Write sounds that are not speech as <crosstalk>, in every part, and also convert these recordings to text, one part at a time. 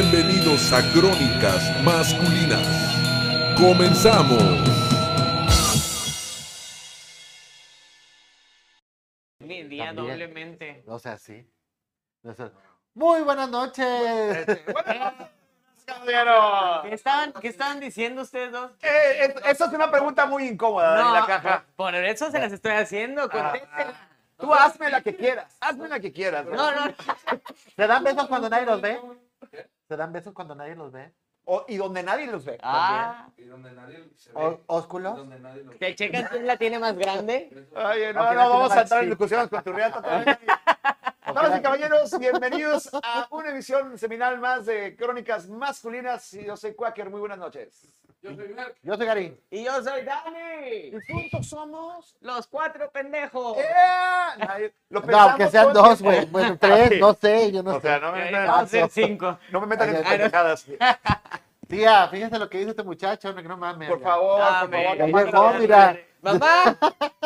bienvenidos a Crónicas Masculinas. Comenzamos. Diría También. doblemente. O sea, sí. O sea, Muy buenas noches. <laughs> Caballero. ¿Qué estaban, ¿Qué estaban diciendo ustedes dos? Eh, es- eso es una pregunta muy incómoda en la caja. Por, por eso se las estoy haciendo. Contéstela. Tú hazme la que quieras. Hazme la que quieras. güey. No, no, no. ¿Se dan besos cuando nadie los ve? ¿Se dan besos cuando nadie los ve? O- y donde nadie los ve. Ah, O- ¿Ósculos? ¿te checas quién la tiene más grande? Ay, no, Aunque no, no vamos tiene a entrar maxi. en discusiones con tu <laughs> riata todavía. Damas y caballeros, bienvenidos a una emisión seminal más de Crónicas Masculinas. Y Yo soy Quaker, muy buenas noches. Yo soy Gary. Y yo soy Dani. Y juntos somos... Los cuatro pendejos. ¡Eh! Ay, Lo pensamos No, que sean todo el dos, güey. tiempo. <laughs> Bueno, tres, Sí. no sé, yo no O sea, sé. no me, Eh, no, va a ser cinco. no me metan en Ay, tus ay, pendejadas. Tía, fíjese lo que dice este muchacho, no, que no mames. Por ya. favor, Ah, por favor. me- mamá, me- no, me- mira. Mamá,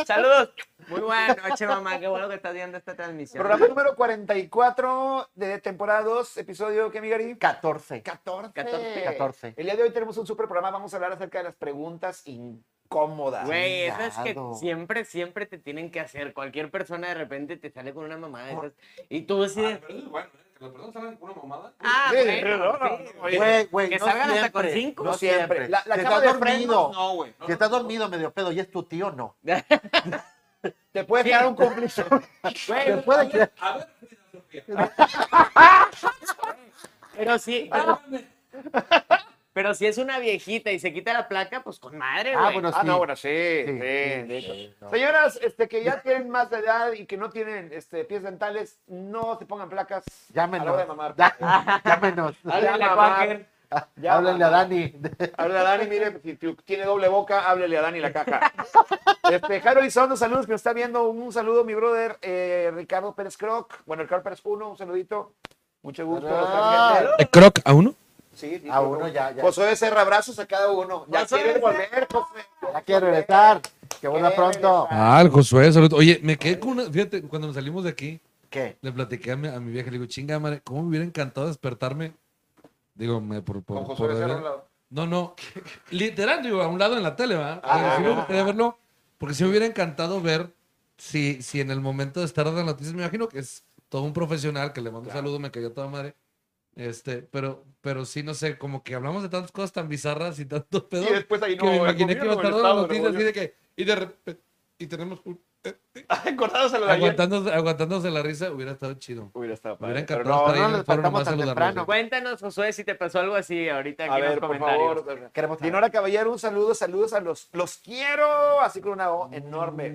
saludos. Muy buena noche, mamá. Qué bueno que estás viendo esta transmisión. Programa número 44 de temporada 2, episodio que mi Gary. 14. 14. 14. 14. El día de hoy tenemos un super programa. Vamos a hablar acerca de las preguntas incómodas. Güey, eso es que Chingado. siempre, siempre te tienen que hacer. Cualquier persona de repente te sale con una mamada de esas. Y tú decides. Ah, Sí, bueno, no, no, sí. oye, Güey, güey, Que no salgan hasta siempre, con cinco. No No siempre. siempre. La- la si cama estás de dormido, frenos, no, güey. Si estás dormido, medio pedo, y es tu tío, no. Te puede crear un <laughs> conflicto. Eh, ¿Se puede creer? Pero sí. Pero si es una viejita y se quita la placa, pues con madre, güey. Ah, bueno, sí. Ah, no, bueno, sí. Sí, sí, sí, sí. sí, no. Señoras este, que ya tienen más de edad y que no tienen este, pies dentales, no se pongan placas a la hora de Llámenos. mamar. <laughs> Ya- <laughs> Llámenos. Háblale, ya, mamá. Quaker. Ya, Háblenle a mamá. Dani. <laughs> Háblale a Dani, mire, si tu- tiene doble boca, háblele a Dani la caja. Este, Jairo Elizondo, saludos que nos está viendo. Un saludo, mi brother eh, Ricardo Pérez Croc. Bueno, Ricardo Pérez 1, un saludito. Mucho gusto. Ah, Ah. Gracias. ¿Croc a uno? Sí, sí, A creo uno que- ya, ya. Josué Becerra, abrazos a cada uno. Ya Josué quiere Becerra. volver, Josué. Ya quiero regresar. Que vuelva Qué pronto. regresar. Ah, el Josué, saludos. Oye, me quedé con una. Fíjate, cuando nos salimos de aquí, ¿Qué? le platiqué a mi, a mi vieja, le digo, chinga madre, ¿cómo me hubiera encantado despertarme? Digo, me, por. por, Con por Josué Becerra ver- a un lado. No, no. Literal, digo, a un lado en la tele, ¿verdad? Ah, Pero sí me ah, gustaría verlo, porque sí me hubiera encantado ver si, si en el momento de estar dando noticias, me imagino que es todo un profesional, que le mando un saludo, me cayó toda madre. Este, pero, pero sí, no sé, como que hablamos de tantas cosas tan bizarras y tantos pedos. Y después ahí no. que me el imaginé que iba a gobierno del estar dando Estado, noticias así Nuevo de que, y de repente, y tenemos un- León. Acordados a lo de ayer. aguantándose, aguantándose la risa, hubiera estado chido. Hubiera estado Me padre. hubiera Pero encantado no, estar ahí no en el les foro faltamos nomás tan saludarlos. Cuéntanos, Josué, si te pasó algo así ahorita aquí a en ver, los por comentarios. favor. pues, Queremos saber. Dinora Caballero, un saludo, saludos a los. Los quiero, así con una O enorme.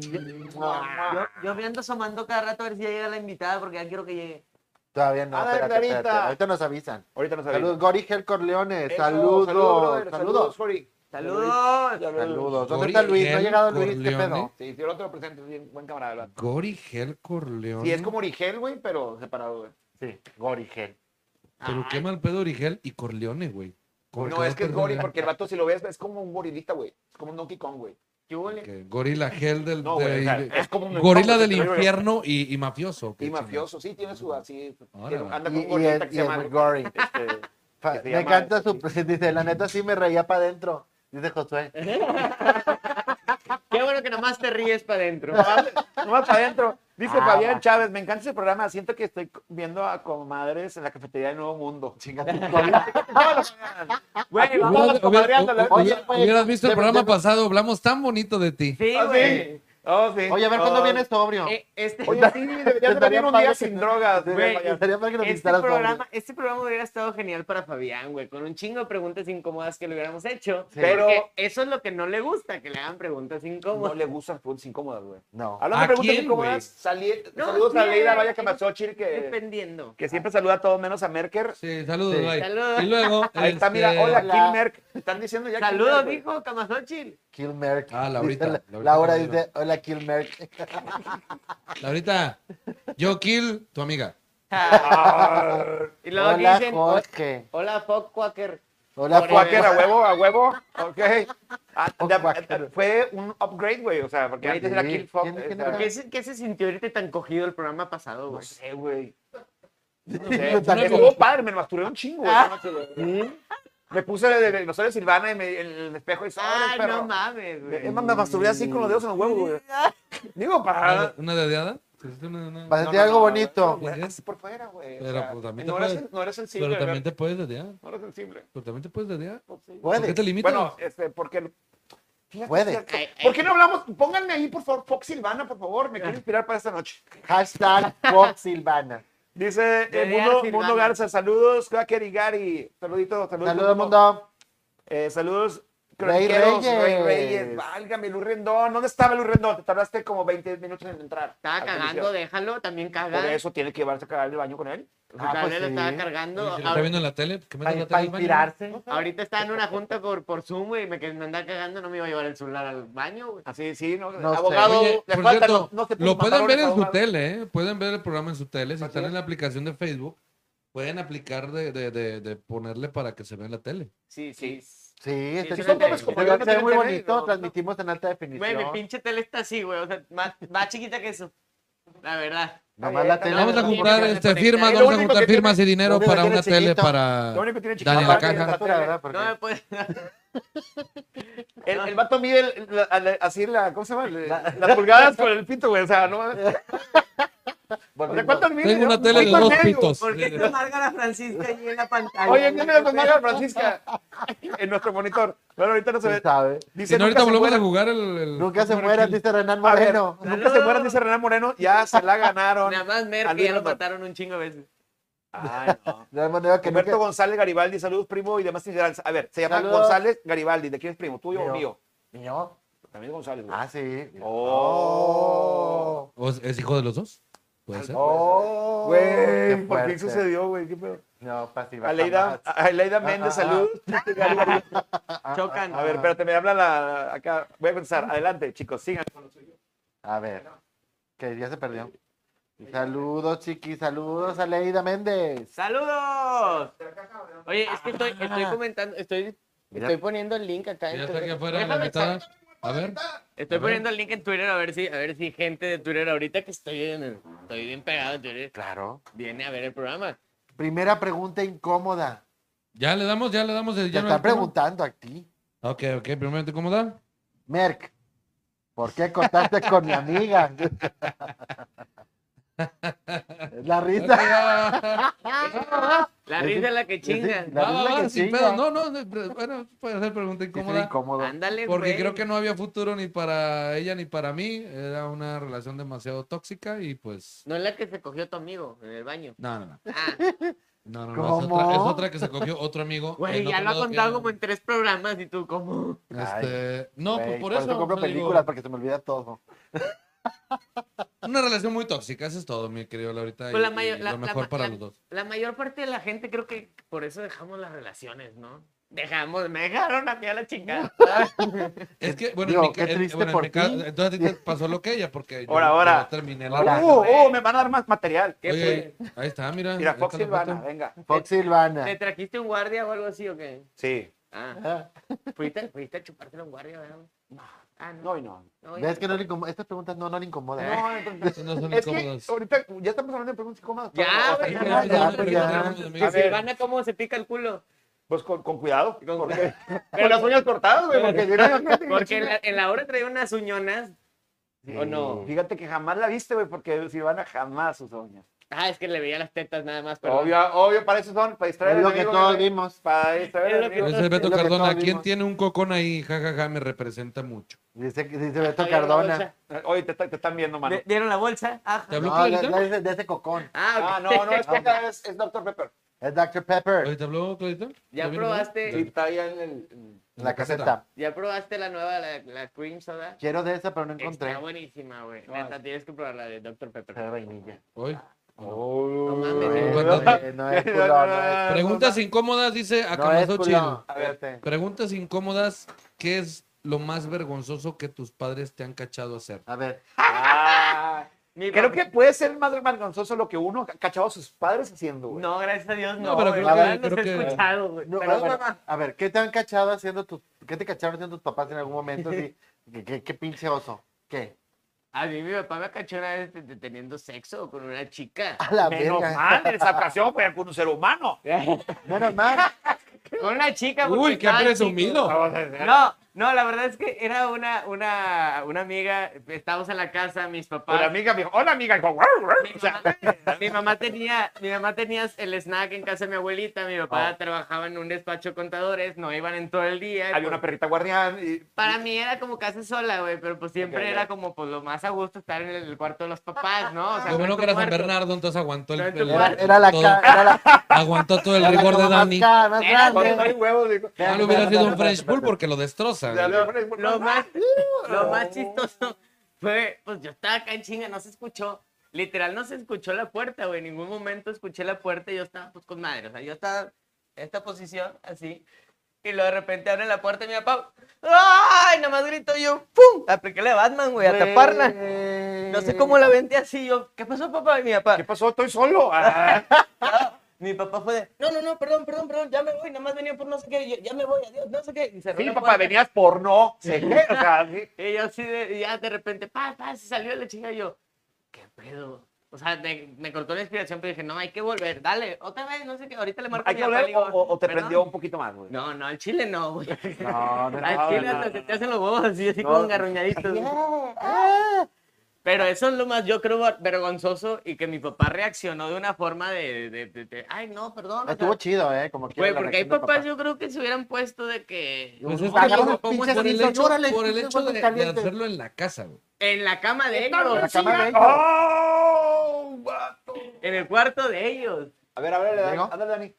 Yo, yo me ando asomando cada rato a ver si ya llega la invitada porque ya quiero que llegue. Todavía no. A ver, espérate, Clarita. espérate. Ahorita nos avisan. Ahorita nos Saludos, avisan. Gori Gel Corleone. Eso, Saludos. saludos, brother, Saludos. Saludos. Jori. ¡Saludos! ¿Dónde Gori está Luis? No ha Gel llegado Luis. ¿Qué Corleone. pedo? Sí, yo no te lo presento, es bien buen camarada. ¿verdad? Gori Gel Corleone. Sí, es como Origel, güey, pero separado, güey. Sí, Gori Gel. Pero qué mal pedo Origel y Corleone, güey. Como No, es que es perdón, Gori, ¿eh? porque el vato, si lo ves, es como un gorilita, güey. Es como un Donkey Kong, güey. ¿Qué hubo? Que Gorila Gel del... No, güey, o sea, de- es como un gorila Donkey del Kong, güey. infierno y, y mafioso. qué Y chingado. mafioso, sí, tiene su así. Ahora, tiene- va. anda Y, con un y gordita es, que y se es llama. muy gory. este, Fa- que se Me llama encanta eso, su. <laughs> Dice, la neta sí me reía para adentro. Dice Josué. Qué bueno que nomás te ríes para adentro. No va para adentro. Dice Ah. Fabián Chávez, me encanta ese programa. Siento que estoy viendo a comadres en la cafetería del Nuevo Mundo. Chinga tu cola. Güey, Hubiera- vamos hubiera- comadreando. la- oye, hubiera- Hubieras visto el de- programa de- pasado, hablamos tan bonito de ti. Sí, Ah, güey. sí. Oh, sí. Oye, a ver Oh, cuándo viene sobrio. Eh, este... <laughs> Oye, sí, deberías de venir Estaría un padre día que- sin drogas, güey. Estaría padre que nos Este visitaras sobrio. programa, este programa hubiera estado genial para Fabián, güey, con un chingo de preguntas incómodas que le hubiéramos hecho. Sí. Pero Pero- eso es lo que no le gusta, que le hagan preguntas No incómodas. le gustan las preguntas incómodas, güey. No. Hablando de ¿A preguntas quién, incómodas, sali- No, saludos a sí, Leida eh, Vaya Camachochil, que, Dependiendo. que siempre saluda a todos menos a Merker. Sí, saludos, Sí. bye. Saludos. Y luego... Ahí está, este, mira, Hola. hola, Kilmerk. Están diciendo ya Saludos, Kilmerk, güey. dijo Camazochil. Kilmer. Ah, Laurita, Dice, Laurita Laura Camacho. dice, hola Kilmer. Ahorita, yo kill tu amiga. Ah, y luego aquí Hola dicen, Jorge. hola, Fox Quaker. Hola Jorge. Quaker, Joaquín. <laughs> a huevo, a huevo. Ok. Ah, Oh, da- Quaker. fue un upgrade, güey. O sea, porque Güey, antes sí. era Kill Fox. ¿Quién- quién o sea, era? ¿Qué se, qué se sintió irte tan cogido el programa pasado, No güey? sé, güey. sé, también. estuvo padre, me masturbé un chingo. esa noche, güey. ¿Mm? Me puse de, de, los Silvana y me, en el espejo y Ay, pero Ah, no mames, güey. Es más, me masturbé así con los dedos en los huevos, güey. Digo, para... ¿Una dedeada? ¿Te hiciste una dedeada? Para No, sentir no, algo no, bonito. güey, ¿Quieres? así por fuera, güey. o Pero, sea, pues, también no, te eras, puede- no eras sensible. Pero también ¿verdad? te puedes dedear. No eras sensible. Pero también te puedes dedear. pues, sí. ¿Por qué te Puede. limitas? Bueno, este, porque... Fíjate, Puede. cierto. Ay, ay. ¿Por qué no hablamos? Pónganme ahí, por favor, Fox Silvana, por favor. Me quiero inspirar para esta noche. <laughs> Hashtag Fox Silvana. Dice De eh, Leal Mundo, Silvana. Mundo Garza, saludos, Cracker y Gary. Saluditos, saludos. Saludos, mundo. Eh, saludos. Rey croqueros, Reyes. Rey Reyes. Válgame, Luz Rendón. ¿Dónde estaba Luz Rendón? Te tardaste como 20 minutos en entrar. Estaba Al cagando, coliseo. déjalo, también caga. Por eso tiene que llevarse a cagar el baño con él. Su Ah, pues cable lo sí. estaba cargando. Si lo está Ahor- viendo en la tele, que me Para la tele al baño. inspirarse. Ahorita estaba en una junta por, por Zoom, güey, y me, que- me andaba cagando, no me iba a llevar el celular al baño, güey. Así, Ah, sí, ¿no? No sé. abogado, Oye, le por faltan cierto, los- no se puso lo pueden ver pantalones, en su abogado. tele, ¿eh? pueden ver el programa en su tele. Si Así están es. en la aplicación de Facebook, pueden aplicar de, de, de, de ponerle para que se vea en la tele. Sí, sí. Sí, este Sí, es son todos como Se ve- yo, no se ve tienen muy tele, bonito, no, no. transmitimos en alta Güey, mi definición. pinche tele está así, güey. O sea, más, más chiquita que eso. La verdad. Nomás la Oye, tele. Vamos a no, juntar no, este, no, firmas, no, vamos a no, juntar no, firmas y no, dinero no, para no, una chiquito. tele Lo para... único que tiene chiquito. Dani es la la caja. estatura, ¿verdad? No me puede. El, el vato mide el- la- la- así la, ¿cómo se llama? La- <laughs> las pulgadas por el pito, güey. O sea, no <laughs> mames. O sea, ¿cuántas mide? Tengo una Yo- tele de cinco y dos medio. pitos. ¿Por qué está Márgara Francisca allí en la pantalla? Oye, viene la ¿Qué Mara Francisca en nuestro monitor. Bueno, ahorita no se ve. sabe. Y Dice, si no, ahorita nunca se volvemos a mueran. jugar el... el- Nunca se el- mueran, dice Renan A ver, Moreno. nunca se mueran, dice Renan Moreno. Ya se la ganaron. Nada más Mer, Al que ya lo mismo- mataron un chingo de veces. Ay, no. De la manera que Humberto nunca- González Garibaldi, saludos, primo y demás integrantes. A ver, se llama Saludos. González Garibaldi. ¿De quién es primo? ¿Tuyo o Mío. mío? Niño. También es González. güey. Ah, sí. Oh. ¿O es- ¿Es hijo de los dos? Puede ser. Oh. Güey, Qué ¿por qué fuerte. sucedió, güey? ¿Qué pedo? No, pues, pasiva. Aleida, jamás. Aleida Méndez, Ah, ah, ah. saludos. Chocan. A ver, espérate, me habla la. Acá, voy a contestar. Adelante, chicos, sigan. A ver. Que ya se perdió. Saludos, chiqui. Saludos a Leida Méndez. ¡Saludos! Oye, es que estoy, estoy comentando, estoy, estoy poniendo el link acá. en Ah. Ya está Twitter. aquí afuera la Déjame invitada. A ver, Estoy A ver. poniendo el link en Twitter a ver si, a ver si gente de Twitter ahorita que estoy en el- estoy bien pegado en Twitter Claro. viene a ver el programa. Primera pregunta incómoda. ya le damos, ya le damos. el- Te Ya no están hay tema. preguntando a ti. Ok, ok, primeramente, ¿cómo da? Merck, ¿por qué cortaste con mi <laughs> amiga? La risa. La Es risa de- es la que es de- chinga. la- Va, va, risa Ah, va, que sin chinga. pedo. No, no, de- pre- bueno, puede ser pregunta Incómoda. incómoda. incómodo. Ándale, Porque güey. creo que no había futuro ni para ella ni para mí. Era una relación demasiado tóxica y pues. No es la que se cogió tu amigo en el baño. No, no, no. Ah, No, no, no, Es otra, ¿Cómo? es otra que se cogió otro amigo. güey, en ya otro lo ha lado que contado era- como en tres programas y tú como... Este, no, Güey, pues por eso. compro o sea, digo, Eh, películas porque se me olvida todo. una relación muy tóxica, eso es todo, mi querido Laurita. Pues la y- y mayo- la- lo la mejor ma- para los dos. La mayor parte de la gente creo que por eso dejamos las relaciones, ¿no? Dejamos, me dejaron a mí a la chingada. Es que, bueno, Digo, en mi, ca- qué en- triste bueno, en por mi ca- ti. entonces a <laughs> ti te pasó lo que ella, porque yo, Ahora, ahora. yo terminé la Ahora. Uh, uh, me van a dar más material. ¿Qué Oye, ahí está, mira. Mira, ahí Fox está la foto. Silvana, venga. Fox fue? ¿Te eh, Silvana. trajiste un guardia o algo así o qué? Sí. Ah, Ah, fuiste, fuiste a chupártelo a un guardia, ¿verdad? No. Ah, no. No y no. no, ya ¿Ves que no le incomoda? Estas preguntas no, no le incomodan. No, <laughs> entonces- Esos No son Es que incómodos. ahorita ya estamos hablando de preguntas incómodas. Ya, pero- güey, ya, ya, Pero ya. tenemos amigos. Que A ver. Silvana, ¿cómo se pica el culo? Pues con, con cuidado. Con- porque- <laughs> con las uñas cortadas, güey. Porque, Porque en la, en la hora traía unas uñonas. ¿O <laughs> no? Fíjate que jamás la viste, güey, porque Silvana jamás sus uñas. Ah, es que le veía las tetas nada más. Pero Obvio, obvio, para eso son, para Es distraer al lo que amigo, eh. todos güey, vimos. Para distraer Es al lo que- amigo. Dice Beto Es lo que Cardona, todos ¿quién vimos. tiene un cocón ahí? Ja, ja, ja, me representa mucho. Dice, dice Beto Ay, Cardona. <laughs> Oye, te, está- te están viendo, mano. ¿Dieron la bolsa? Ah, ¿Te habló No, de, Claudita? de- de ese cocón. ah, Ah, ok. no, no, es que esta es, es Dr. Pepper. Es Dr. Oye, Pepper. ¿Te habló Claudita? Ya ¿Te vino? probaste. Sí, está allá en el. La caseta. ¿Ya probaste la nueva, la, la cream soda? Quiero de esa, pero no encontré. Está buenísima, güey. No, Neta, es- tienes que probar la de Dr. Pepper. Sabe a vainilla. Oye. No mames, Güey, no, no, no. eh, <laughs> no es culo, Ah, no Preguntas incómodas, dice es- no es Akamazochi. culo. A ver. Fíjate. Preguntas incómodas, ¿qué es lo más vergonzoso que tus padres te han cachado hacer? A ver. Mi Ah, Creo papá- que puede ser más vergonzoso lo que uno ha cachado a sus padres haciendo, güey. No, gracias a Dios, no. No, pero güey. creo La que- verdad, los creo he que- escuchado, güey. No, Pero a, ver, bueno, a ver, ¿qué te han cachado <laughs> haciendo tus, qué te cacharon haciendo tus papás en algún momento? así? ¿Qué, qué- qué pinche oso? ¿Qué? A mí mi papá me cachó una vez te- te- teniendo sexo con una chica. A la Menos verga. mal, en esa ocasión fue con un ser humano. Menos mal. Con una chica. porque Uy, qué estaban presumido. Vamos a ver. No, no, la verdad es que era una, una, una amiga, estábamos en la casa, mis papás. Pero la amiga me dijo, hola amiga. Y dijo, "Guau, guau". mi, O sea, mamá, <laughs> mi <laughs> mamá tenía, mi mamá tenía el snack en casa de mi abuelita, mi papá trabajaba en un despacho de contadores, no iban en todo el día. Oh. había pues, una perrita guardián. Y, Para mí era como casa sola, güey, pero pues siempre Ok, ya. era como pues lo más a gusto estar en el cuarto de los papás, ¿no? O sea, Lo bueno en tu que era San cuarto. Bernardo, entonces aguantó el, No, en tu el- Era, era la todo- ca- era la- aguantó todo <laughs> el era la rigor de cama más Dani. ca- más Era- Cuando no hay grande. huevos, dijo, Ah, no hubiera sido un French Bull porque lo destroza. "Ya güey. le pones un- Lo <laughs> más, lo más chistoso fue, pues yo estaba acá en chinga, no se escuchó. Literal, no se escuchó la puerta, güey. En ningún momento escuché la puerta y yo estaba, pues, con madre. O sea, yo estaba en esta posición, así. Y luego de repente abre la puerta y mi papá, ¡ay! Nomás grito yo, ¡pum! Apliqué la de Batman, güey, a taparla. No sé cómo la vente así. Yo, ¿qué pasó, papá? Y mi papá, ¿Qué pasó? Estoy solo. Ah, <laughs> mi papá fue de, no, no, no, perdón, perdón, perdón, ya me voy. Nomás venía por no sé qué, ya, ya me voy, adiós, no sé qué. Y cerró sí, la papá, puerta. venías por no. sé qué, O sea, sí. Y yo así de, y ya de repente, pa, pa, se salió la chica y yo, ¿qué pedo? O sea, me, me cortó la inspiración, pero dije, no, hay que volver, dale, otra vez, no sé qué, ahorita le marco. a ¿Hay mi que papá y hablar le o, digo, o- o te "Perdón". prendió un poquito más, güey? No, no, al chile no, güey. <laughs> No, no, al chile hasta se te hacen los huevos así, así No. como engarruñaditos. güey. Ah, Pero eso es lo más, yo creo, vergonzoso y que mi papá reaccionó de una forma de, de, de- de, ay, no, perdón. o sea, Estuvo chido, ¿eh? Como quiera, Güey, la porque hay reacción del papás, papá. yo creo que se hubieran puesto de que Pues es Agarra que los por- pinches por el pisos, hecho, órale, por el pinches hecho de, huevos de calientes. hacerlo en la casa, güey. en la cama de La ellos, cama de ellos. ¡Oh! vato! en el cuarto de ellos. A ver, a ver, Dani, ¿Diego? ándale, Dani.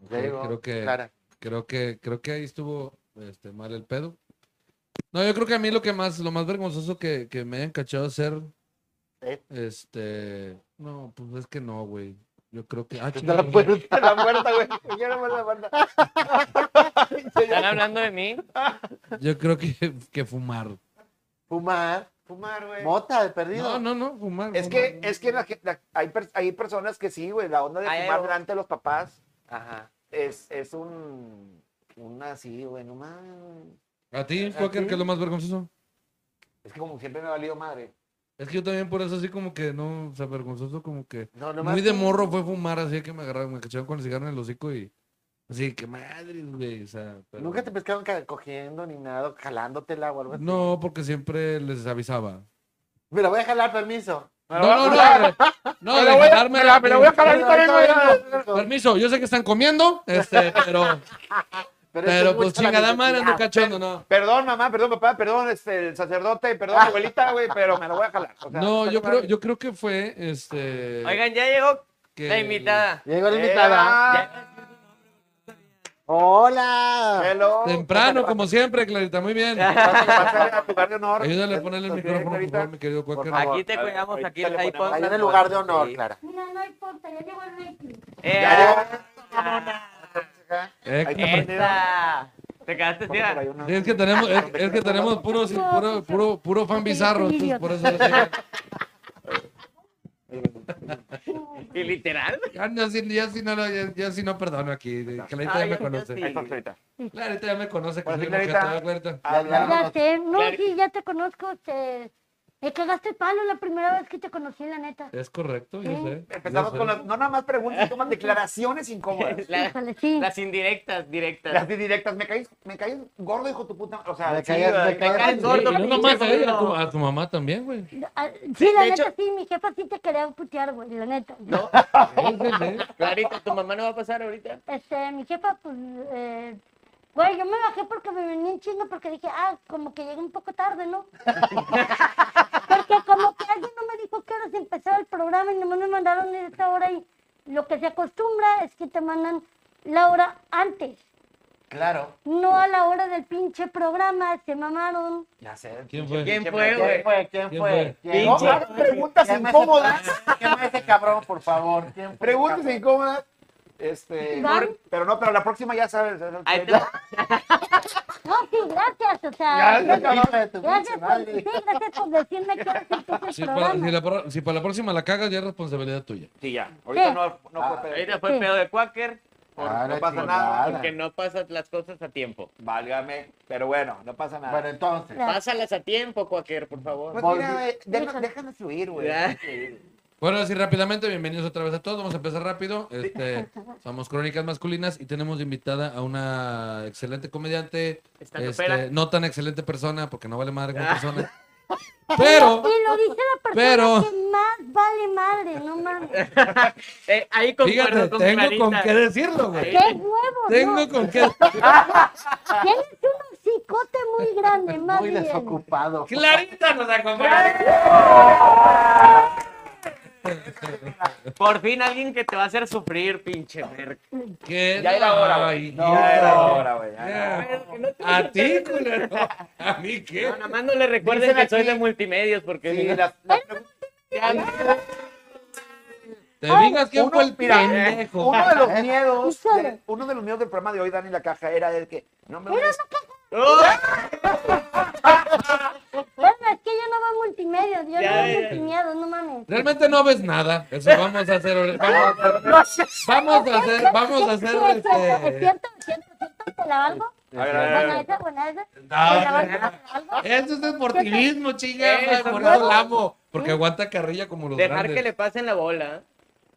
<laughs> Diego, creo que- Clara. Creo que, creo que ahí estuvo este, mal el pedo. No, yo creo que a mí lo que más, lo más vergonzoso que, que me hayan cachado hacer, ¿Eh? este, no, pues es que no, güey. Yo creo que, ah, Está la chinga, puerta. La muerta, güey. Ya no me la manda. ¿Están hablando de mí? <laughs> yo creo que, <laughs> que fumar. Fumar. Fumar, güey. Mota de perdido. No, no, no, fumar. Es fumar. que, es que la gen- la- hay, per- hay personas que sí, güey, la onda de Ay, fumar oh. delante de los papás Ajá. es, es un, un así, güey, no mames. A ti, ¿A Joaquín, ti? ¿qué es lo más vergonzoso? Es que como siempre me ha valido madre. Es que yo también por eso así como que no, o sea, vergonzoso como que... No, nomás. Muy de morro fue fumar, así que me agarraron, me cacharon con el cigarro en el hocico y... Así que madre, güey, o sea... pero- Nunca te pescaron ca- cogiendo ni nada, jalándote el agua. No, porque siempre les avisaba. Me la voy a jalar, permiso. Me No, la voy a no, jalar, no. No, me de la voy a- jalarme me la- la- me la voy a jalar Pero ahorita mismo, ya. Permiso, yo sé que están comiendo, este, <laughs> pero, pero pues chingada madre, no cachondo, no. Perdón, mamá, perdón, papá, perdón, este, el sacerdote, perdón, abuelita, güey, pero me la voy a jalar. O sea, No, está yo con madre. creo, yo creo que fue, este... Oigan, ya llegó que la el- invitada. Llegó la Eh, invitada. ya. Hola. Hello. Temprano, como siempre, Clarita, <laughs> muy bien. Pásale, pásale a tu lugar de honor. Ayúdale a ponerle el Ok, micrófono, por Clarita. favor, mi querido Por Cuáquero. favor. Aquí te A ver, cuidamos, ahorita aquí le el ponemos iPod. Ahí en el lugar de honor, Sí. Clara. No, no importa, ya llegó el Ricky. Eh, Ya, Eh, Ahí está. esta. Te quedaste Ponte por ahí tira. uno. Es que tenemos, es, es que tenemos puro, puro, puro, puro fan bizarro, entonces por eso... Y literal. Ya, no, sí- ya, sí no, lo- ya, ya sí no perdono aquí. de- Clarita ya Ay, me yo conoce. sí. Ahí está, Clarita. Clarita ya me conoce. que Ahora sí, soy Clarita. moquetón, Clarita. Ya, ya. Habla. Ya sé, no, Claro. sí, ya te conozco. Te... Me cagaste palo la primera vez que te conocí, la neta. Es correcto, yo Sí. sé. Empezamos yo sé. con las, no nada más preguntas, <laughs> toman declaraciones incómodas. La- Híjole, sí. las indirectas, Las directas. de directas, me caes, me caes gordo, hijo de tu puta. O sea, Me sí, caes- güey, me me caes caes Sí, gordo. y no nomás a pinche ella, a tu, gordo. a tu mamá también, güey. Sí, Ah, Sí, la de neta, hecho- sí, mi jefa sí te quería putear, güey, la neta. sí, sí. Clarita, tu mamá no va a pasar ahorita. Este, mi jefa, pues, eh, güey, yo me bajé porque me venía en chingo porque dije, ah, como que llegué un poco <laughs> tarde, ¿no? porque como que alguien no me dijo que horas empezaba el programa y nomás me mandaron esa hora y lo que se acostumbra es que te mandan la hora antes, Claro. no a la hora del pinche programa, se mamaron. Ya sé. ¿Quién fue? ¿Quién fue, ¿Quién güey? fue? ¿Quién ¿Quién fue? fue? ¿Quién No, fue? Pinche- hagan preguntas Quémese- incómodas. Quémese ese cabrón, por favor. ¿Quién fue ese Preguntas cabrón? incómodas. Este, ¿Dan? pero no, pero la próxima ya sabes. Ahí te- No, sí, gracias, o Ya, sea, ya, gracias, Hijo de tu pinche gracias por, madre. sí, gracias por decirme que horas empieza el Si para, si programa. la pro- si para la próxima la cagas, ya es responsabilidad tuya. Sí, ya. Ah, Ahorita Sí. no, no fue pedo. Ahorita fue pedo de Quaker. por Ah, no la pasa nada, chingada. porque no pasas las cosas a tiempo. Válgame, pero bueno, no pasa nada. Bueno, entonces. Claro. Pásalas a tiempo, Quaker, por favor. Pues mira, eh, déjanos, déjanos fluir, güey. Ya. Bueno, así rápidamente, bienvenidos otra vez a todos. Vamos a empezar rápido. <laughs> Este, somos Crónicas Masculinas y tenemos de invitada a una excelente comediante. Estandopera. este, no tan excelente persona, porque no vale madre como Ah. <laughs> persona. Pero, Y lo dice la persona Pero- que más vale madre, <laughs> no mames. Eh, ahí concuerdo fíjate, con tengo Clarita. con qué decirlo, güey. ¡Qué huevos! Tengo no! con qué. Tienes un hocicote muy grande, más Muy bien. desocupado. Clarita nos acompaña. Por fin alguien que te va a hacer sufrir, pinche merca. ¿Qué? Ya era hora, güey. Ay, No, Ya era no. hora, güey. ya era hora. Pero que no te- A ti, culero. A mí, ¿qué? No, nada más no le recuerden Dicen que soy aquí- de multimedios, porque Sí, si no- las- <laughs> las- ya- Te digas quién uno- fue el mira, pendejo. uno de los miedos, Híjole. del- uno de los miedos del programa de hoy, Dani la caja, era el que no me voy a- Bueno, es que yo no veo multimedia, yo Ya, no ya, ya. veo multimedia, no mames. Realmente no ves nada. Eso vamos a hacer. ahora- Vamos, a- vamos a hacer. Vamos a hacer. Es cierto, es Este... cierto, es cierto, es cierto, te la valgo. A ver, a ver, a Buena ver. esa, buena esa. Te la valgo, te No, la valgo. eso es deportivismo, chinga. Eh, madre, eso Por no. eso la amo. Porque aguanta carrilla como los dejar grandes. que le pasen la bola.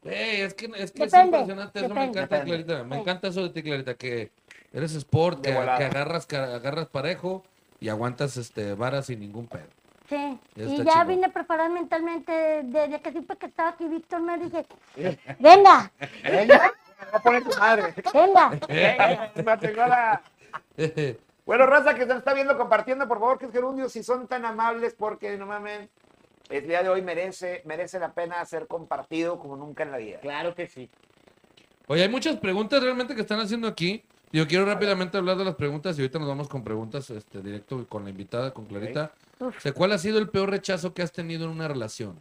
Ey, es que, es, que es Depende, impresionante. Eso me depende. encanta, Depende. Clarita. Me Sí. encanta eso de ti, Clarita. Que eres sport, De que, que volada. agarras, que agarras parejo y aguantas este, varas sin ningún pedo. <laughs> Sí, Ya y está ya chido. vine preparada mentalmente desde que supe que estaba aquí Víctor me dije, venga, Venga, no pone tu madre. venga. Venga, la chingada. Bueno, raza que se está viendo compartiendo, por favor, que es gerundio, si son tan amables, porque no mames, el día de hoy merece, merece la pena ser compartido como nunca en la vida. Claro que sí. Oye, hay muchas preguntas realmente que están haciendo aquí. Yo quiero rápidamente hablar de las preguntas y ahorita nos vamos con preguntas este, directo con la invitada, con Clarita. Uf. O sea, ¿Cuál ha sido el peor rechazo que has tenido en una relación?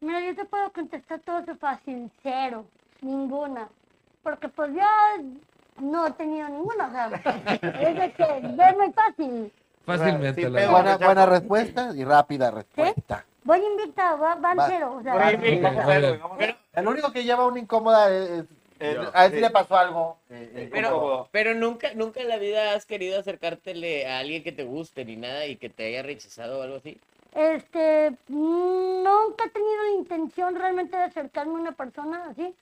Mira, yo te puedo contestar todo súper sincero, ninguna. Porque pues yo no he tenido ninguna, o sea, es de que es muy fácil. Fácilmente. sin la pedo. verdad. Buena, buena respuesta y rápida respuesta. Voy invicta, va, van Va. cero, o sea, Ahora bien, sí, vamos a muy ver, bien. güey, vamos a ver. El único que lleva una incómoda es. es- es- Yo, a él sí sí. le pasó algo. eh, eh, incómodo. Pero, pero nunca, nunca en la vida has querido acercártele a alguien que te guste ni nada y que te haya rechazado o algo así. este, nunca he tenido la intención realmente de acercarme a una persona así.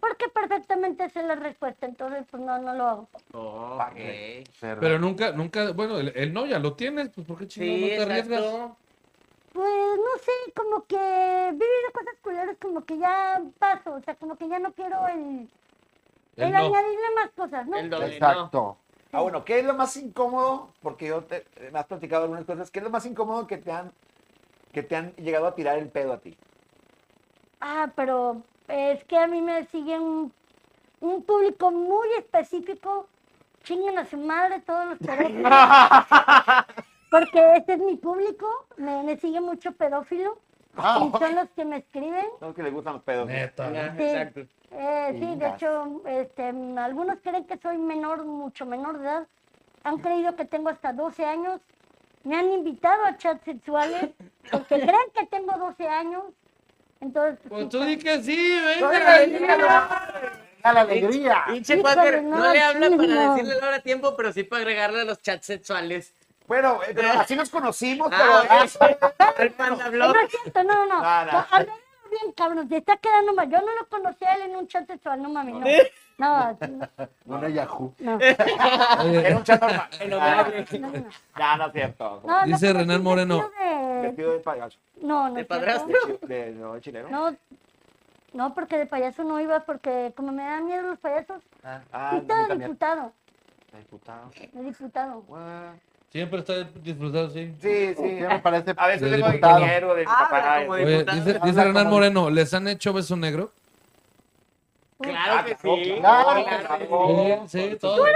Porque perfectamente sé la respuesta, entonces pues no, no lo hago. ok. Cerdo. Pero nunca, nunca, bueno, el, el no ya lo tienes, pues ¿por qué Sí, chingados no te arriesgas? exacto. Pues no sé, como que vivir cosas culeras, como que ya paso, o sea, como que ya no quiero el, el, El no. añadirle más cosas, ¿no? Pues, El doble, no. Exacto. Ah, bueno, ¿qué es lo más incómodo? Porque yo te, eh, me has platicado algunas cosas. ¿Qué es lo más incómodo que te han, que te han llegado a tirar el pedo a ti? Ah, pero es que a mí me siguen un, un público muy específico. Chinguen a su madre todos los pedófilos. Porque este es mi público, me, me sigue mucho pedófilo. Ah, <laughs> Y son los que me escriben. No, que les gustan los pedos. Neta. Ya, Sí. exacto. Eh, sí, de Chingas. hecho, este, algunos creen que soy menor, mucho menor de edad. Han creído que tengo hasta 12 años. Me han invitado a chats sexuales porque creen que tengo 12 años. Entonces, Pues sí, tú pues, di que sí, Oiga, venga. A la alegría. Pinche Híjole, Quaker, no, no, le habla para chingo. decirle la hora a tiempo, pero sí para agregarle los chats sexuales. Bueno, eh, pero así nos conocimos, pero... eh, Ah, el panda No, blog. no es cierto, no, no. No, no. no. no hablándolo bien, cabrón, te está quedando mal. Yo no lo conocía a él en un chat sexual, no mames, no. No, no, Una Yahoo. no. Era eh, un chat normal. Innombrable. no, no. Ya, no es cierto. No, Dice pero Renan sí, Moreno. vestido de- Vestido de payaso. No, no. ¿De es cierto. De, padrastro? chi- de- no, chileno. No, no, porque de payaso no iba, porque como me dan miedo los payasos, Ah, sí a mí estaba también. diputado, Diputado. de diputado. What? Siempre está disfrutado, sí. Sí, sí. Siempre parece. A veces De tengo diputado. dinero de mi Ah, papá. como eh. Oye, dice, dice Habla Renan como- Moreno, ¿les han hecho beso negro? Claro que sí. Ah, Claro, Claro que sí. claro. Sí, sí, todo. todo.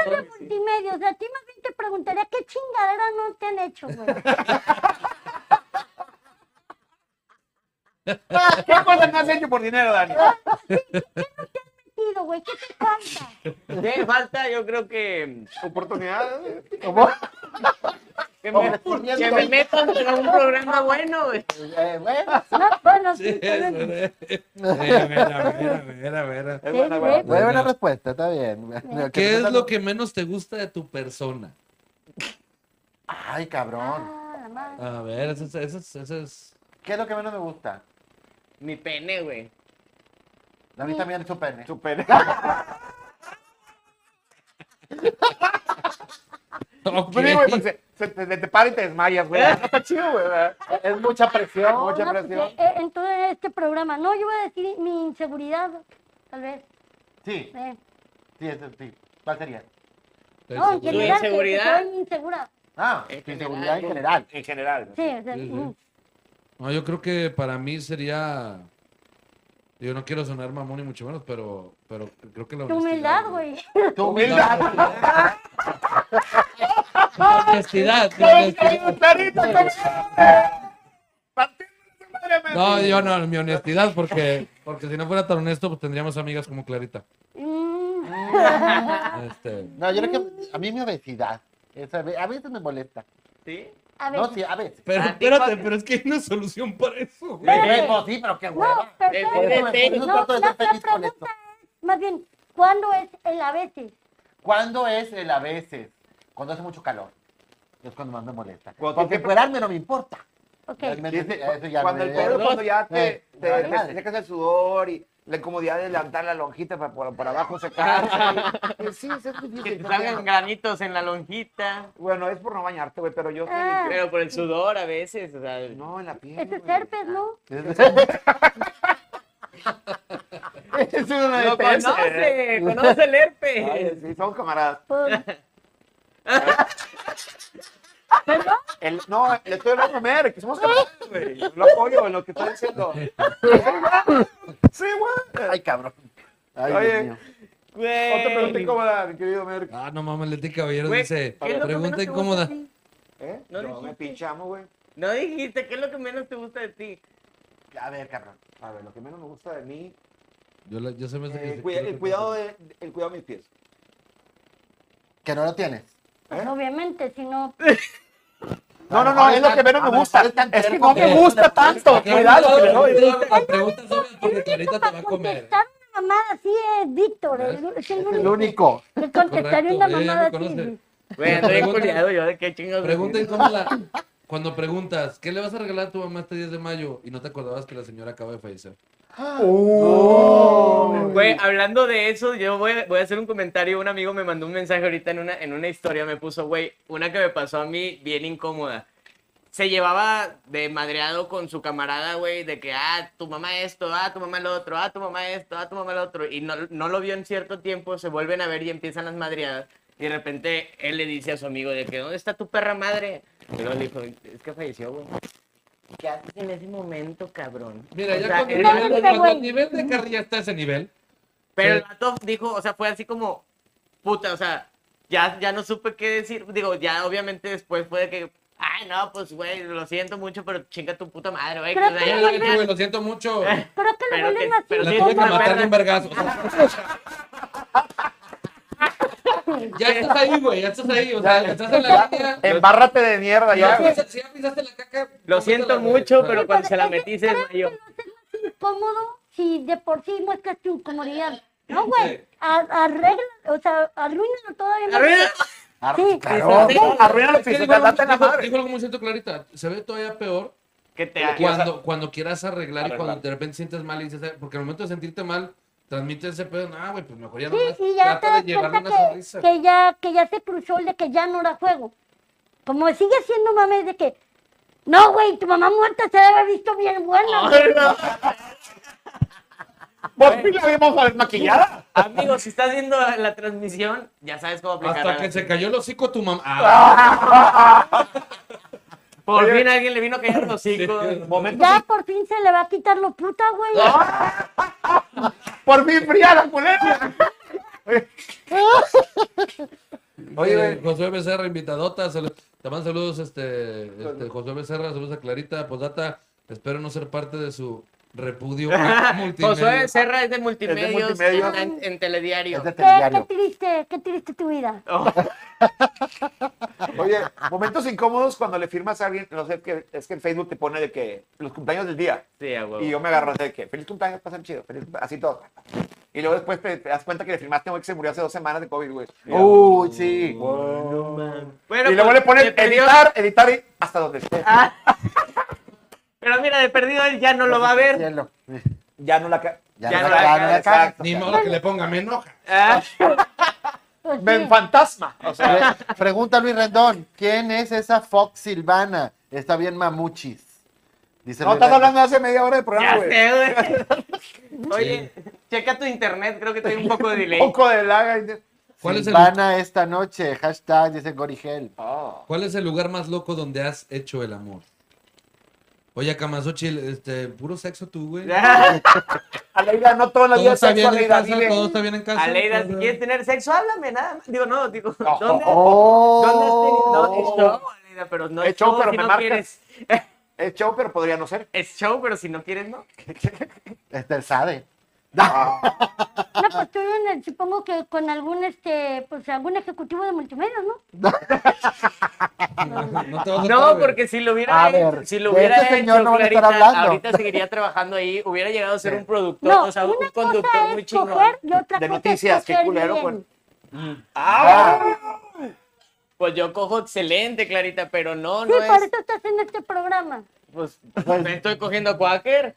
Multimedia, o sea, a ti más bien te preguntaría qué chingadera no te han hecho, güey. ¿Qué cosas no has hecho por dinero, Dani? Tío, güey, ¿qué te falta? ¿Qué falta? Yo creo que. Oportunidades. Que Como me, poniendo- que me metan a un programa bueno, güey. <laughs> Eh, bueno, No, bueno, Sí, sí, es pueden- verdad. A ver, a ver, a ver, a ver, a ver. Es buena, Sí, buena. güey. fue pues, buena respuesta, está bien. <laughs> ¿Qué es lo que menos te gusta de tu persona? Ay, cabrón. Ah, la madre. A ver, eso es, eso es, eso es- ¿Qué es lo que menos me gusta? Mi pene, güey. A mí también su pene. <laughs> Tu pene. Pues Ok. Sí, pues, güey, porque se, se te, te para y te desmayas, güey. No está chido, güey. ¿verdad? Es mucha presión. Mucha No, presión. porque, eh, en todo este programa, no, yo voy a decir mi inseguridad, tal vez. Sí, eh. sí, eso sí. ¿Cuál sería? No, en Seguro. general, que- que inseguridad? soy insegura. Ah, En tu inseguridad general, en <laughs> general. En general. Sí, o sea, Sí, sí. mm, No, yo creo que para mí sería. Yo no quiero sonar mamón ni mucho menos, pero, pero creo que la tu honestidad. humildad, güey. <laughs> Tu humildad. La honestidad, la honestidad. No, yo no, mi honestidad, porque, porque si no fuera tan honesto, pues tendríamos amigas como Clarita. Mm, Ah. Este, No, yo creo que a mí mi obesidad. esa ve- a veces me molesta. ¿Sí? a ver. No, sí, a veces. pero Ah, espérate, tipo- pero es que hay una solución para eso. güey. Pero, pues, sí, pero qué No, hueva. pero Eh, Por ¿sabes? eso, me- por eso No, trato de la, ser la este feliz con esto. pregunta es, más bien, ¿cuándo es el a veces? ¿Cuándo es el a veces? Cuando hace mucho calor. Es cuando más me molesta. Cuando Porque siempre- encuerarme no me importa. Ok. Realmente, Sí, sí, ya, eso ya cuando me- el pedo es cuando ya te, Eh, te, vale te madre. secas el sudor y la incomodidad de levantar la lonjita para por, <laughs> por abajo secarse. Y- sí, sí, es Que difícil. te ¿no? salgan granitos en la lonjita. Bueno, es por no bañarte, güey, pero yo sí. Ah. Pero por el sudor a veces, o sea. No, en la piel. Ese es <laughs> güey. herpes, ¿no? Es una Lo defensa. conoce, conoce el herpes. Ay, sí, somos camaradas. <laughs> Pues, El- no, le estoy hablando a Mer, que somos camaradas, güey. Lo apoyo en lo que está diciendo. Sí, güey. Ay, cabrón. Ay, Oye. Dios mío. Güey. Otra pregunta incómoda, mi querido Mer. Ah, no mames, Leti Caballero Güey, dice, ¿qué es lo que menos pregunta te gusta incómoda. de ti? ¿Eh? No yo me dijiste. pinchamos, güey. No dijiste, ¿qué es lo que menos te gusta de ti? <laughs> A ver, cabrón. A ver, lo que menos me gusta de mí. Yo, la- yo se me hace que eh, sí, cuida- creo el, que- cuidado de, el cuidado de mis pies. Que no lo tienes. pues, obviamente, si no... No, no, no, Ah, es lo ah, que menos ah, me gusta. ah, ah, Es que ah, no me ah, gusta tanto. Acá Cuidado, que le no, doy. las preguntas obvias porque Clarita te va a comer. Contestar una mamada así es Víctor. el- Es el El único único. que contestaría Correcto, una eh, me mamada así. conoce. güey. Güey, ando bien Pregunta- culiado yo, ¿de qué chingados? Pregunta incómoda. Cuando preguntas, ¿qué le vas a regalar a tu mamá este 10 de mayo? Y no te acordabas que la señora acaba de fallecer. Güey, hablando de eso, yo voy, voy a hacer un comentario. Un amigo me mandó un mensaje ahorita en una, en una historia, me puso, güey, una que me pasó a mí bien incómoda. Se llevaba de madreado con su camarada, güey, de que, ah, tu mamá esto, ah, tu mamá lo otro, ah, tu mamá esto, ah, tu mamá lo otro. Y no, no lo vio en cierto tiempo, se vuelven a ver y empiezan las madreadas. Y de repente él le dice a su amigo de que, ¿dónde está tu perra madre? Y luego le dijo, es que falleció, güey. ¿Qué haces en ese momento, cabrón? Mira, O ya sea, cuando, eres- cuando güey. cuando el nivel de carrilla está a ese nivel, Pero el Sí. vato dijo, o sea, fue así como, puta, o sea, ya, ya no supe qué decir. Digo, ya obviamente después fue de que, ay, no, pues, güey, lo siento mucho, pero chinga tu puta madre, güey. Creo que- que ya no lo dije, güey, lo siento mucho. La Creo que lo Pero vuelven que- más pero sí, tuve que una matar de perra. un vergazo. <laughs> o sea. ya estás ahí, güey, ya estás ahí. O sea, estás en la línea. Embárrate de mierda ya, güey. Si ya pisaste la caca. Lo siento mucho, pero cuando se la Entonces, metí se creo desmayó. que no es más incómodo si de por sí muestras tu incomodidad. No, güey. a- Arregla, o sea, arruínalo todavía más. Arruina- Ah, Sí. claro. Sí, Arruina los Es que pies, dijo algo date la muy- dijo- madre. dijo algo muy cierto, Clarita. Se ve todavía peor Que te cuando, cuando quieras arreglar, y Arreglar. cuando de repente sientes mal y dices, "Ay", porque al momento de sentirte mal, transmite ese pedo, ah, güey, pues mejor ya no Sí, más. y ya te Trata das de llevarle una cuenta que, sonrisa. que ya, que ya se cruzó el de que ya no era juego. Como sigue siendo mames de que, no, güey, tu mamá muerta se había visto bien buena. <laughs> Vos fin la vimos desmaquillada. Amigo, si estás viendo la transmisión, ya sabes cómo aplicarla. Hasta que se cayó el hocico tu mamá. Ah, Por Oye. fin alguien le vino a caer los hocico. Momento. Ya por fin se le va a quitar lo puta, güey. Por mí fría la culera. Oye, eh, güey. Josué Becerra, invitadota. salu- Te mando saludos, este, este, Josué Becerra, saludos a Clarita, Posdata. Espero no ser parte de su repudio a multimedia. Josué Serra es de multimedios, multimedios. está en, en telediario. Es de Qué, qué telediario. triste, qué triste tu vida. Oh. Oye, momentos incómodos cuando le firmas a alguien, no sé, que, es que en Facebook te pone de que los cumpleaños del día. Sí, a huevo. Y yo me agarro así de que, feliz cumpleaños, pasan chido, feliz cumpleaños", así todo. Y luego después te, te das cuenta que le firmaste a un güey que se murió hace dos semanas de COVID, güey. Uy, sí. Bueno, y luego pues, le ponen de perdido- editar, editar y hasta donde esté. Ah. Pero mira, de perdido él ya no lo va a ver. Cielo. Ya no la ca- Ya, Ya no, no la- la ya no la cagas. cagas. Exacto. Ni modo que le ponga, me enoja. Ah, Pues sí. Ven fantasma. O sea, Pre- Pregunta Luis Rendón, ¿quién es esa Fox Silvana? Está bien mamuchis. Dice no Luis estás Rendón. hablando de hace media hora de programa, ya güey. sé, güey. Oye, checa tu internet, creo que estoy un poco de delay. Un poco de laga. y de- ¿Cuál es, el, Silvana esta noche, hashtag, dice Gorigel. Oh. Ah. ¿Cuál es el lugar más loco donde has hecho el amor? Oye, Camasochil, este, puro sexo tú, güey. Ah, Aleida, no toda la Todo vida está sexual, bien en Aleida, casa, vive. eh. todo está bien en casa. Aleida, O si sea, quieres tener sexo, háblame, nada más. Digo, no, digo, ¿dónde, Oh. ¿dónde has tenido? No, es show, Aleida, pero no es Es show, show, pero si me no marcas. quieres. Es show, pero podría no ser. Es show, pero si no quieres, no. Está el SADE. No, pues tuvieron, el- supongo que con algún, este, pues algún ejecutivo de multimedia, ¿no? No, te vas a No, estar, güey. porque si lo hubiera Ah, A hecho, ver, si lo de hubiera este señor hecho, no van a estar Clarita, hablando. ahorita seguiría trabajando ahí, hubiera llegado a ser un productor, No, o sea, un una conductor cosa muy es chingón. coger y otra De cosa es noticias, qué coger culero. bien. Con... Pues yo cojo excelente, Clarita, pero no, Sí, no por es. eso estás en este programa. <laughs> Pues me estoy cogiendo a Quaker.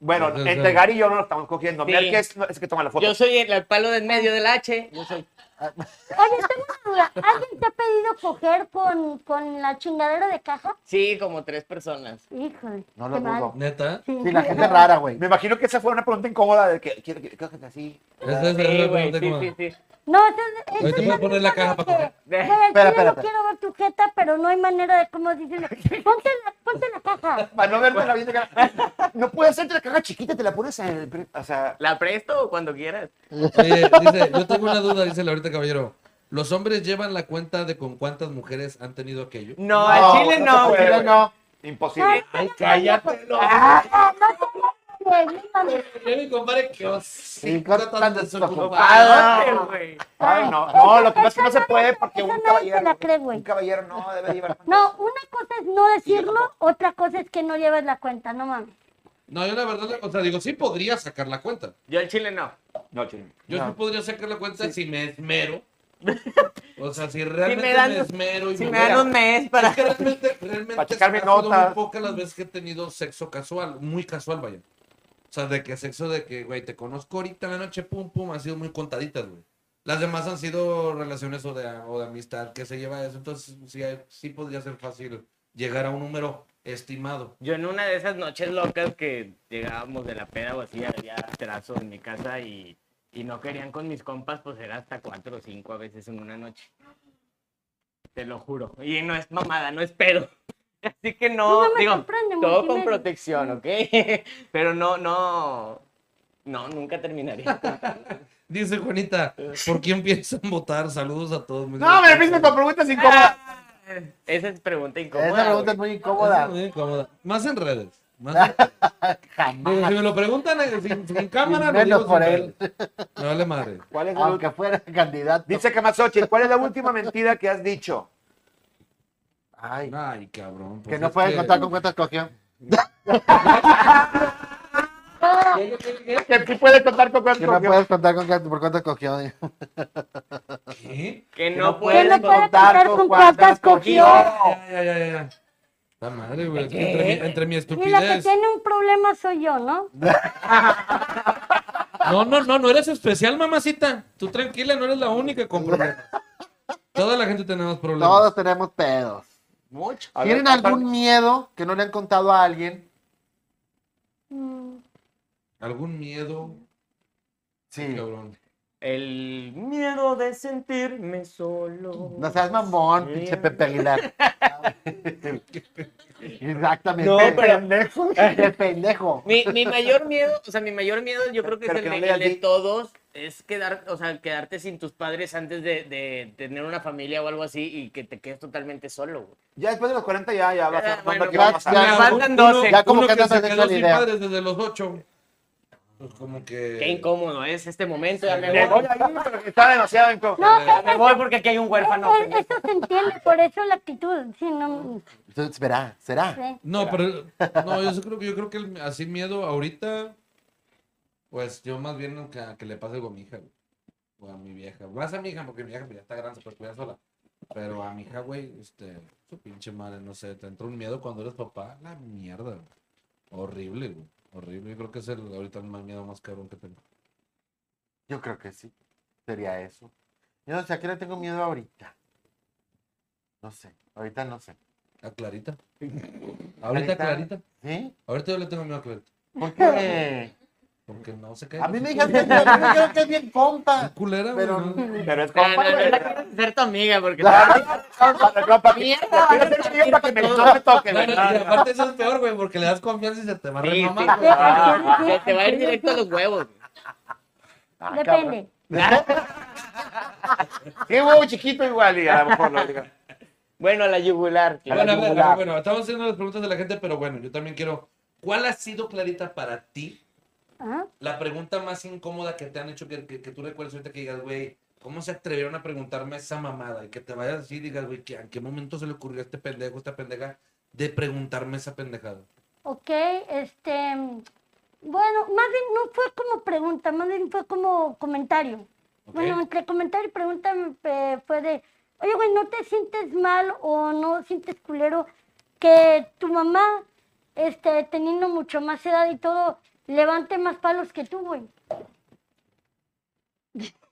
Bueno, Entonces, entre Gary y yo no lo estamos cogiendo. Sí. Mira, el que es, no, es el que toma la foto. Yo soy el, el palo del medio del H. Yo soy. Oye, tengo una duda. ¿Alguien te ha pedido coger con, con la chingadera de caja? Sí, como tres personas. Híjole. No lo qué mal. dudo. Neta. Sí, Sí, la gente es rara, güey. Me imagino que esa fue una pregunta incómoda de que quiero que cojas así. Esa es Sí, la güey, pregunta sí, como- sí, sí. No, eso es. Ahorita voy a poner la caja para coger. Espera, Espera, espera. espera, No quiero ver tu jeta, pero no hay manera de cómo dicen. Ponte la, ponte la caja. Para no verme la vida. cara. <laughs> No puede hacerte la caja chiquita, te la pones en el. pre- O sea, La presto cuando quieras. Oye, dice, yo tengo una duda, dice la ahorita caballero. ¿Los hombres llevan la cuenta de con cuántas mujeres han tenido aquello? No, al chile güey, no. se puede, güey. güey. Imposible. Ay, cállate, no. Ah, no te mames, no mames. Yo mi compadre que oh, hocico tan Padre, güey. Ay, no, no, lo que pasa es que no se puede porque Esa un nadie se la caballero. cree, güey. Un caballero no debe llevar. No, una cosa es no decirlo, otra cosa es que no lleves la cuenta, no mames. No, yo la verdad, o sea, digo, sí podría sacar la cuenta. Yo al chile no. No, chile. Yo sí No. podría sacar la cuenta si me esmero. O sea, si Si realmente me me, dan, esmero y si me me dan voy a- un mes para. <laughs> Es que realmente, realmente Para checar mi han sido nota. muy pocas las veces que he tenido sexo casual, muy casual, vaya. O sea, de que sexo de que, güey, te conozco ahorita en la noche, pum, pum, han sido muy contaditas, güey. Las demás han sido relaciones o de, o de amistad que se lleva eso. Entonces, sí, hay- sí podría ser fácil llegar a un número estimado. Yo en una de esas noches locas que llegábamos de la peda o así, había trazo en mi casa y, y no querían con mis compas, pues era hasta cuatro o cinco a veces en una noche. Te lo juro. Y no es mamada, no es pedo. <laughs> Así que no, No, no me digo, sorprende, todo con multimedia. protección, ¿ok? <laughs> Pero no, no, no, nunca terminaría. Dice Juanita, ¿por quién piensan votar? Saludos a todos. Muy No, me divertido. empieces con preguntas incómodas. Esa es pregunta incómoda. Esa pregunta güey. es muy Esa incómoda. es Eh, muy incómoda. Más en redes. Más en <laughs> Digo, si me lo preguntan eh, sin, sin cámara, Menos lo digo sin por él. redes. Me vale madre. ¿Cuál es la Aunque fuera candidato. Ah. Dice Camasochi, ¿cuál es la última mentira que has dicho? Ay, Ay, cabrón. pues que no es pueden que- contar con cuántas cogió. Que sí puede contar con cuánto. Que no puedes contar con cuántas- por cuántas cogió. ¿Qué? Que no no puede puedes no puede contar con cuántas cogió. Ya, ya, ya, ya. La madre, güey. es que Entre mi, entre mi Y la que estupidez. tiene un problema soy yo, ¿no? No, no, no, no eres especial, mamacita. Tú tranquila, no eres la única con problemas. Toda la gente tenemos problemas. Todos tenemos pedos. Mucho. A ver, ¿Tienen contar- algún miedo que no le han contado a alguien? Mm, ¿Algún miedo? Sí. Cabrón. El miedo de sentirme solo. No seas mamón, Sí. pinche Pepe <laughs> Aguilar. Exactamente. No, el pero- pendejo. El pendejo. Mi, mi mayor miedo, o sea, mi mayor miedo yo creo que es Pero el, que no de- leas el de di- todos, es quedar, o sea, quedarte sin tus padres antes de, de tener una familia o algo así y que te quedes totalmente solo. güey. Ya después de los 40 ya, ya va a ser Ah, un hombre bueno, que va a ya- pasar. ya- Me faltan uno- 12. ya como que uno que andas se haciendo quedó la sin idea. padres desde los ocho. pues como que. Qué incómodo es este momento. Ya Me me voy voy. a ir, pero está demasiado incómodo. No, Ya me voy porque aquí hay un huérfano. Eh, eh, Eso se entiende, por eso la actitud. Sí, no Entonces, verá, será. sé. No, pero no, yo sí creo que yo creo que el- así miedo ahorita, pues yo más bien que, que le pase algo a mi hija, güey, o a mi vieja, más a mi hija porque mi hija pues, ya está grande, se puede cuidar sola, pero a mi hija, güey, este, su pinche madre, no sé, te entra un miedo cuando eres papá, la mierda, güey. horrible, güey, horrible, yo creo que es el ahorita el más miedo más cabrón que tengo. Yo creo que sí. Sería eso. Yo no sé, ¿a qué le tengo miedo ahorita? No sé, ahorita no sé. A <laughs> Clarita. Ahorita Clarita. Clarita. ¿Sí? Ahorita yo le tengo miedo a Clarita. ¿Por <laughs> qué? Porque no se cae. A mí me dijeron que, a mí me dijeron que es bien compa. culera, güey. Pero ¿no? <laughs> Pero es No, no, compa, no, güey. no quieres ser tu amiga porque. Para- para- <laughs> <laughs> para- Mierda, Quiero ser chido para que me no me toque, Bueno, güey. y aparte eso es peor, güey, porque le das confianza y se te va a Sí, sí. renomar, güey. Ah, se te va a ir directo a los huevos. Ah, Depende. Sí, huevo chiquito igual, y a lo mejor lo diga. Bueno, la yugular. claro. Bueno, a ver, a yugular. ver, bueno, estamos haciendo las preguntas de la gente, pero bueno, yo también quiero. ¿Cuál ha sido, Clarita, para ti Ajá. la pregunta más incómoda que te han hecho que, que, que tú recuerdes ahorita que digas, güey, ¿cómo se atrevieron a preguntarme esa mamada? Y que te vayas así y digas, güey, ¿que- ¿en qué momento se le ocurrió a este pendejo, esta pendeja, de preguntarme esa pendejada? Ok, este. Bueno, más bien no fue como pregunta, más bien fue como comentario. ¿Ok? Bueno, entre comentario y pregunta eh, fue de, oye, güey, ¿no te sientes mal o no sientes culero que tu mamá, este, teniendo mucho más edad y todo, levante más palos que tú, güey?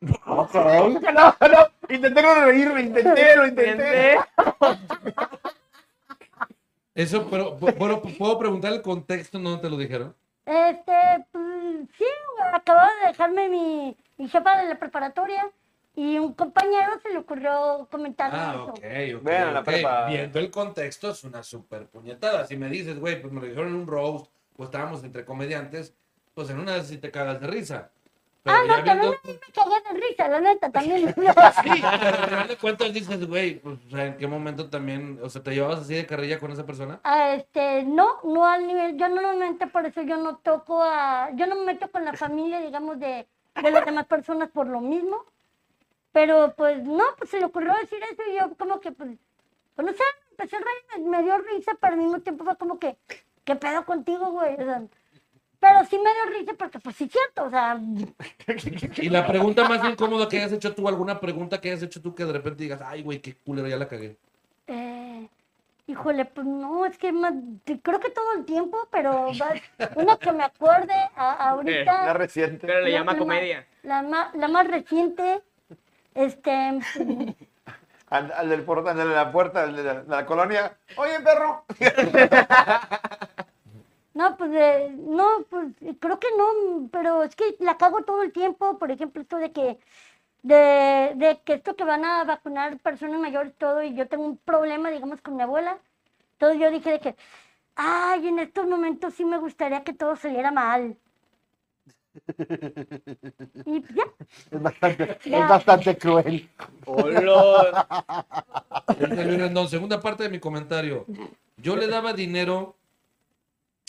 No, no, intenté no reírme, intenté, lo intenté. Eso, pero, bu- bueno, pu- ¿puedo preguntar el contexto en donde te lo dijeron? Este, pues, sí, güey, acababa de dejarme mi, mi jefa de la preparatoria y un compañero se le ocurrió comentarme Ah, eso. ok, ok. Bueno, la ok. prepa. Viendo el contexto, es una super puñetada. Si me dices, güey, pues me lo dijeron en un roast, o estábamos entre comediantes, pues en una de esas sí te cagas de risa. Pero Ah, ya no, viendo. también a mí me cagué de risa, la neta, también. <laughs> <laughs> Sí, pero al final de cuentas dices, güey, pues o sea, en qué momento también, o sea, te llevabas así de carrilla con esa persona. Ah, este, no, no al nivel, yo normalmente por eso yo no toco a, yo no me meto con la familia, digamos, de, de las demás personas por lo mismo, pero pues no, pues se le ocurrió decir eso y yo como que, pues, pues no sé, empecé a reír, me, me dio risa, pero al mismo tiempo fue como que, ¿qué pedo contigo, güey? O sea, pero sí me dio risa porque, pues sí, es cierto, o sea, Y la pregunta más incómoda que hayas hecho tú, alguna pregunta que hayas hecho tú que de repente digas, ay, güey, qué culero, ya la cagué. Eh, híjole, pues no, es que más- te- creo que todo el tiempo, pero va- una que me acuerde a- ahorita. La reciente. Pero le la- llama la comedia. más- La, ma- la más reciente, este, Al, al del por- al de la puerta, al de la, de la colonia. Oye, perro. no, pues, eh, no, pues, creo que no, pero es que la cago todo el tiempo, por ejemplo, esto de que, de, de que esto que van a vacunar personas mayores, todo, y yo tengo un problema, digamos, con mi abuela, entonces yo dije de que, ay, en estos momentos sí me gustaría que todo saliera mal. Y pues ya, Es bastante, Ya. es bastante cruel. Hola. Dice Luis Rendón, segunda parte de mi comentario. Yo le daba dinero.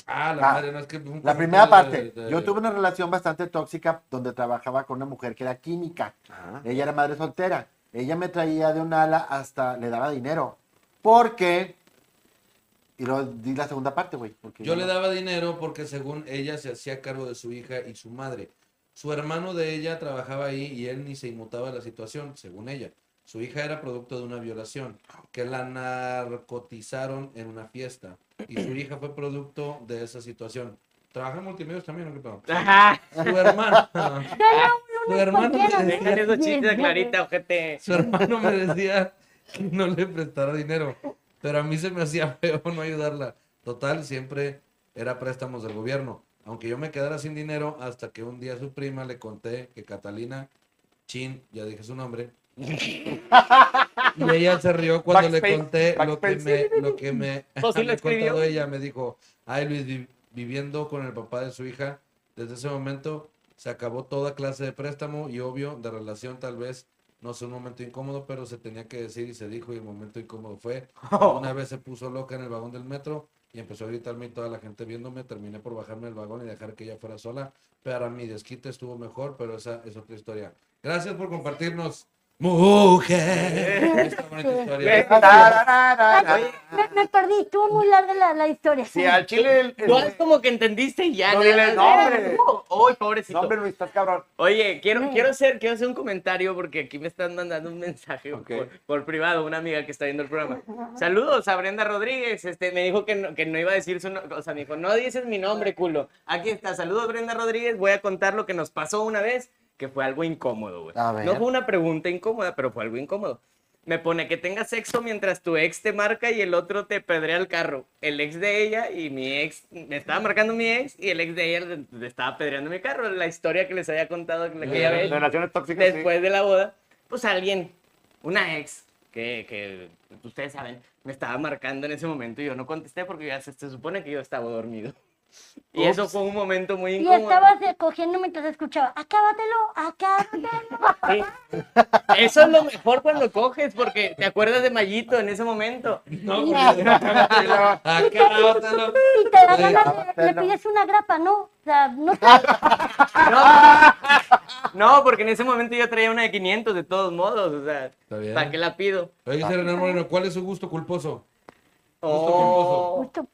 Ah, la Ah, madre, no es que. La primera parte, yo tuve una relación bastante tóxica donde trabajaba con una mujer que era química. Ella era madre soltera. Ella me traía de un ala hasta le daba dinero. Porque. Y luego di la segunda parte, güey. porque Yo no- le daba dinero porque según ella se hacía cargo de su hija y su madre. Su hermano de ella trabajaba ahí y él ni se inmutaba de la situación, según ella. Su hija era producto de una violación, que la narcotizaron en una fiesta. Y su hija fue producto de esa situación. Trabaja en multimedios también, ¿o qué pedo? Ajá. Su hermano. <laughs> su hermano. cualquiera, le ¿no? decía- Déjale esos chistes a Clarita, ojete. Su hermano me decía que no le prestara dinero, pero a mí se me hacía feo no ayudarla. Total, siempre era préstamos del gobierno. Aunque yo me quedara sin dinero hasta que un día su prima le conté que Catalina Chin, ya dije su nombre, y ella se rió cuando Backspace, le conté lo que backspace. me, lo que me <laughs> Pues sí lo había escribió. contado ella. Me dijo, ay Luis, vi- viviendo con el papá de su hija, desde ese momento se acabó toda clase de préstamo y obvio de relación tal vez no es un momento incómodo, <laughs> pero se tenía que decir y se dijo y el momento incómodo fue. Una vez se puso loca en el vagón del metro y empezó a gritarme y toda la gente viéndome. Terminé por bajarme del vagón y dejar que ella fuera sola. Para mi desquite estuvo mejor, pero esa es otra historia. Gracias por compartirnos. Mujer. Esta bonita historia. <laughs> Ay, me, me perdí, estuvo muy larga la, la historia. Si al chile. el- el- Tú es como que entendiste y ya. No, ¿no? dile, no, hombre. Ay, No, pobrecito. hombre, Luis, estás cabrón. Oye, quiero, No. quiero, hacer, quiero hacer un comentario porque aquí me están mandando un mensaje Ok. por, por privado, una amiga que está viendo el programa. Saludos a Brenda Rodríguez. Este, me dijo que no, que no iba a decir su nombre. O sea, me dijo, no dices mi nombre, culo. Aquí está. Saludos, Brenda Rodríguez. Voy a contar lo que nos pasó una vez, que fue algo incómodo, güey. A ver. No fue una pregunta incómoda, pero fue algo incómodo. Me pone que tengas sexo mientras tu ex te marca y el otro te pedrea el carro. El ex de ella y mi ex, me estaba marcando mi ex y el ex de ella le, le estaba pedreando mi carro. La historia que les había contado que aquella vez, Relaciones tóxicas. sí. después de la boda, pues alguien, una ex, que, que ustedes saben, me estaba marcando en ese momento y yo no contesté porque ya se, se supone que yo estaba dormido. Y eso fue un momento muy Y incómodo. estabas eh, cogiendo mientras escuchaba, acábatelo, acábatelo. Sí. Eso es lo mejor cuando coges, porque te acuerdas de Mayito en ese momento. No, acábatelo. Y te da ganas de, le pides una grapa, ¿no? O sea, no te No, no, porque en ese momento yo traía una de 500 de todos modos, o sea, Está bien. ¿para qué la pido? Oye, Serena Moreno, ¿cuál es su gusto culposo? Oh. gusto.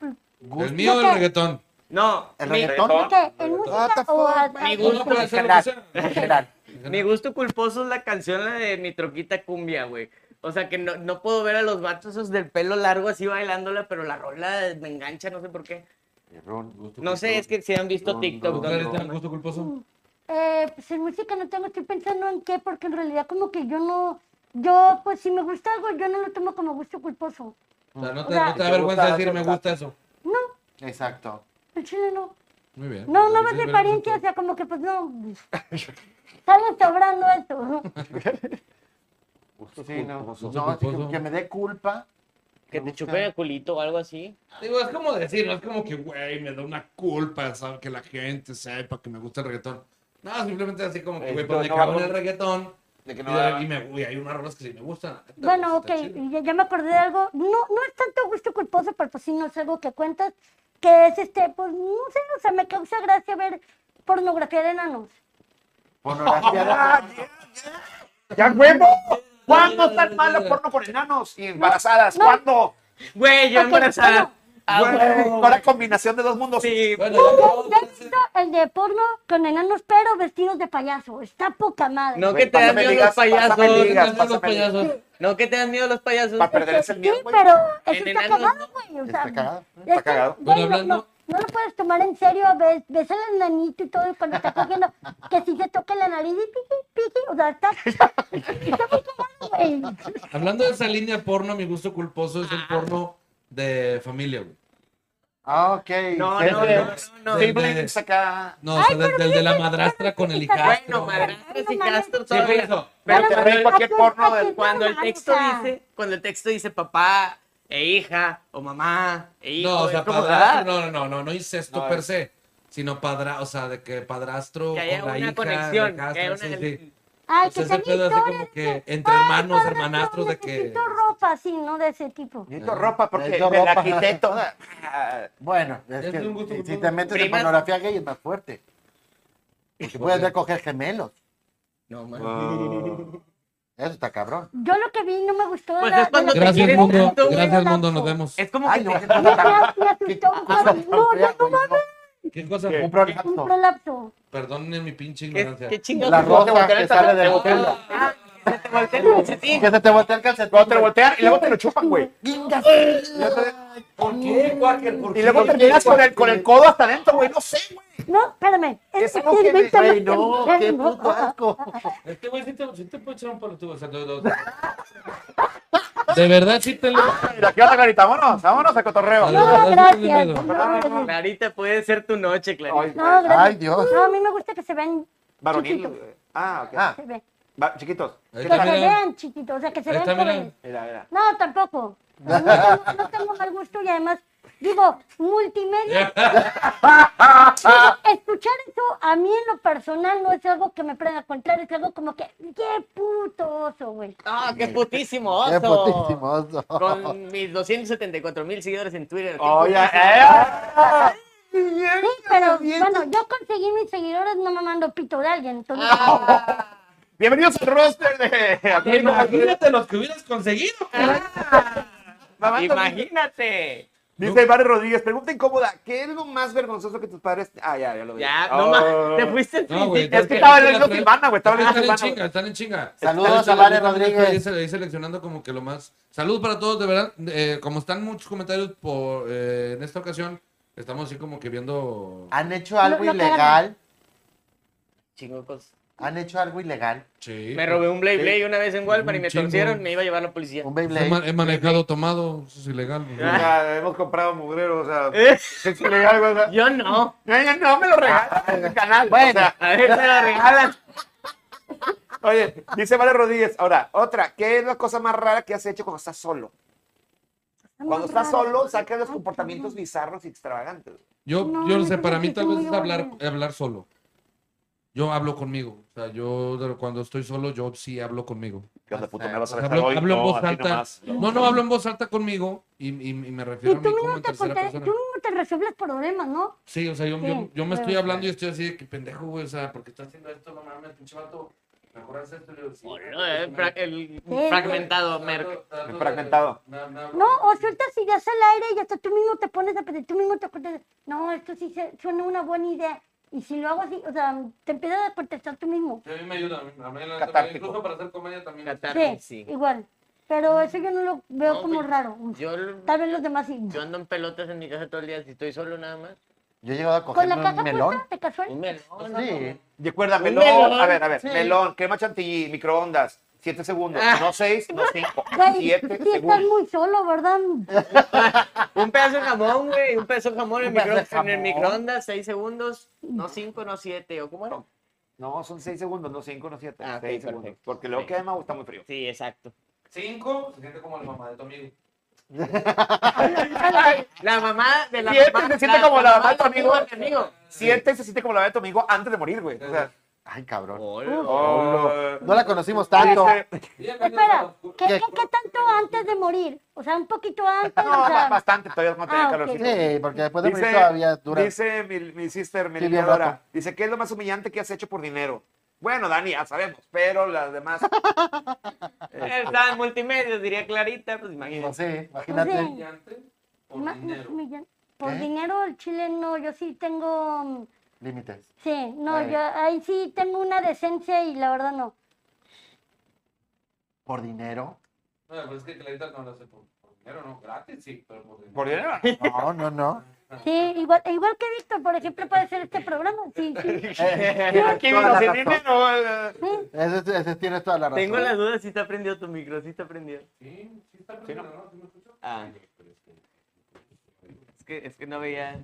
pues, ¿El mío o el ¿Qué? reggaetón? No, ¿El mi, reggaetón? ¿de ¿Qué? ¿En What the música o a- fuck? a- Mi Uno puede hacer lo que sea. En general. mi gusto culposo es la canción la de Mi Troquita Cumbia, güey. O sea, que no, no puedo ver a los vatos esos del pelo largo así bailándola, pero la rola me engancha, no sé por qué. No sé, es que si han visto ¿Tú, TikTok. Clarita, el donde- gusto culposo? Eh, pues en música no tengo, estoy pensando en qué, porque en realidad como que yo no, yo pues si me gusta algo, yo no lo tomo como gusto culposo. O sea, no te, O sea, no te da ¿te vergüenza gusta decir me eso? gusta eso. No, Exacto. el chile no. Muy bien. No, no Entonces, ves sí, apariencia, o sea, como que pues no. <laughs> Sale sobrando esto. ¿no? Sí, no. culposo. No, así que, que me dé culpa. Que te Me gusta. chupen el culito o algo así. Digo, es como decir, no es como que, güey, me da una culpa, ¿sabes? Que la gente sepa que me gusta el reggaetón. No, simplemente así como que, güey, Esto pues me no cago en va- el reggaetón. De que Y, no de- va- y me, güey, hay unas rolas que sí me gustan. Bueno, ok, Está chido. ya, ya me acordé de algo. No, no es tanto gusto culposo, pero pues sí, no es algo que cuentas. Que es este, pues no sé, o sea, me causa gracia ver pornografía de enanos. Pornografía de- ¡Ya huevo! ¿Cuándo tan mala porno con enanos y embarazadas? No. ¿Cuándo? Güey, yo Ok, embarazada. bueno. pues, Ah, Güey, huevo. con la combinación de dos mundos. Sí, Bueno, Ya he visto el de porno con enanos, pero vestidos de payaso. Está poca madre. No Güey, que te dan pásame miedo los ligas, pásame payasos. ligas. Entonces, los pásame el- payasos. No que te dan miedo los payasos. Pa' perder Este, Sí, el miedo, güey. pero eso En está enanos, cagado, güey. O sea, Está cagado. es que, cagado. güey, Bueno, no- hablando- No, no lo puedes tomar en serio. Ves, ves al enanito y todo y cuando está cogiendo. Que si se toca la nariz y piqui, piqui. O sea, está, <laughs> está muy cagado, güey. Hablando de esa línea porno, mi gusto culposo es el porno de familia, güey. Ah, ok. No, no, Sí, sí. no, no, no. Sí. Siblings acá. No, o sea, del, del de la madrastra con el hijastro. Bueno, madrastras y Bueno, castro Sí, fue todavía. eso. Pero te cuando, ven cualquier porno del- cuando el normal, texto o sea, dice, cuando el texto dice papá e hija o mamá e hijo, No, o sea, es como, padrastro, ah, no, no, no, no, no incesto No, per es- se, sino padra, o sea, de que padrastro que haya con la una hija, conexión, hijastro, que haya una sí, sí. Ay, O sea, que Pues ese tenía pedo así como historias que de- entre ay, hermanos, padre, hermanastros, de que- Necesito ropa, sí, ¿no? De ese tipo. Necesito ropa porque Necesito me la ropa. quité <laughs> toda. Ah, Bueno, es Es que un gusto si- si culposo. te metes en Primas- pornografía gay es más fuerte. Porque puedes ver coger gemelos. no, man. Eso está cabrón. Yo lo que vi no me gustó. de Pues la- es cuando de lo te Gracias, quieres mundo. tanto, güey. Gracias, mundo. Nos vemos. Es como Ay, que no, te- qué cosa Me asustó un tan cuadro. No, no, fea, no, güey, no. ¿Qué cosa? Un un prolapso. prolapso. Perdonen mi pinche ¿qué, ignorancia. qué chingados? La rosa voltea que el sale tatuaje. de la tela. Ah, que se te voltea el calcetín. <laughs> Que se te voltea el calcetín. Luego te lo voltean y luego te lo chupan, güey. ¿Por qué, Quaker? ¿Por Y luego terminas con el, con el codo hasta adentro, güey. No sé, güey. No, espérame. Es algo que- Invéntame, Güey, no, qué no. puto asco. Este güey sí te, sí te puede echar un palo. tú, o sea, no, no. De verdad, sí te lo... Mira, ¿qué onda, Clarita? Vámonos, vámonos a cotorreo. No. No, gracias. No, No, no, gracias. Clarita puede ser tu noche, Clarita. Ay, No, gracias. Ay, Dios. No, a mí me gusta que se vean Varonil. chiquitos. güey. Ah, ok. Ah, Se ve- Va- chiquitos. Ahí Que está, se mira. vean chiquitos, o sea, que se Ahí vean está, mira. jóvenes. <laughs> Mira, mira. No, tampoco. No, no, no tengo mal gusto y además digo, multimedia. <laughs> Ah. Escuchar eso a mí en lo personal no es algo que me prenda, al contrario, es algo como que, qué puto oso, güey. ¡Ah, qué putísimo oso! Qué putísimo oso. Con mis 274 mil seguidores en Twitter. qué Oye, putísimo. Oh, eh. Sí, pero bueno, yo conseguí mis seguidores no mamando pito de alguien, entonces. Ah. Bienvenidos al roster de Américo Martínez. Imagínate los que hubieras conseguido. ah. Mamando- Imagínate. Dice Iván Rodríguez, pregunta incómoda, ¿qué es lo más vergonzoso que tus padres? Ah, ya, ya lo vi. Ya, no Oh. más. Te fuiste al No, güey. principio. Es que creo estaba creo leyendo que la Silvana, güey, estaba traen- leyendo Están en Silvana, chinga, están en chinga. Saludos Están a en chinga, Vale yo también Rodríguez. estoy ahí seleccionando como que lo más. Saludos para todos, de verdad. Eh, como están muchos comentarios por eh, en esta ocasión, estamos así como que Ah, viendo. ¿Han hecho algo Lo- lo que ilegal? Chingo cosas. ¿Han hecho algo ilegal? Sí. Me robé un Blay Sí. Blay una vez en Walmart y Un me chingo. torcieron, me iba a llevar la policía. ¿Un He, Beyblade? ma- he manejado tomado, eso es ilegal. O güey. sea, ah, hemos comprado mugreros, o sea, Eh. es ilegal, güey. o <laughs> sea, Yo no. Ah. "Ay, No, me lo regalas en el canal. o sea, A ver, me lo regalas. oye, dice Vale Rodríguez, ahora, otra, ¿qué es la cosa más rara que has hecho cuando estás solo? Cuando estás solo, sacas los comportamientos bizarros y extravagantes. Yo, No, yo no me sé, para parece mí que tal es vez muy es hablar, horrible. hablar solo. Yo hablo conmigo. O sea, yo de- cuando estoy solo, yo sí hablo conmigo. ¿Qué onda, puto? ¿Me vas a dejar hablo hoy? hablo en No, voz así alta. nomás. No, no, hablo en voz alta conmigo y, y- y me Y refiero a tú mí como mismo en te, tercera conté- tú persona. mismo te resuelves problemas, ¿no? Sí, o sea, yo, Sí, yo, yo me estoy claro. hablando y estoy así de que pendejo, güey. O sea, porque estás haciendo esto, no mames, pinche vato. Mejor haz esto. y yo, sí, Bueno, eh, me- fra- el Sí. fragmentado, Merck. trato- trato de- Fragmentado. me- me hablo- No, o sueltas ideas al aire y hasta tú mismo te pones a pensar, tú mismo te contestas, no, esto sí se- suena una buena idea. Y si lo hago así, o sea, te empiezas a contestar tú mismo. Sí, a mí me ayuda. a mí- a mí la neta me- Catártico. Incluso para hacer comedia también. Catarro, Sí, sí. igual. Pero eso yo no lo veo No, como güey. raro. Yo, Tal vez los demás sí. yo ando en pelotas en mi casa todo el día si estoy solo nada más. Yo he llegado a Con coger la un caja melón. puesta, te casual. Un melón. Sí. Recuerda, Un melón, melón, a ver, a ver, sí. melón, crema chantilly, microondas, 7 segundos, Ah. no 6, no 5, Güey, 7 sí estás segundos. muy solo, ¿verdad? Un pedazo de jamón, güey. Un pedazo de jamón en, Un pedazo micro- de en el jamón. microondas, seis segundos. No cinco, no siete. ¿O cómo era? No, son 6 segundos, no 5, no 7, Ah, 6 ok, segundos. perfecto. Porque luego Sí. quema o está muy frío. Sí, exacto. Cinco, se siente como la mamá de tu amigo. La mamá de la Siete, mamá. se siente como la mamá de tu del amigo. de mi amigo. 7 se siente como la vez de tu amigo antes de morir, güey. O sea, Ay, cabrón. oh, No la conocimos tanto. Dice- Espera, ¿qué, ¿Qué? qué, qué tanto antes de morir? O sea, un <laughs> poquito antes. no, o sea, ba- bastante, todavía no tenía Ah, ok. calorcito. Sí, porque después de morir Dice, todavía dura. dice mi, mi sister, mi Sí, bien lidiadora, rato. dice, ¿qué es lo más humillante que has hecho por dinero? Bueno, Dani, ya sabemos, pero las demás... Está en multimedia, diría Clarita. Pues Pues imagínate. sí, imagínate. Sí. Por ma- dinero. millón. Por ¿Eh? dinero, el chile no, yo sí tengo. mm, Límites. Sí, no, Ahí. yo ahí sí tengo una decencia y la verdad no. Por dinero. <laughs> No, pero es que Clarita no lo hace por, por dinero, no, gratis sí, pero por dinero. ¿Por dinero? No, no, <laughs> no. Sí, igual, igual que Víctor, por ejemplo, puede ser este programa. Sí, <laughs> sí. Eh, Aquí toda vino la sin razón. sí. Ese, ese tienes toda la razón. Tengo las dudas si está prendido tu micro, si está prendido. Sí, sí está perdido, ¿no? ¿Sí me escuchas? Ah. Es que, es que no veía.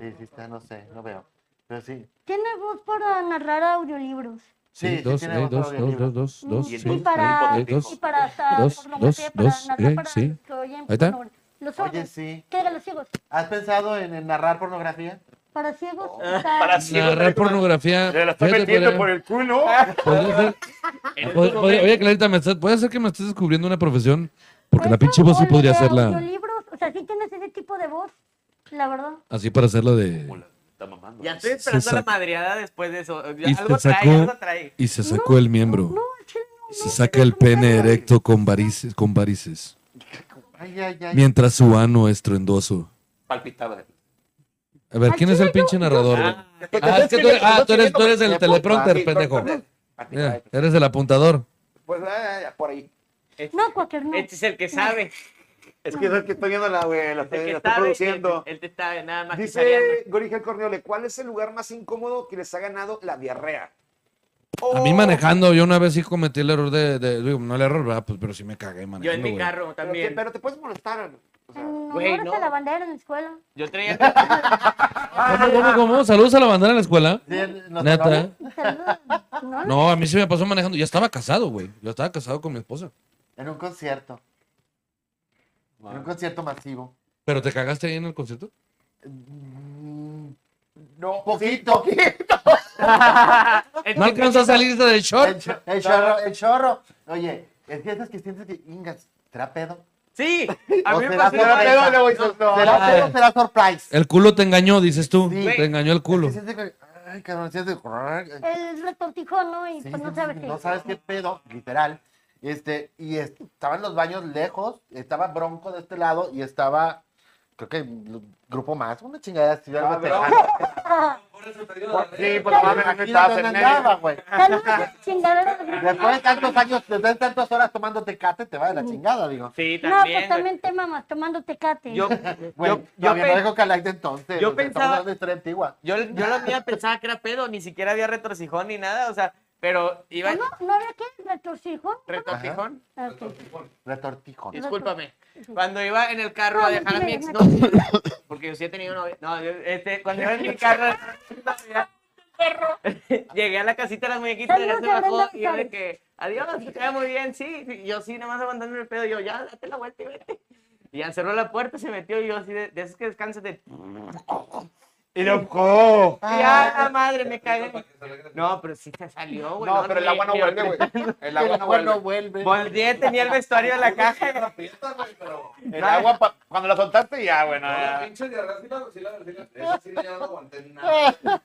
Sí, sí está, no sé, no veo. Pero sí. Tiene voz para narrar audiolibros. Sí, sí, dos, tiene eh, voz dos, audiolibro. dos, dos, dos, Mm, sí, y para, eh, dos. y para hasta dos, pornografía, dos, para dos, narrar eh, para sí. los que oyen Ahí está. porno- Los sordos. Oye, sí. ¿Qué era los ciegos? ¿Has pensado en, en narrar pornografía? Para ciegos. para para... sí, Narrar pornografía. Se la está fíjate, metiendo podría- por el culo. podría ser- pod- Oye, oye, Clarita, me estás- puede ser que me estés descubriendo una profesión, porque la pinche voz sí podría hacerla Audiolibros, o sea, sí tienes ese tipo de voz, la verdad. así para hacerla de. Está mamando. Ya estoy Se esperando la sacó- madreada después de eso. Ya Y se algo trae, sacó- algo trae. Y se sacó el miembro. No, el chile no. Se saca el pene erecto con varices, con varices, <laughs> Ay, ay, ay. mientras su ano estruendoso. Palpitaba. A ver, Al ¿quién es el chile yo- pinche narrador? güey? Ah, Ah, es que tú eres, ah, tú eres, tú eres el teleprompter, Sí, pendejo. perdón, palpitaba. Mira, eres el apuntador. Pues <laughs> ah, ya, por ahí. este, No, cualquier no. este es el que sabe. Es que, es que estoy viendo la, güey, la, El que estoy, la estoy sabe, produciendo. Él te sabe, nada más. que Dice sabiendo. Gorigel Corneole, ¿cuál es el lugar más incómodo que les ha ganado la diarrea? A mí manejando, yo una vez sí cometí el error de, de- digo, no el error, ¿verdad? Pues, pero sí me cagué manejando. Yo en mi güey. carro Pero, también. te- pero te puedes molestar. o sea, En Güey, honores a no. la bandera en la escuela. Yo traía. ¿Cómo, cómo, cómo? Saludos a la bandera en la escuela. Sí, en los Neta. honores. Saludos. No, no. No, a mí sí me pasó manejando. Yo estaba casado, güey. Yo estaba casado con mi esposa. En un concierto. En un concierto masivo. ¿Pero te cagaste ahí en el concierto? No, Poquito. Es <laughs> No que- alcanzó a salirte del El, <laughs> short. cho- el chorro, el chorro. Oye, es que esas que sientes que ingas, ¿será pedo? Sí, a O mí me será pasó Pero sorpresa. luego, igual. luego dices, no. ¿Será ay. pedo o será surprise? El culo te engañó, dices tú. Sí. Te engañó el culo. Es que sientes que- Ay, cabrón, sientes que- El retortijón, ¿no? Y Sí, Eh, pues sí, no sí, sabes sí, qué. no sabes qué pedo, literal. Este, y est- estaban los baños lejos, estaba Bronco de este lado y estaba, creo que l- grupo más, una chingada Oh, así, algo Cabrón. tejano. Sí, pues mames, no Imagínate estabas dónde en andaba, güey. <laughs> Saludos, chingadera de grupo. Después de tantos años, después de tantas horas tomando tecate, te va de la chingada, digo. Sí, No, también. güey. pues también te mamas tomando tecate. Pues, Yo, Güey, yo, yo, todavía no pe- dejo Calac de entonces. yo o sea, pensaba- Estamos hablando de historia antigua. yo, yo la mía pensaba que era pedo, ni siquiera había retorcijón ni nada, o sea, pero iba ¿Cómo? Ah, ¿No había qué? ¿Retorcijón? retorcijón. Ah, ok. Retortijón. Discúlpame. Cuando iba en el carro No, a dejar a mi ex no, novia, porque yo sí he tenido novia. No, yo, este, cuando iba en mi carro a dejar a mi novia, <laughs> llegué a la casita de las muñequitas, ya se Saludos a Brenda bajó y yo de González. que, adiós, que te vaya muy bien, sí. sí, Yo sí, nada más aguantándome el pedo, yo ya, date la vuelta y vete. Y ya cerró la puerta, se metió y yo así de, de esos que descansas de. Y lo empujó. Ah, Y ya, la madre, me cagué. No, pero sí te salió, güey. No, pero el ni- agua no ni- vuelve, güey. El agua no Bueno, vuelve. vuelve. Volteé, tenía el vestuario en la caja. El agua, pa- cuando la soltaste, ya, bueno. Ah. La ya. pinche diarrea sí la, sí la, sí la, esa sí ya no la aguanté nada.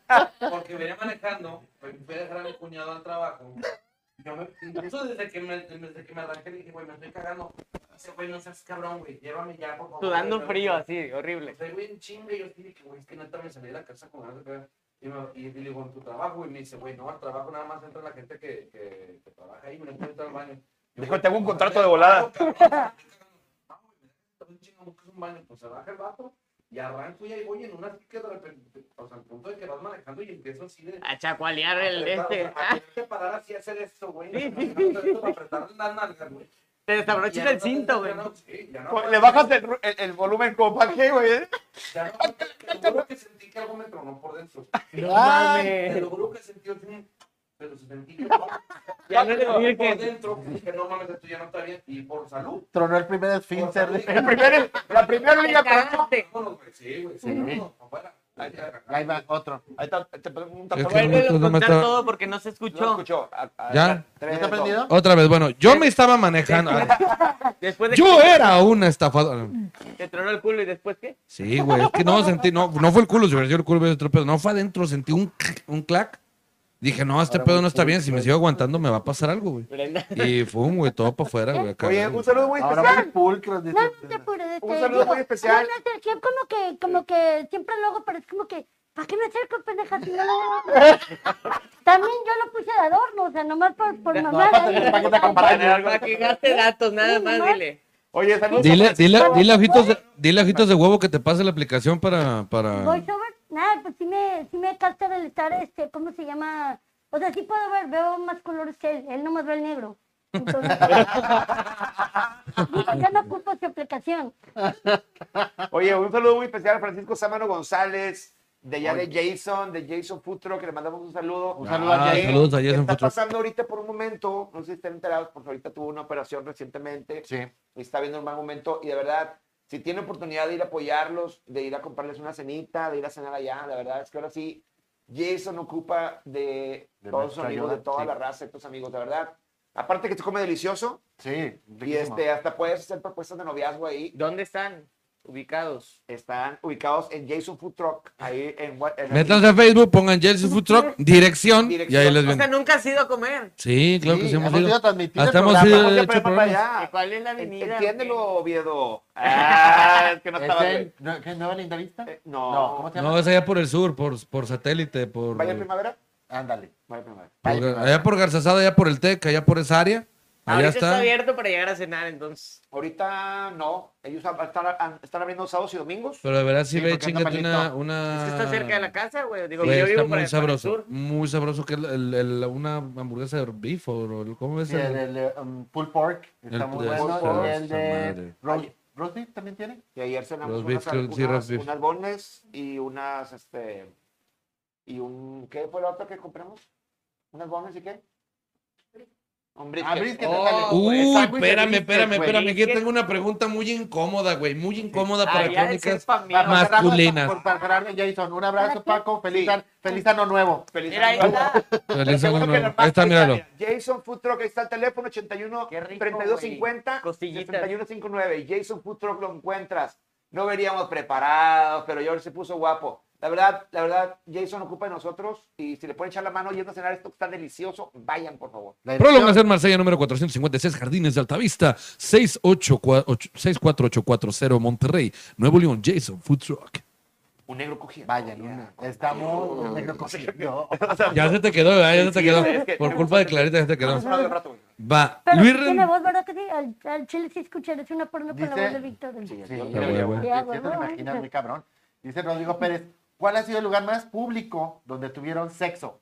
Porque venía manejando, fui fui a dejar a mi cuñado al trabajo. Yo me, incluso desde que me, desde que me arranqué le dije, güey, me estoy cagando. Ese güey, no seas cabrón, güey, llévame ya, por favor. Sudando Pero- frío, así, horrible. Estoy bien chingue, yo dije que, güey, es que neta me salí de la casa con ganas de cagar. Y, me- y le digo, en tu trabajo, güey, me dice, güey, no, al trabajo nada más entra la gente que, que, que trabaja ahí, me no puedo entrar al baño. Yo, Dijo, güey, "Tengo un no, contrato no, de volada". cabrón, cabrón. No, güey, me da un chingo, buscas un baño, pues se baja el vato y arranco y ahí voy en una así que de repente, o sea, al punto de que vas manejando y empiezo así de... A chacualear el apretar, o sea, este. a tener que parar así a hacer esto, <laughs> güey. Para apretar la nalga, güey. Te Y desabrochas ya el no- cinto, ya güey. no- sí, ya no Pues, aguanto. Le bajas el, ru- el- el volumen como para qué, güey. Ya no, te lo juro que sentí que algo me tronó por dentro. No Ay, Te mames. lo juro que sentí así, un- pero sentí <laughs> que algo Ya no eres me tronó por virgen. dentro. Dije, no mames, esto ya no está bien. Y por salud. Tronó el primer esfínter. Por El salud. primer, la primera liga. Te pero- cagaste. Vámonos, güey. Sí, güey. Sí, Sí. vámonos, afuera. Ahí ya. Ahí va, otro. Ahí está, te pongo un Es tapón. que Güey, Vuelve a Entonces, no me contar estaba- todo porque no se No escuchó. escuchó. A- a- Ya. a- tres, ¿Ya está dos. prendido? Otra vez, bueno, yo me estaba manejando. ah, Después de Yo eh. era una estafadora. que te tronó el culo y después qué? Sí, güey, es que no sentí, no, no fue el culo, si hubiera sido el culo hubiera sido otro pedo, no fue adentro, sentí un, clac, un clac. Dije, no, este pedo no está bien, si me sigo aguantando me va a pasar algo, güey. Brenda. Y fum, güey, todo para afuera, güey. acá, Oye, güey. un saludo muy Ahora especial. muy pulcros, dice. No, no te apures. Un te saludo digo, muy especial. no, no, es que como que, como que siempre lo hago, pero es como que, ¿para qué me acerco, pendeja? Si no, no, no. También yo lo puse de adorno, o sea, nomás por, por No, mamar. para tener- ahí. para que te acompañe. Para para que gaste datos, nada más, dile. Oye, saludos. Dile, dile, dile a ojitos de, dile a ojitos de huevo que te pase la aplicación para, para... VoiceOver, nada, pues sí me, sí me capta del estar, este, ¿cómo se llama? O sea, sí puedo ver, veo más colores que él, él nomás ve el negro. <laughs> Entonces, <laughs> digo, yo no ocupo su aplicación. Oye, un saludo muy especial a Francisco Sámano González, de allá de Jason, de Jason Futro, que le mandamos un saludo. Un saludo a Ah, Jason. saludos a Jason Está Futro. pasando ahorita por un momento, no sé si están enterados, porque ahorita tuvo una operación recientemente. Sí. Está viendo un mal momento y de verdad, si tiene oportunidad de ir a apoyarlos, de ir a comprarles una cenita, de ir a cenar allá, la verdad es que ahora sí, Jason ocupa de, De todos sus nuestra amigos, ayuda, de toda sí. la raza, de tus amigos, de verdad. Aparte que se come delicioso Sí. y riquísimo. este, hasta puedes hacer propuestas de noviazgo ahí ¿Dónde están ubicados? están ubicados en Jason Food Truck, ahí en, Gua- en Métanse a Facebook, pongan Jelsi Food Truck, dirección, y ahí les O sea, ven. nunca has ido a comer. Sí, claro que Sí, sí, hemos hemos ido ido. a transmitir el Hasta hemos programa, ido, Vamos de ya hecho, para para programas. allá. ¿Y ¿Cuál es la En- avenida? Ah, Entiéndelo, Oviedo. Ah, es que no ¿Es estaba. en- güey. no- ¿qué, ¿Nueva Lindavista? Eh, no. No, ¿cómo se llama? No, es allá por el sur, por, por satélite, por... ¿Vaya primavera? Ándale. Vaya primavera. por Gar- allá por Garzasada, allá por el TEC, allá por esa área. Allá Ah, Ahorita está. está. abierto para llegar a cenar, entonces. Ahorita no. Ellos ab- están, an- están abriendo sábados y domingos. Pero de verdad sí, Sí, ve, porque anda chingate una, malito. una... Es que está cerca de la casa, güey. Digo, Güey, yo Ah. está vivo para muy el sabroso, sur. muy sabroso que el- el- el- una hamburguesa de beef o el- ¿cómo es? Sí, el, el- el, eh, um, pull pork está El muy de- bueno. pulled Y el de pork. roast, roast beef también tiene. Y ayer cenamos Los beef unas, creo que sí, unas, los beef. unas boneless y unas, este, y un, ¿qué fue lo otro que compramos? ¿Unas boneless y qué? Hombre, Ah, brisket, ándale. sándwich Uy, de espérame, brisket, espérame, güey. espérame. Aquí Es que- tengo una pregunta muy incómoda, güey. Muy incómoda para Ah, ya de ser crónicas. pa' mí, Vamos. o sea, cerramos Masculinas. Por, para cerrar de Jason. Un abrazo, ¿Para qué? Paco. Feliz, Sí. an- feliz año nuevo. Feliz Mira, ahí año nuevo. está. Feliz año Seguro que nuevo. nomás Ahí está, ahí míralo. mira. Jason Food Truck, ahí está el teléfono 81 Qué rico, 3250 güey. Costillitas. 6159. Jason Food Truck lo encuentras. No veríamos preparados, pero George se puso guapo. La verdad, la verdad, Jason ocupa de nosotros y si le pueden echar la mano yendo a cenar esto que está delicioso, vayan, por favor. La Prolongación Marsella número 456, Jardines de Altavista, 684 64840 Monterrey, Nuevo León, Jason Food Truck. Un negro cogiendo. Vayan, una. Está muy negro <laughs> <laughs> cogido. Ya se te quedó, ¿verdad? Ya se te sí, quedó. güey, es que- Por culpa de Clarita, ya se te quedó. Vamos a hablar de rato, güey. Va, Pero Luis sí Ren- tiene voz, ¿verdad que sí? Al, al chile sí escucharé una porno con la Dice- voz de Víctor. Sí, Sí, yo- ya, yo- güey. sí, Ya, sí, güey, te lo güey. imaginas, muy cabrón. Dice Rodrigo Pérez, ¿cuál ha sido el lugar más público donde tuvieron sexo?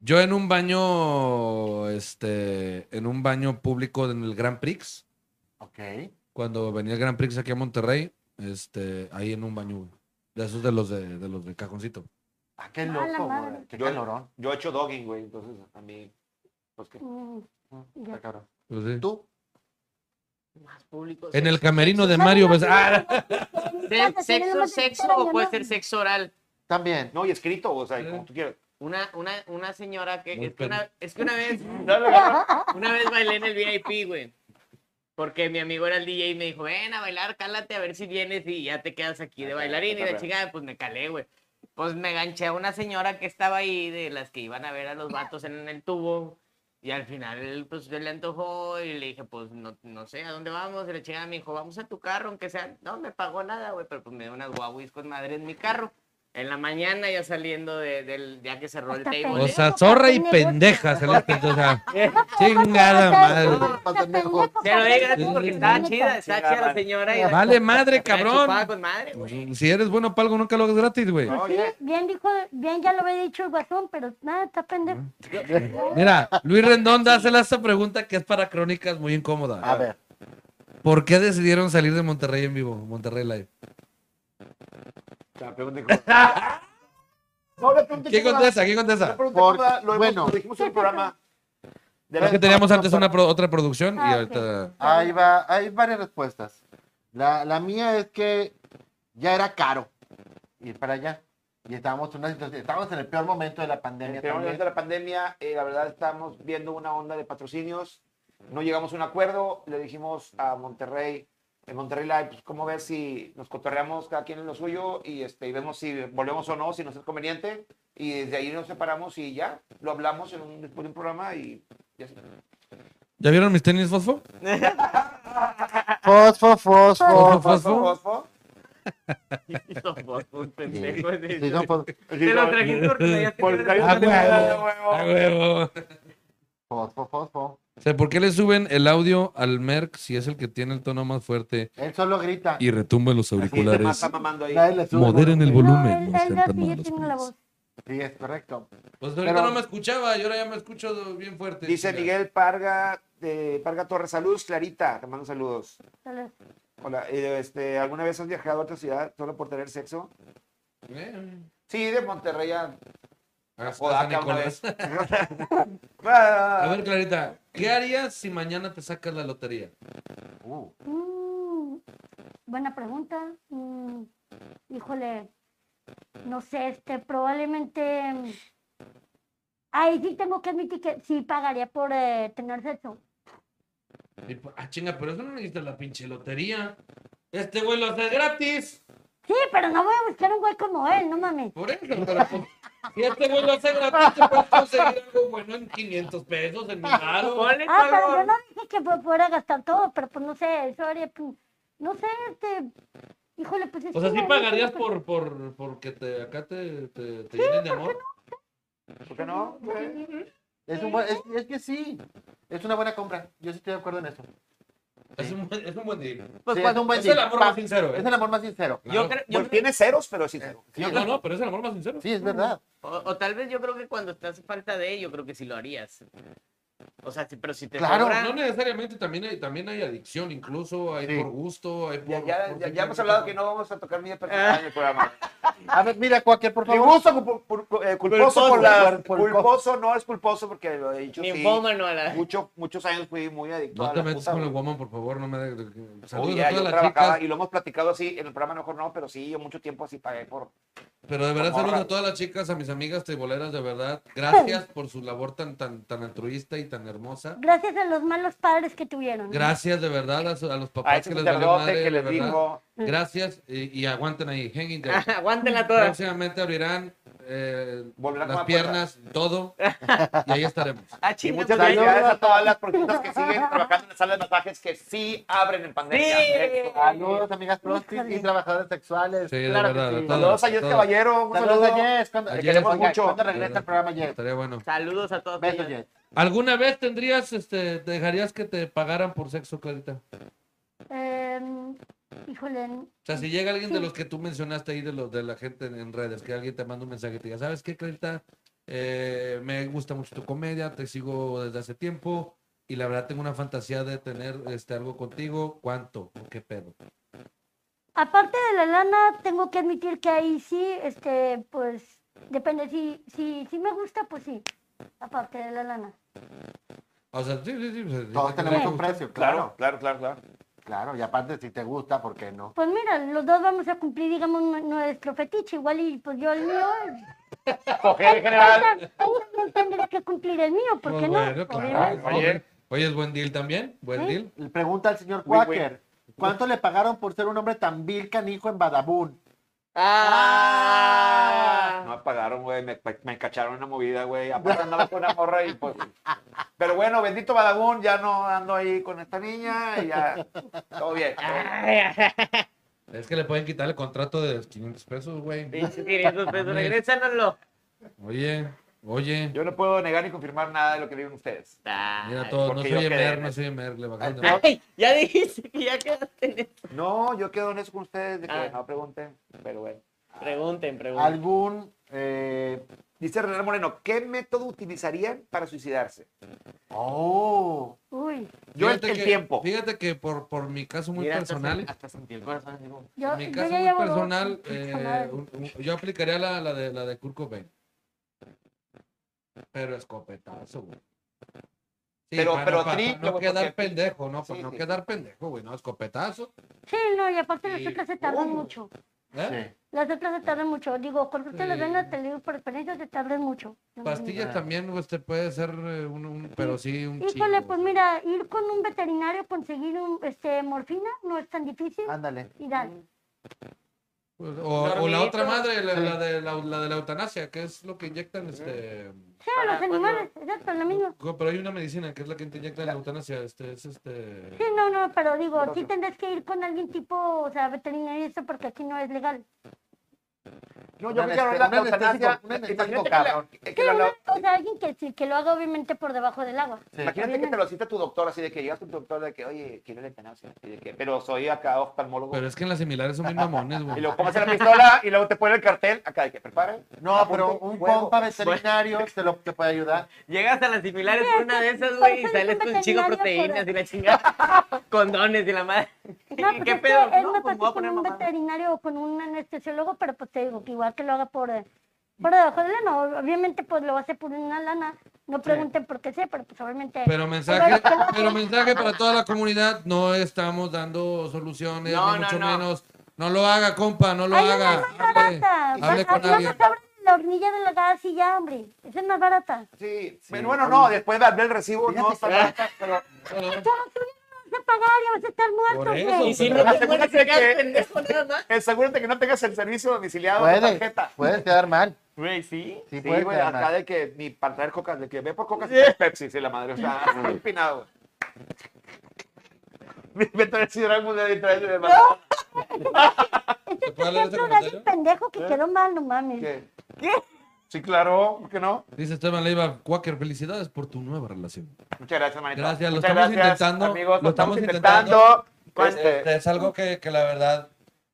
Yo en un baño, este, en un baño público en el Gran Prix, Ok. cuando venía el Gran Prix aquí a Monterrey, este, ahí en un baño, güey. de esos de los de, de los de cajoncito. Ah, qué A la loco, madre. güey. Qué Yo- <laughs> calorón. Yo he hecho dogging, güey, entonces a mí, pues que Mm, ya. Está cabrón. Pues sí. ¿Tú? más público, En sexo. el camerino de Mario, Bueno, pues, no, ¡ah! no, De- no, no, no, sexo, no, sexo no, o no, puede no. ser sexo oral. También. No, y escrito, o sea, Sí. como tú quieras. Una, una, una señora que Muy es que una, es que una vez No, no, no, no. Una vez bailé en el VIP, güey. Porque mi amigo era el DJ y me dijo, ven a bailar, cálate a ver si vienes y ya te quedas aquí de Ah, bailarín. Y la cotorreo. chica, pues me calé, güey. Pues me ganché a una señora que estaba ahí, de las que iban a ver a los vatos en el tubo. Y al final, pues yo le antojó y le dije, pues no, no sé, ¿a dónde vamos? Y la chica me dijo, vamos a tu carro, aunque sea. No me pagó nada, güey, pero pues me dio unas guaguis con madre en mi carro. En la mañana, ya saliendo de- del. ya que cerró el Hasta table. <laughs> O sea, zorra y pendeja se les pintó, o sea, chingada madre. Se lo di gratis porque estaba chida, estaba chida la señora. y <laughs> la- Vale madre, estaba cabrón. chupada con madre, güey. <laughs> Si eres bueno para algo, nunca lo hagas gratis, güey. No, Sí, oye, bien dijo, bien ya lo había dicho el guasón, pero nada, está pendejo. Mira, Luis Rendón, dásela esta pregunta que es para crónicas muy incómoda. A ver. ¿Por qué decidieron salir de Monterrey en vivo? Monterrey Live. la pregunta es como- No, la pregunta es ¿Quién como- contesta? ¿Quién La pregunta contesta? Por- es como- lo, hemos- bueno. lo dijimos en el programa. De Es que teníamos antes una pro- otra producción y Ah, ok. ahorita. Ahí va, hay varias respuestas. La, la mía es que ya era caro ir para allá. Y estábamos en, una situación- estábamos en el peor momento de la pandemia. En el momento de también. la pandemia, eh, la verdad, estamos viendo una onda de patrocinios. No llegamos a un acuerdo. Le dijimos a Monterrey, en Monterrey Live, pues, ¿cómo ves si nos cotorreamos cada quien en lo suyo y, este, y vemos si volvemos o no, si nos es conveniente? Y desde ahí nos separamos y ya, lo hablamos en un, después de un programa y ya está. ¿Ya vieron mis tenis fosfo? Fosfo, Fosfo, fosfo. fosfo. Fosfo. Hizo vos, pues, un pendejo, de- Sí, son fos- <laughs> Te lo trajiste porque sabías que Porque te- traías- A huevo. Ah, A Ah, huevo. fosfo, fosfo. O sea, ¿por qué le suben el audio al Merck si es el que tiene el tono más fuerte Él solo grita. y retumba en los Así, el tema auriculares? está mamando ahí. Nadie le sube Moderen el No, él- volumen. no él sean tan así ya malos, tiene la please. voz. Sí, es correcto. Pues ahorita Pero- no me escuchaba y ahora ya me escucho bien fuerte. Dice Miguel Parga, de Parga Torres, saludos, Clarita, te mando saludos. Dale. Hola, eh, este, ¿alguna vez has viajado a otra ciudad solo por tener sexo? Eh, Sí, de Monterrey a a San Podaca una Nicolás. vez. A ver, Clarita, ¿qué harías si mañana te sacas la lotería? Uh, Mm, buena pregunta. Mm, híjole, no sé, este, probablemente. mm, Ahí sí tengo que admitir que sí pagaría por eh, tener sexo. Y, pues, Ah, chinga, pero eso no necesita la pinche lotería. Este güey lo hace gratis. Sí, pero no voy a buscar un güey como él, no mames. Por eso, pero pues, si este güey lo hace gratis, te puedes conseguir algo bueno en 500 pesos, en mi caro. Ponle Ah, pero yo color. no dije que fu- fuera a gastar todo, pero pues no sé, eso haría, pues, no sé, este, híjole, pues es O sea, que sí la neta, pagarías pues, por, por, porque te, acá te, te, te llenen de amor. ¿Por qué no? es, un buen- es, es que sí. Es una buena compra. Yo sí estoy de acuerdo en eso. Es un, buen- es un buen deal. Pues Sí, es cuando- un buen Es el deal. amor Pa- más sincero, ¿eh? Es el amor más sincero. yo Claro. creo, yo Bueno, creo- tiene ceros, pero sí. Sí, No, no, pero es el amor más sincero. sí, es verdad. o, o tal vez yo creo que cuando estás falta de ello, creo que sí lo harías. O sea, sí, pero si te Claro, cobran- No necesariamente, también hay, también hay adicción incluso, hay Sí. por gusto, hay por... Ya, ya, por ya, ya tener- hemos hablado que no vamos a tocar mi personal en el programa. A ver, mira, cualquier, Ah. <laughs> por Mi favor. gusto culpo- pul- eh, culposo Culposo, por la... por- por- Culposo no es culposo porque lo he dicho sí. Ninfómano a la- <laughs> Mucho- muchos años fui muy adicto No a te la metas puta, con el güey. woman, por favor, no me... de- de- Saludos Oye, a yo todas las trabajaba chicas, y lo hemos platicado así, en el programa a lo mejor no, pero sí, yo mucho tiempo así pagué por... pero de verdad Morra. saludos a todas las chicas, a mis amigas triboleras, de verdad, gracias por su labor tan, tan, tan altruista y tan hermosa. Gracias a los malos padres que tuvieron. Gracias de verdad a, su- a los A papás ese que les valió sacerdote madre, que de les verdad. dijo... Gracias y, y aguanten ahí, hang <laughs> in there. Aguántenla toda. Próximamente abrirán eh, Volverán con las la piernas, todo, y <laughs> ahí estaremos. Ah, Y chinga, muchas pues, gracias. felicidades a todas las prostitutas que siguen trabajando en las salas de masajes que sí abren en pandemia. Sí. Eso. Saludos, amigas prostis Híjole. y trabajadoras sexuales. Sí, de claro verdad, que de sí. todas. Saludos a Jess Todas. Caballero. Un Saludos saludo. a Jess. Cuando, A le Jess, queremos oiga, mucho. ¿cuándo regresa el programa, Jess? Estaría bueno. Saludos a todos. Besos, ellos. Jess. ¿Alguna vez tendrías, este, dejarías que te pagaran por sexo, Clarita? Em, híjole, O sea, si llega alguien de los que tú mencionaste ahí, de los de la gente en, en redes, que alguien te manda un mensaje y te diga, ¿sabes qué, Clarita? Eh, me gusta mucho tu comedia, te sigo desde hace tiempo y la verdad tengo una fantasía de tener este, algo contigo. ¿Cuánto? ¿O ¿Qué pedo? Aparte de la lana, tengo que admitir que ahí sí, este, pues, depende. Si, si, si me gusta, pues sí. Aparte de la lana. O sea, sí, sí, sí. pues, Todos dice que tenemos le un gusta. precio, Claro, claro. claro, claro, claro. Claro, y aparte, si te gusta, ¿por qué no? Pues mira, los dos vamos a cumplir, digamos, nu- nuestro fetiche. Igual y pues yo el mío. Coger en Él general. tam- él también tendría que cumplir el mío, ¿por Pues qué bueno, no? claro. Obviamente. Oye. Oye, es buen deal también. Buen Sí. deal. Le Pregunta al señor Uy, uy. Quaker. ¿Cuánto le pagaron por ser un hombre tan vil canijo en Badabun? Ah. No apagaron, güey. Me, me cacharon en una movida, güey. Aparte andaba con una morra y pues. Pero bueno, bendito Badagún, ya no ando ahí con esta niña y ya. Todo bien. Es que le pueden quitar el contrato de 500 pesos, güey. <laughs> Pinches 500 pesos, regrésanoslo. Oye, oye. Yo no puedo negar ni confirmar nada de lo que digan ustedes. Mira todo, no porque soy yo quedé Emer, en no eso. soy Emer, le bajaron de Ay, Ay, ya dijiste que ya quedaste en eso. No, yo quedo en eso con ustedes de que Ah. no pregunten, pero bueno. Pregunten, pregunten. ¿Algún eh, Dice René Moreno, ¿qué método utilizarían para suicidarse? Oh, Uy, Yo el, Fíjate el que- tiempo. Fíjate que por, por mi caso muy Mira, hasta personal, sen- Hasta sentí el corazón. así como- yo, mi ah, yo caso ya muy llevo dos. personal, eh, Puta madre. un- un- yo aplicaría la, la de la de Kurt Cobain. Pero escopetazo, güey. Sí, Pero- para pero no, para- para triple, no güey, quedar porque- pendejo, no, para Sí, no sí. quedar pendejo, güey, no, escopetazo. Sí, no, y aparte las Sí. otras se tardan Uh. mucho. ¿eh? Las otras se tardan mucho. Digo, cuando ustedes Sí. las ven, te digo por experiencia, se tardan mucho. Pastillas Ah. también, güey, este puede ser eh, un, un- pero sí un chingo. Híjole, pues mira, ir con un veterinario, conseguir un, este, morfina, no es tan difícil. Ah, ándale. Y dale. O, o la Dormidito. otra madre, la, Sí. la de, la, la de la eutanasia, que es lo que inyectan este... Sí, a los Para cuando- animales, exacto, lo mismo. Co- Pero hay una medicina que es la que te inyecta en la eutanasia, este, es este... Sí, no, no, pero digo, sí tendrás que ir con alguien tipo, o sea, veterinario y eso, porque aquí no es legal. No, Un yo quiero aneste- la un anestésico- eutanasia. un anestésico, Imagínate que la- cabrón. que Sí, la- una- la- o sea, alguien que, sí- que lo haga obviamente por debajo del agua. Imagínate que te lo cita tu doctor, así de que llegas con tu doctor de que, oye, quiero la eutanasia. y de que, pero soy acá oftalmólogo. Pero es que en las similares son bien mamones, Y güey. luego pones la pistola y luego te pone el cartel acá de que prepara. No, pero un Fuego. compa veterinario te lo te puede ayudar. Llegas a las similares Sí, con una sí, de sí, esas, por güey, y eso sales dicen con un chingo de veterinario proteínas y la chingada. <laughs> Condones y la madre. <laughs> No, pues ¿Qué es que pedo? él No, me pues me pasó voy a con poner un mamada. veterinario o con un anestesiólogo, pero pues te digo que igual que lo haga por, eh, por debajo del lana. Obviamente, pues lo hace por una lana. No pregunten por qué sé, pero pues obviamente. Pero mensaje, pero mensaje para toda la comunidad, no estamos dando soluciones, No, ni no, mucho no. menos. No lo haga, compa, no lo Hay haga. una Pues, más barata. Hable, hable Más- con no alguien. nos abren la hornilla de la gas y ya, hombre. Esa es más barata. Sí, Bueno, bueno, no, después de hablar el recibo, no está barata, pero Pero tú no vas a pagar, ya vas a estar muerto, Este Por güey. Y si <laughs> pero- no te mueres, Asegúrate te quedas que- pendejo nada más. asegúrate que no tengas el servicio domiciliado de Puede, tarjeta. puede quedar mal. Güey, sí. Sí, Sí, puede güey, quedar acá mal. de que ni para traer coca, de que ve por coca Sí. y Pepsi, sí, la madre, <laughs> o sea, así empinado. <laughs> Me meto en el sidral mundial y traes de madre. Este ¿Se es puede un leer ese ejemplo de alguien comentario? pendejo que quedó mal, no mames. ¿Eh? ¿Qué? Sí, claro, ¿por qué no? Dice Esteban Leiva, Quaker, felicidades por tu nueva relación. Muchas gracias, manito. Gracias, lo Muchas estamos intentando, Amigos, lo lo estamos estamos intentando. intentando. Este, Es algo que, que la verdad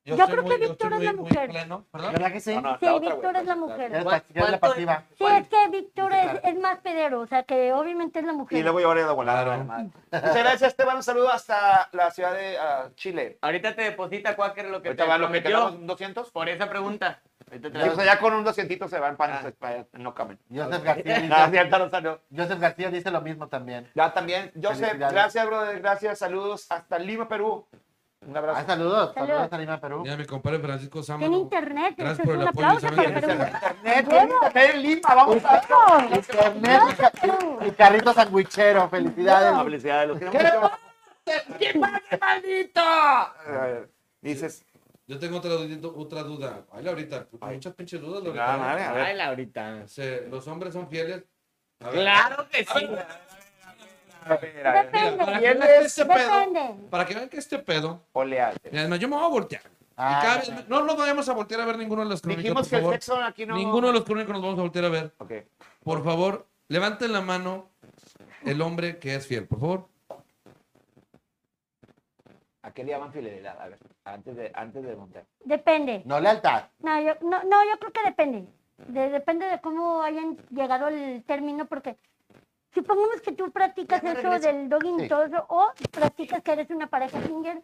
Yo creo que Víctor es la mujer. pleno, ¿perdón? ¿Verdad que sí? No, no, Sí, Ah, la otra, Víctor güey. es la Eres mujer. la- eres la ¿Cuánto- pasiva. Sí, es que Víctor es, es más pedero, o sea que obviamente es la mujer. Y luego yo habría de volar. Claro. madre. Muchas gracias, Esteban. Un saludo hasta la ciudad de ah, Chile. Ahorita te deposita, Quaker, lo que Ahorita te van los que prometió quedamos, un 200. por esa pregunta. Ahorita te la- Sí, o sea, ya con un 200 se van para para- no comen. Joseph García, Nada, dice, ya no, o sea, no. Joseph García dice lo mismo también. Ya también, Joseph, Felicidades. gracias, brother, gracias, saludos hasta Lima, Perú. Un Ah, abrazo. saludos. Saludos Saludos. a Lima, Perú. Ya mi compadre Francisco Sama. Tiene internet, Gracias entonces por el un apoyo, aplauso ¿saben para qué? Perú. Internet, ¿eh? internet en Lima, vamos a Internet y carrito sandwichero. Felicidades. Publicidad, los quiero mucho. Eh, Dices, Yo tengo otra, dudito- otra duda. Ay, Laurita, puta, muchas pinches dudas, Laurita. nada, "Ah, madre, a ver. Ay, Laurita. Se- los hombres son fieles. A ver, Claro que sí. A ver, a ver. mira, para, Depende, que vean que este pedo, depende. para que vean que este pedo. Oleal. Mira, no, yo me voy a voltear. Y Ah, cada vez- no nos vayamos a voltear a ver ninguno de los crónicos. Dijimos por que el favor. sexo aquí no. Ninguno de los crónicos nos vamos a voltear a ver. Ok. Por favor, levanten la mano el hombre que es fiel, por favor. ¿A qué le llaman fidelidad? A ver, antes de, antes de montar. Depende. No lealtad. No, yo, no, no, yo creo que depende. De- depende de cómo hayan llegado al término, porque supongamos que tú practicas eso del dogging Sí. todo o practicas que eres una pareja singer.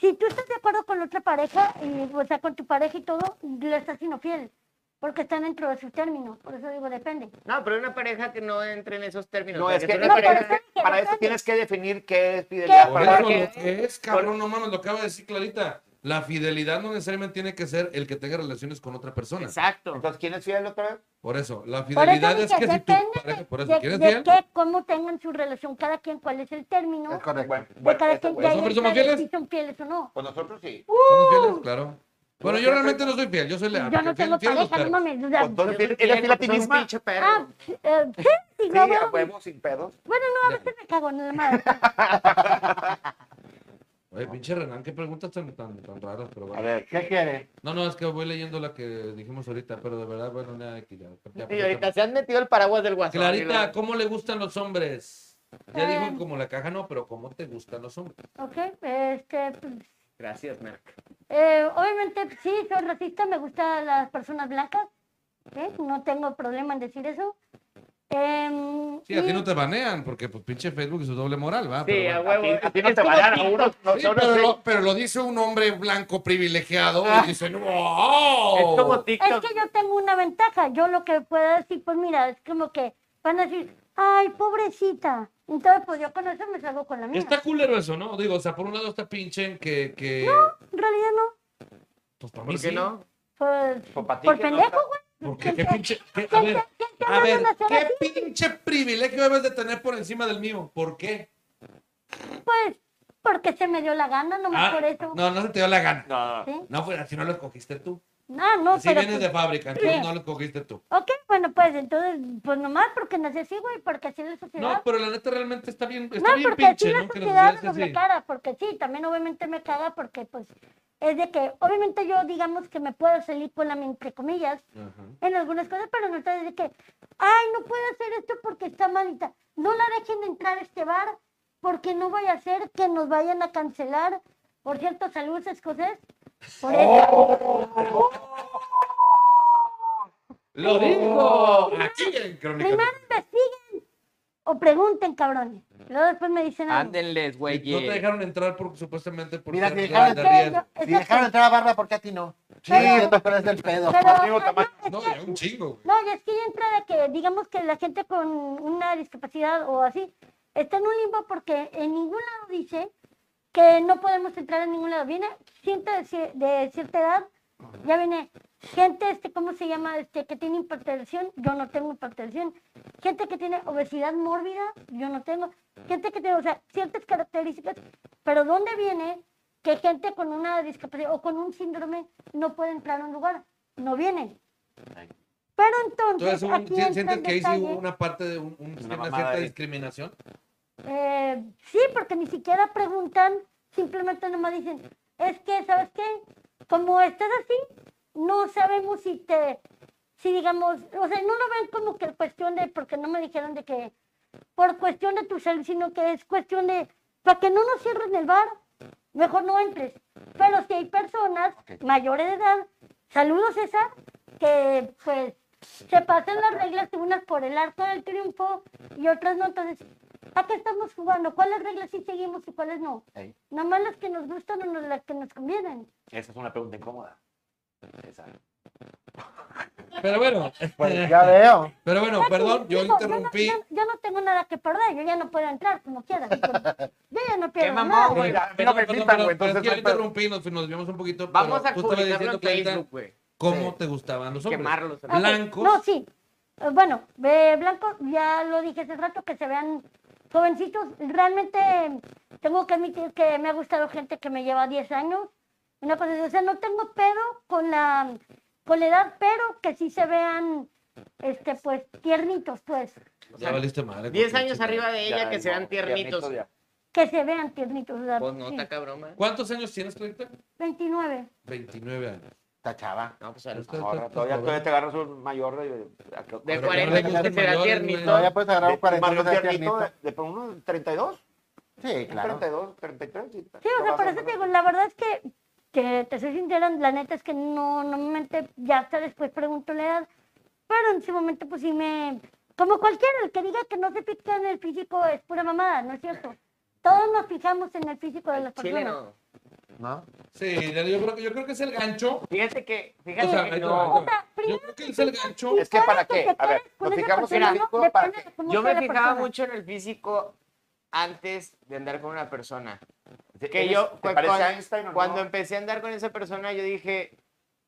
Si tú estás de acuerdo con la otra pareja, y, o sea, con tu pareja y todo, le estás siendo fiel, porque están dentro de sus términos. Por eso digo, depende. No, pero una pareja que no entre en esos términos. No, o sea, es que, una no, pareja- pero está- que para eso depende. tienes que definir qué es fidelidad. ¿Qué? Por Ah, Para eso que- lo que es, cabrón, no mames, lo acaba de decir Clarita. La fidelidad no necesariamente tiene que ser el que tenga relaciones con otra persona. Exacto. Entonces, ¿quién es fiel otra vez? Por eso, la Por eso fidelidad es dije, que si tú depende pareja, por eso, de, ¿quieres de bien? qué, cómo tengan su relación cada quien, cuál es el término. Es correcto. Bueno, de cada este quien güey. que ¿Los hay hombres somos entre de fieles? si son fieles o no. Pues nosotros sí. ¿Somos fieles? Claro. Bueno, yo siempre- realmente no soy fiel, yo soy leal. Yo no Ah, porque fiel- tengo fiel a los pareja, no perros. mames. o sea, Pues, ¿Eres fiel, Yo eres soy fiel a ti soy un misma? pinche perro. Ah, eh, sí, Sí, digo, a bueno, huevo, sin pedos. bueno, no, a veces me cago nada más. Oye, pinche Renan, qué preguntas tan, tan, tan raras, pero bueno. A ver. ¿Qué quiere? No, no, es que voy leyendo la que dijimos ahorita, pero de verdad, bueno, nada, aquí ya. ya- Y ahorita se han metido el paraguas del guasón. Clarita, ¿cómo le gustan los hombres? Ya Eh. dijo como la caja no, pero ¿cómo te gustan los hombres? Ok, este, pues, Gracias, Merck. eh, obviamente sí, soy racista, me gustan las personas blancas. ¿eh? No tengo problema en decir eso. Em, Sí, a ti y- no te banean, porque pues pinche Facebook y su doble moral, ¿va? Mm. Sí, Pero a bueno. huevo. A ti no Es te como vayan a TikTok. uno. no, Sí, no, no, pero, sí. lo, pero lo dice un hombre blanco privilegiado y dicen, Ah. Es ¡wow! como Es TikTok. que yo tengo una ventaja. Yo lo que puedo decir, pues mira, es como que van a decir, ay, pobrecita. Entonces, pues yo con eso me salgo con la mm. mía. Está culero eso, ¿no? Digo, o sea, por un lado está pinche que, que En realidad no. pues para mí ¿Por qué sí. no? Pues, Pues, pa' ti por que no pendejo, está- güey. Porque qué ¿Quién pinche. qué- te- a quién ver, te- quién te a manda ver, una sola qué pinche privilegio debes de tener por encima del mío. ¿Por qué? Pues, porque se me dio la gana, nomás Ah, por eso. No, no se te dio la gana. No, no. ¿sí? No, fue así no lo cogiste tú. Ah, no, Así pero. vienes de pues, fábrica, Sí. entonces no lo cogiste tú. Ok, bueno, pues entonces, pues nomás porque nací así, güey, porque así es la sociedad. No, pero la neta realmente está bien, No, está bien porque así pinche, la ¿no? Que nos sociedad me hubieras doble así. cara, porque sí, también obviamente me caga porque pues es de que obviamente yo digamos que me puedo salir con la mía, entre comillas Ajá. en algunas cosas, pero no está de que, ay, no puedo hacer esto porque está malita, no la dejen de entrar a este bar porque no vaya a ser que nos vayan a cancelar, por cierto, saludos escocés, Oh, por eso, Lo digo aquí en Crónica. primero investiguen o pregunten, cabrones, luego después me dicen algo. Ándenles, No güey. te dejaron entrar por, supuestamente por Mira, ser si de- dejaron de Pero Ariel. yo- Si exacto, dejaron entrar a Barra, ¿por qué a ti no? Sí, Pero- pero es el pedo. pero, Conmigo ajá, tamaño. es No, que- ya un chingo, güey. No, y es que ya entra de que, digamos que la gente con una discapacidad o así, está en un limbo porque en ningún lado dice que no podemos entrar en ningún lado. Viene gente de, cier- de cierta edad, ya viene gente, este, ¿cómo se llama? Este, que tiene hipertensión, yo no tengo hipertensión. Gente que tiene obesidad mórbida, yo no tengo. Gente que tiene, o sea, ciertas características, pero ¿dónde viene que gente con una discapacidad o con un síndrome no puede entrar a un lugar? No viene. Pero Entonces, entonces, un- si- aquí entra ¿sientes el que ahí sí detalle. hubo una parte de un- un- una, mamada cierta ahí. discriminación? Eh, sí, porque ni siquiera preguntan, simplemente nomás dicen, es que, ¿sabes qué? Como estás así, no sabemos si te, si digamos, o sea, no lo ven como que cuestión de, porque no me dijeron de que, por cuestión de tu salud, sino que es cuestión de, para que no nos cierren el bar, mejor no entres. Pero si hay personas mayores de edad, saludos César, que pues se pasan las reglas unas por el arco del triunfo y otras no. Entonces, ¿a qué estamos jugando? ¿Cuáles reglas sí seguimos y cuáles no? Ey. Nomás las que nos gustan o no las que nos convienen. Esa es una pregunta incómoda. Esa. Pero bueno, Pues ya este- veo. pero bueno, perdón, yo Digo, no- interrumpí. Yo, yo no tengo nada que perder, yo ya no puedo entrar como quiera. digo, Yo ya no pierdo mamón, nada. güey? Perdón, Mira, a mí no perdón, me perdón, pitan, güey, pero es que yo entonces no hay interrumpí, nos, nos vimos un poquito. Vamos pero a tú estabas publicarlo en diciendo que ahorita Facebook, güey. cómo te gustaban los hombres. Quemarlos. Ah, Ok, Blancos. No, sí. Eh, Bueno, eh, blancos, ya lo dije hace rato, que se vean jovencitos. Realmente eh, tengo que admitir que me ha gustado gente que me lleva 10 años. Una cosa así, o sea, no tengo pedo con la, con la edad, pero que sí se vean, este, pues, tiernitos, pues. Ya valiste madre. 10 cualquier años chica. arriba de ella Ya, que no, sean tiernitos. ya. Que se vean tiernitos. o sea, Pues no, sí. está cabrón, ¿eh? ¿Cuántos años tienes, Clarita? 29. 29 años. Está chava. No, pues a los- Está- Ahora, está- todavía, está todavía te agarras un mayor de... a- De Pero 40 que no le años que gusten será mayores, tiernito. güey. Todavía puedes agarrar de- un 40 Eh, Mario eh, no seas Tiernito, tiernito. de, de por uno 32, Sí, un claro. 32, 33. Sí, Sí, o sea, por eso te digo, la verdad es que, que te soy sincera, la neta es que no, normalmente ya hasta después pregunto la edad, pero en ese momento pues sí me, como cualquiera, el que diga que no se pica en el físico es pura mamada, ¿no es cierto? Todos nos fijamos en el físico de las Chile personas. no. ¿No? Sí, yo creo, que, yo creo que es el gancho. Fíjate que, O sea, fíjate ahí que te va, ahí no. te va. Yo creo que es el gancho. Es que para qué, a ver, Con nos esa fijamos en persona, el ¿no? disco, Depende para de qué. cómo Yo sea me la fijaba persona. mucho en el físico antes de andar con una persona. Que ¿Eres- yo, te cu- parece cuando- Einstein o no? cuando empecé a andar con esa persona, yo dije,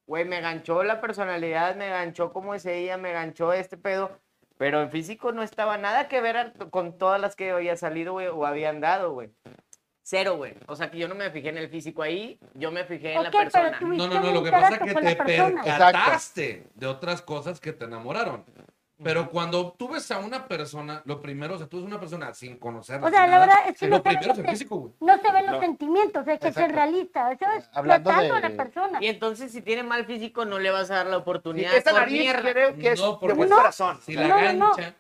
güey, me ganchó la personalidad, me ganchó cómo es ella, me ganchó este pedo. Pero en físico no estaba nada que ver a- con todas las que había salido, güey, o había andado, güey. Cero, güey. O sea, que yo no me fijé en el físico ahí, yo me fijé en la Ok, pero persona. tú- No, no, no, Tuviste lo un que pasa es trato que con la te persona. percataste de otras cosas que te enamoraron. Pero cuando tú ves a una persona, lo primero, o sea, tú ves a una persona sin conocerla. O sea, sin la nada, verdad es que lo no se primero es el ve- físico, güey. No se ven los No. sentimientos, hay que ser Exacto. realista, eso es Hablando tratando de- a la persona. Y entonces, si tiene mal físico, no le vas a dar la Sí, oportunidad. esta por nariz mierda. creo que es No, de porque- buen No. corazón. Si la No, no, no. gancha,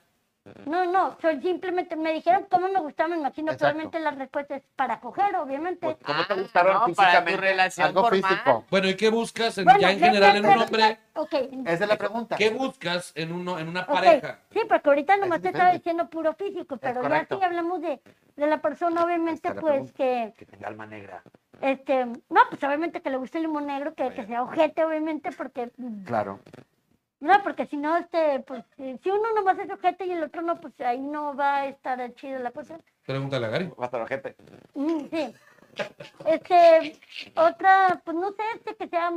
No, no, son simplemente me dijeron cómo me gustaba, me imagino que Exacto. obviamente las respuestas es para coger, Pues, obviamente. ¿Cómo te Ah, gustaron no, Para físicamente? tu relación Algo formal. físico. Bueno, ¿y qué buscas en- Bueno, ya en ya general está, en un pero- hombre? Ok. Esa es la pregunta. ¿Qué buscas en, uno, en una ok, pareja? Sí, porque ahorita nomás te estaba diferente. diciendo puro físico, pero ya correcto. si hablamos de, de la persona, obviamente, Está la pues que, Que tenga alma negra. este, no, pues obviamente que le guste el limón negro, que, que sea ojete, obviamente, porque, Claro. no, porque si no, este, pues, eh, si uno nomás es ojete y el otro no, pues ahí no va a estar chido la cosa. Pregúntale a Gary. Hasta la gente. Mm, sí. <laughs> Este, otra, pues no sé, este que sea,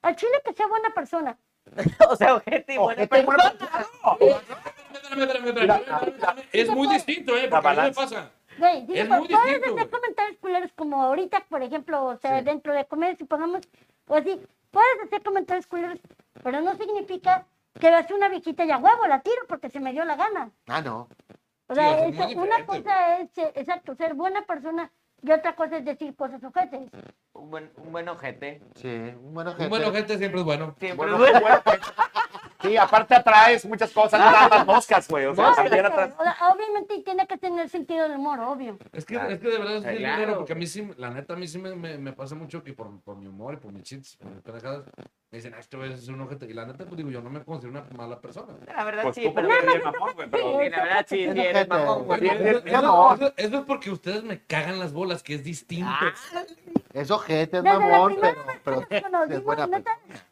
al chile que sea buena persona. <laughs> O sea, ojete y buena Ojete, buena persona. Espérame, espérame, espérame, espérame, espérame. Es muy distinto, ¿eh? Porque a mí me balance. pasa. Güey, digo, Es muy puedes distinto, hacer güey. comentarios culeros como ahorita, por ejemplo, o sea, Sí. dentro de comer, supongamos, o así, puedes hacer comentarios culeros, pero no significa que veas una viejita y a huevo la tiro porque se me dio la gana. Ah, no. O Sí, sea, o sea, es muy eso- una diferente, cosa es, eh, exacto, ser buena persona y otra cosa es decir cosas ojetes. Un buen, un buen ojete. Sí, un buen ojete. Un buen ojete siempre es bueno. Siempre Bueno, es bueno. bueno, gente. Sí, aparte atraes muchas cosas, no nada más moscas, güey. O sea, Obviamente, también atraes. o sea, obviamente tiene que tener sentido del humor, obvio. Es que, es que de verdad es Claro. bien raro, porque a mí sí, la neta, a mí sí me, me, me pasa mucho que por, por mi humor y por mis chistes, por mis pendejadas, me dicen, ah, este güey es un ojete. Y la neta, pues digo, yo no me considero una mala persona. <laughs> La verdad Pues sí, tú pero. porque eres mamón, güey, pero... Sí, la verdad sí, sí, eres Ojete. mamón, güey. Bueno, bien, eso, bien, eso- bien. eso- eso es porque ustedes me cagan las bolas, que es distinto. Ah, Es ojete, es Desde la mamón, primera pero, vez que pero nos es dimos, buena neta, persona.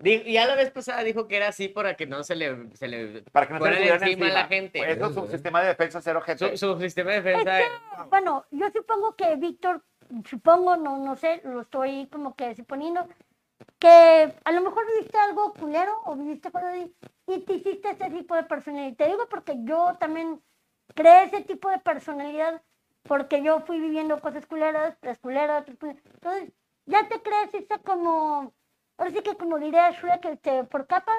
di- ya la vez pasada dijo que era así para que no se le, se le Para que no te fueran estuvieran encima, encima. a la gente. Pues eso es un Sí. sistema de defensa cero su, gente. su sistema de defensa. Es Bueno, yo supongo que Víctor, supongo, no, no sé, lo estoy como que suponiendo, que a lo mejor viviste algo culero o viviste cosas así, y te hiciste ese tipo de personalidad. Y te digo porque yo también creé ese tipo de personalidad porque yo fui viviendo cosas culeras, tras culeras, tras culeras. Entonces, ya te crees esa como, ahora sí que como diría Shrek, este, por capas,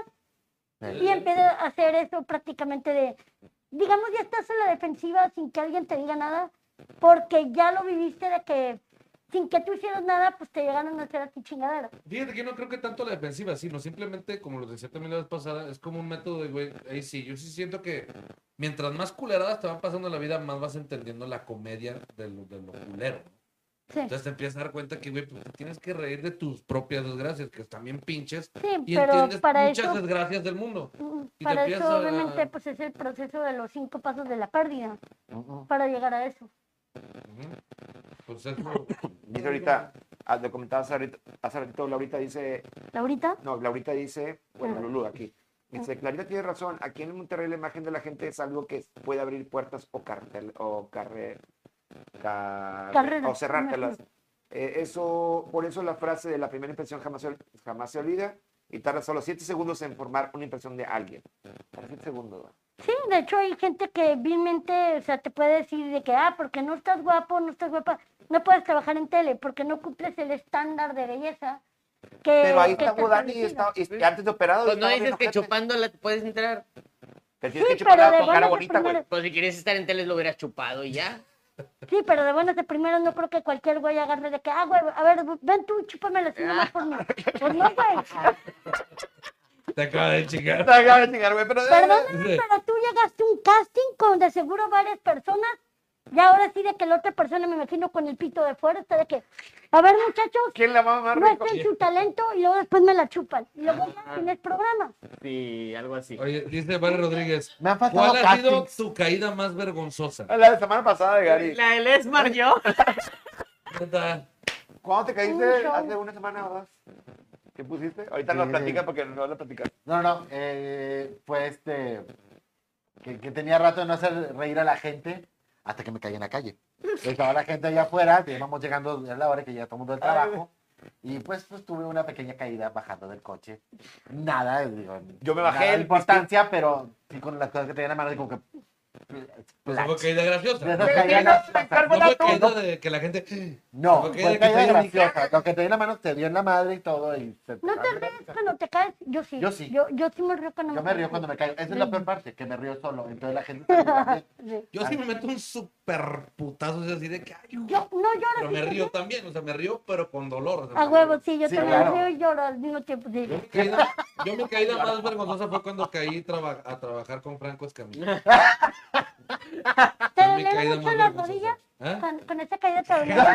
Eh, y empiezas a hacer eso prácticamente de, digamos, ya estás en la defensiva sin que alguien te diga nada, porque ya lo viviste de que sin que tú hicieras nada, pues te llegaron a hacer a ti chingadera. Fíjate que yo no creo que tanto la defensiva, sino simplemente, como lo decía también la vez pasada, es como un método de, güey, ahí sí, yo sí siento que mientras más culeradas te van pasando en la vida, más vas entendiendo la comedia de lo, de lo culero. Sí. Entonces te empiezas a dar cuenta que, güey, pues, te tienes que reír de tus propias desgracias, que están bien pinches. Sí, Y pero entiendes para muchas eso, desgracias del mundo. mm, y te para empiezas eso a- obviamente pues es el proceso de los cinco pasos de la pérdida para llegar a eso. Ujú. Pues es como- Dice ahorita, ah, lo comentabas ahorita, hace ratito, Laurita dice, Laurita, no, Laurita dice, bueno, Ajá. Lulu aquí. Dice, Clarita tiene razón, aquí en Monterrey la imagen de la gente es algo que puede abrir puertas o cartel, o carre, ca- Carreras, o cerrártelas. imagino. Eh, eso, por eso la frase de la primera impresión jamás se, ol- jamás se olvida y tarda solo 7 segundos en formar una impresión de alguien. 7 segundos. güey. sí, de hecho hay gente que vilmente, o sea, te puede decir de que, ah, porque no estás guapo, no estás guapa, no puedes trabajar en tele porque no cumples el estándar de belleza. Que, Pero ahí que está te Budani, y permitido". está, y está- antes de operado. Pues y no estaba dices bien que ojete. chupándola te puedes entrar. Te Sí, tienes que pero chupar de con cara buenas a bonita, güey. <laughs> primeras. Pues si quieres estar en teles lo hubieras chupado y ya. Sí, pero de buenas de primeras no creo que cualquier güey agarre de que, ah, güey, a ver, ven tú, chúpamela así nomás por mí. Pues no, güey. Te acaba de chingar. Está grave, chingar, güey, pero- Perdóname, pero tú llegaste a un casting con de seguro varias personas. Y ahora sí de que la otra persona, me imagino, con el pito de fuera, está de que, a ver, muchachos, ¿Quién la va a más rico? muestren su talento y luego después me la chupan. Y luego ya Ah. tienes programa. Sí, algo así. Oye, dice Vale Rodríguez. Me han faltado ¿Cuál ha sido castings. tu caída más vergonzosa? La de semana pasada de Gary. La del Esmar yo. Neta, ¿Cuándo te Un caíste? show. Hace una semana o dos. ¿Qué pusiste? Ahorita Sí. no platicas porque no lo platicas. No, no, eh, fue este. Que, que tenía rato de no hacer reír a la gente hasta que me caí en la <laughs> calle. Estaba la gente allá afuera, que íbamos llegando a la hora que ya todo el mundo del trabajo. Y pues, pues tuve una pequeña caída bajando del coche. Nada, digo. Yo me bajé nada de el- importancia, pero sí con las cosas que tenía en la mano, y como que. pues fue caída De graciosa. esas caídas- No fue caída de que la gente. No, Porque fue de que caída te dio- graciosa. Lo que tenía en la mano te dio en la madre y todo. Y se- No te ríes cuando te caes. Yo sí. Yo sí. Yo, yo sí me río cuando Yo me río cuando me caigo. Esa es la peor parte, que me río solo. Entonces la gente se ríe también. Sí. Yo sí me meto un super putazo es así de que. Ay, hijo, Yo, no, yo pero me río también, o sea, me río, pero con dolor. o sea, A me huevo, río. sí, yo Sí, también claro. ¿Eh? río y lloro al mismo tiempo. sí. Yo mi caída, yo mi caída más vergonzosa fue cuando caí traba- a trabajar con Franco <laughs> Escamilla. ¿Te Fue mi caída dolieron mucho más las vergonzosa. rodillas? ¿Eh? Con, con esa caída te dolieron.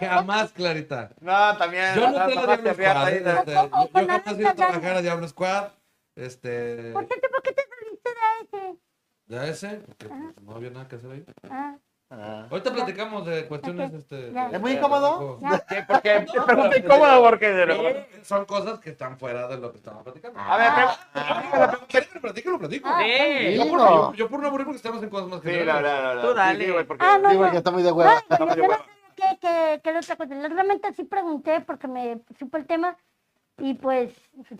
Jamás, Clarita. No, también. Yo no nada te lo más Diablo arriaste Squad. ahí, eh, nada. este, Yo Ojo, yo nada jamás he ido a más hablando. trabajar a Diablo Squad. Este. ¿Por qué, te- ¿Por qué te saliste de ese? ¿Ya ese? Porque pues, no había nada que hacer ahí. Ah. Ah. Ahorita platicamos de cuestiones. Ok, Este, ya. de- ¿Es muy de- incómodo? Ya. <laughs> ¿Qué? ¿Por <laughs> qué? Te pregunto incómodo porque. No, Son cosas que están fuera de lo que estamos platicando. Ah, A ver, Ah. pero- ¿Quieres que lo platique? Lo platico. Ah, Sí. Yo por, digo. yo, yo por no aburrir porque estamos en cosas más Oh. Sí, la verdad, la verdad. Tú Sí, dale. sí, güey, porque- Ah, no, Sí, porque no. está muy de Ay, hueva. güey, Está yo no muy sabía qué, qué, qué era otra cosa. Yo Realmente sí pregunté porque me supo el tema. Y pues,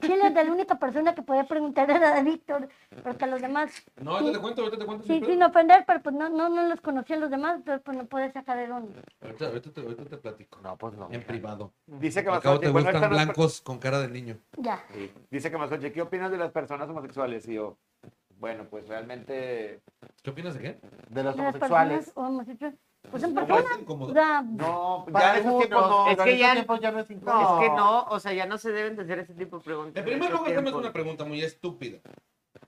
Chile es la única persona que podía preguntar era a Víctor, porque a los demás, No, ahorita te cuento, ahorita te cuento. sí, sin sin pedo. ofender, pero pues no, no, no los conocía a los demás, pero pues no podía sacar el onda. Ahorita, ahorita te, ahorita te platico. No, pues no. En privado. Dice que Al cabo te Mazoche, bueno, esta gustan no es per- blancos con cara de niño. Ya. Sí. Dice que Mazoche, ¿qué opinas de las personas homosexuales? Y yo, bueno, pues realmente. ¿Qué opinas de qué? De los De las homosexuales. personas homosexuales, pues son No, personas. es incómodo. o sea, No, Para ya en esos algunos, tiempos no. Es para que esos ya- tiempos ya no es incómodo. Es que no, o sea, ya no se deben de hacer ese tipo de preguntas. En primer lugar, hacemos hacemos una pregunta muy estúpida.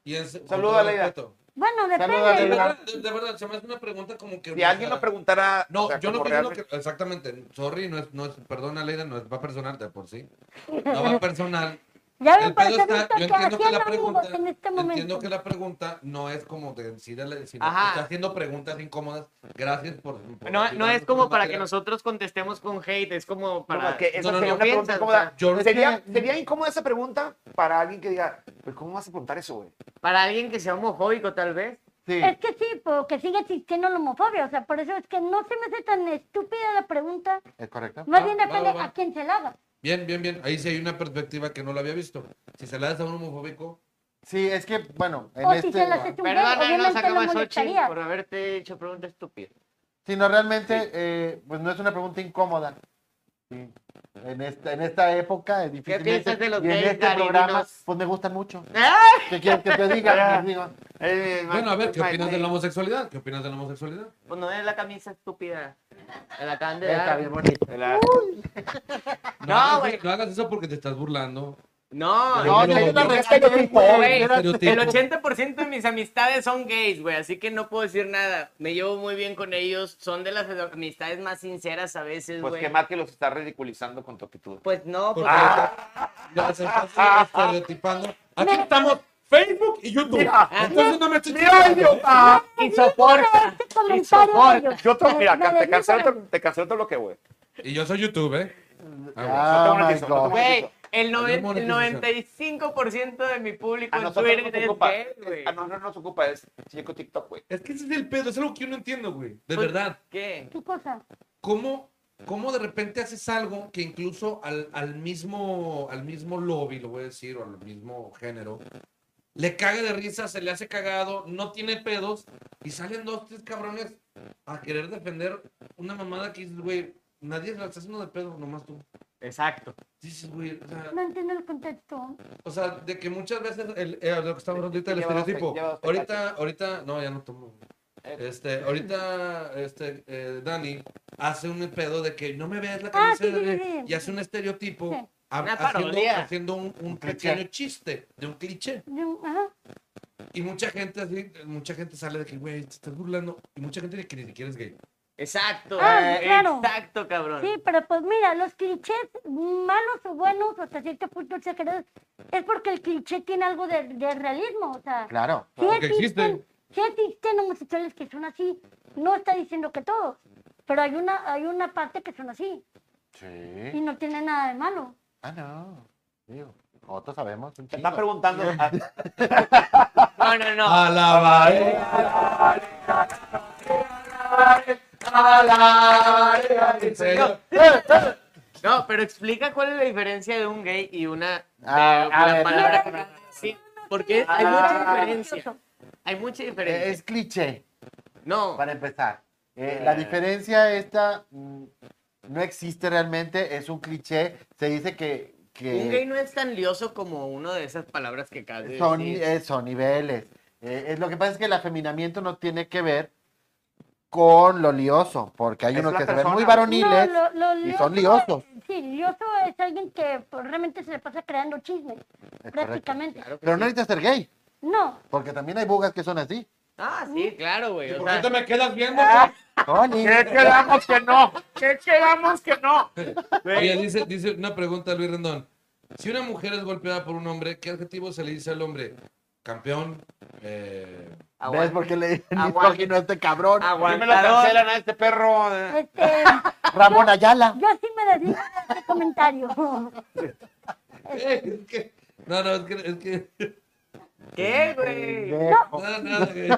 Y en, con Saluda, todo Leida. respeto. bueno, Saluda, De depende. Leida. verdad, de, de verdad, se me hace una pregunta como que. Si alguien lo pregunta preguntara. No, o sea, yo no como pienso realmente- que. Exactamente. Sorry, no es, no es. Perdona, Leida, no es, va personal de por <laughs> sí. No va personal. Ya ven, El por pedo eso está. Yo Víctor que entiendo que hacían la amigos pregunta. en este Entiendo momento. que la pregunta no es como de en sí de la- sino Ajá. que está haciendo preguntas incómodas. Gracias por. por No, no ayudarnos es con como el para que material. nosotros contestemos con hate, es como No, para... es que esa no, no, sería no, una pregunta piensas, incómoda. yo- sería, es que- sería incómoda esa pregunta para alguien que diga, pues, ¿cómo vas a preguntar eso, güey? Para alguien que sea homofóbico, tal vez. Sí. Es que sí, porque sigue existiendo la homofobia, o sea, por eso es que no se me hace tan estúpida la pregunta. ¿Es correcto? Más Ah, bien va, depende va. a quién se la haga. Bien, bien, bien. Ahí sí hay una perspectiva que no la había visto. Si se la das a un homofóbico. Sí, es que, bueno, en O si este. se las hace un gay, Perdónanos, obviamente lo acaba Xochitl molestaría. por haberte hecho preguntas estúpidas. Sí, no, realmente, eh, pues no es una pregunta incómoda. Sí. En esta, en esta época es difícil. piensas de los y en gays, este Gary? programa, Dinos. pues me gustan mucho. ¡Ah! ¿Qué quieres que te <laughs> diga? Les digo, Eh, Bueno, a ver, ¿qué ma- opinas de la homosexualidad? ¿Qué opinas de la homosexualidad? Pues no es la camisa estúpida. Me la acaban de está dar. bien bonito. de la- No, hagas güey. eso- no hagas eso porque te estás burlando No, No, yo- no, yo- no, yo- es que no te güey, importa. el Estereotipo. 80% de mis amistades son gays, güey, así que no puedo decir nada. Me llevo muy bien con ellos, son de las amistades más sinceras a veces, Pues güey. que más que los está ridiculizando con tu actitud. Pues no, porque... Porque ya se está estereotipando. Aquí estamos Facebook y YouTube. Entonces no me estoy ¡Mira, idiota! y soporta. Este comentario de ellos. Yo te, mira, Me- ca- me te cancelo, dedico a- te, te cancelo todo lo que, güey. Y yo soy YouTube, ¿eh? Ah, No te Ah, my monetizo, no te God. monetizo. Güey, el, noven- el monetización. 95% de mi público A en nosotros Twitter nos es ocupa. gay, güey. A nosotros nos ocupa es chico TikTok, güey. Es que ese es el pedo, es algo que yo no entiendo, güey. De Pues, verdad. ¿Qué? ¿Qué cosa? ¿Cómo, cómo de repente haces algo que incluso al, al mismo, al mismo lobby, lo voy a decir, o al mismo género, le caga de risa, se le hace cagado, no tiene pedos, y salen dos, tres cabrones a querer defender una mamada que dices, güey, nadie se la está haciendo de pedo, nomás tú. Exacto. Dices, güey, o sea, No entiendo el contexto. o sea, de que muchas veces el, eh, lo que estamos hablando ahorita del Lleva dos pe- estereotipo. lleva dos Ahorita, tecate. ahorita, no, ya no tomo. Este, ahorita, este, eh, Dani hace un pedo de que no me veas la Ah, camisa sí, sí, de- sí, sí. y hace un estereotipo Sí. ha- Una haciendo, parodia. haciendo un, un cliché. pequeño chiste de un cliché. Yo- ajá. Y mucha gente así, mucha gente sale de que, güey, te estás burlando. Y mucha gente de que ni siquiera es gay. Exacto. Ah, eh, claro. Exacto, cabrón. Sí, pero pues mira, los clichés malos o buenos, hasta cierto punto exagerados, es porque el cliché tiene algo de, de realismo. O sea, Claro. sí Porque existen, existen. sí existen homosexuales que son así. No está diciendo que todos, pero hay una, hay una parte que son así y Sí. no tiene nada de malo. Ah, no. Digo, Nosotros sabemos un Te están chingo. preguntando. <laughs> a- No, no, no. A la No, pero explica cuál es la diferencia de un gay y una de Ah, a la ver. palabra que me- Sí, porque hay mucha Ah. diferencia. Hay mucha diferencia. Eh, Es cliché, no, para empezar. Eh, la diferencia esta mm, no existe realmente, es un cliché. Se dice que, que un gay no es tan lioso como una de esas palabras que acabas de son, decir. eh, son niveles. Eh, es, lo que pasa es que el afeminamiento no tiene que ver con lo lioso, porque hay Es unos la que se persona, ven muy güey. varoniles. No, lo- lo y son lioso- liosos. Sí, lioso es alguien que pues, realmente se le pasa creando chismes, correcto. prácticamente. Pero no necesitas ser gay, No, porque también hay bugas que son así. Ah, sí, claro, güey. o ¿Por sea, qué te me quedas viendo? Oli. ¿Qué quedamos que no? ¿Qué quedamos que no? Oye, dice, dice una pregunta Luis Rendón. Si una mujer es golpeada por un hombre, ¿qué adjetivo se le dice al hombre? Campeón, eh, <laughs> ¿Ves aguanta- por qué le dicen Aguanta. misógino a este cabrón? ¿Por qué me la aguantador. cancelan a este perro? este, <laughs> Ramón Ayala. yo sí me dedico a este comentario. <laughs> Eh, es que- No, no, es que. Es que... <laughs> ¿Qué, güey? Pendejo. No, no, güey.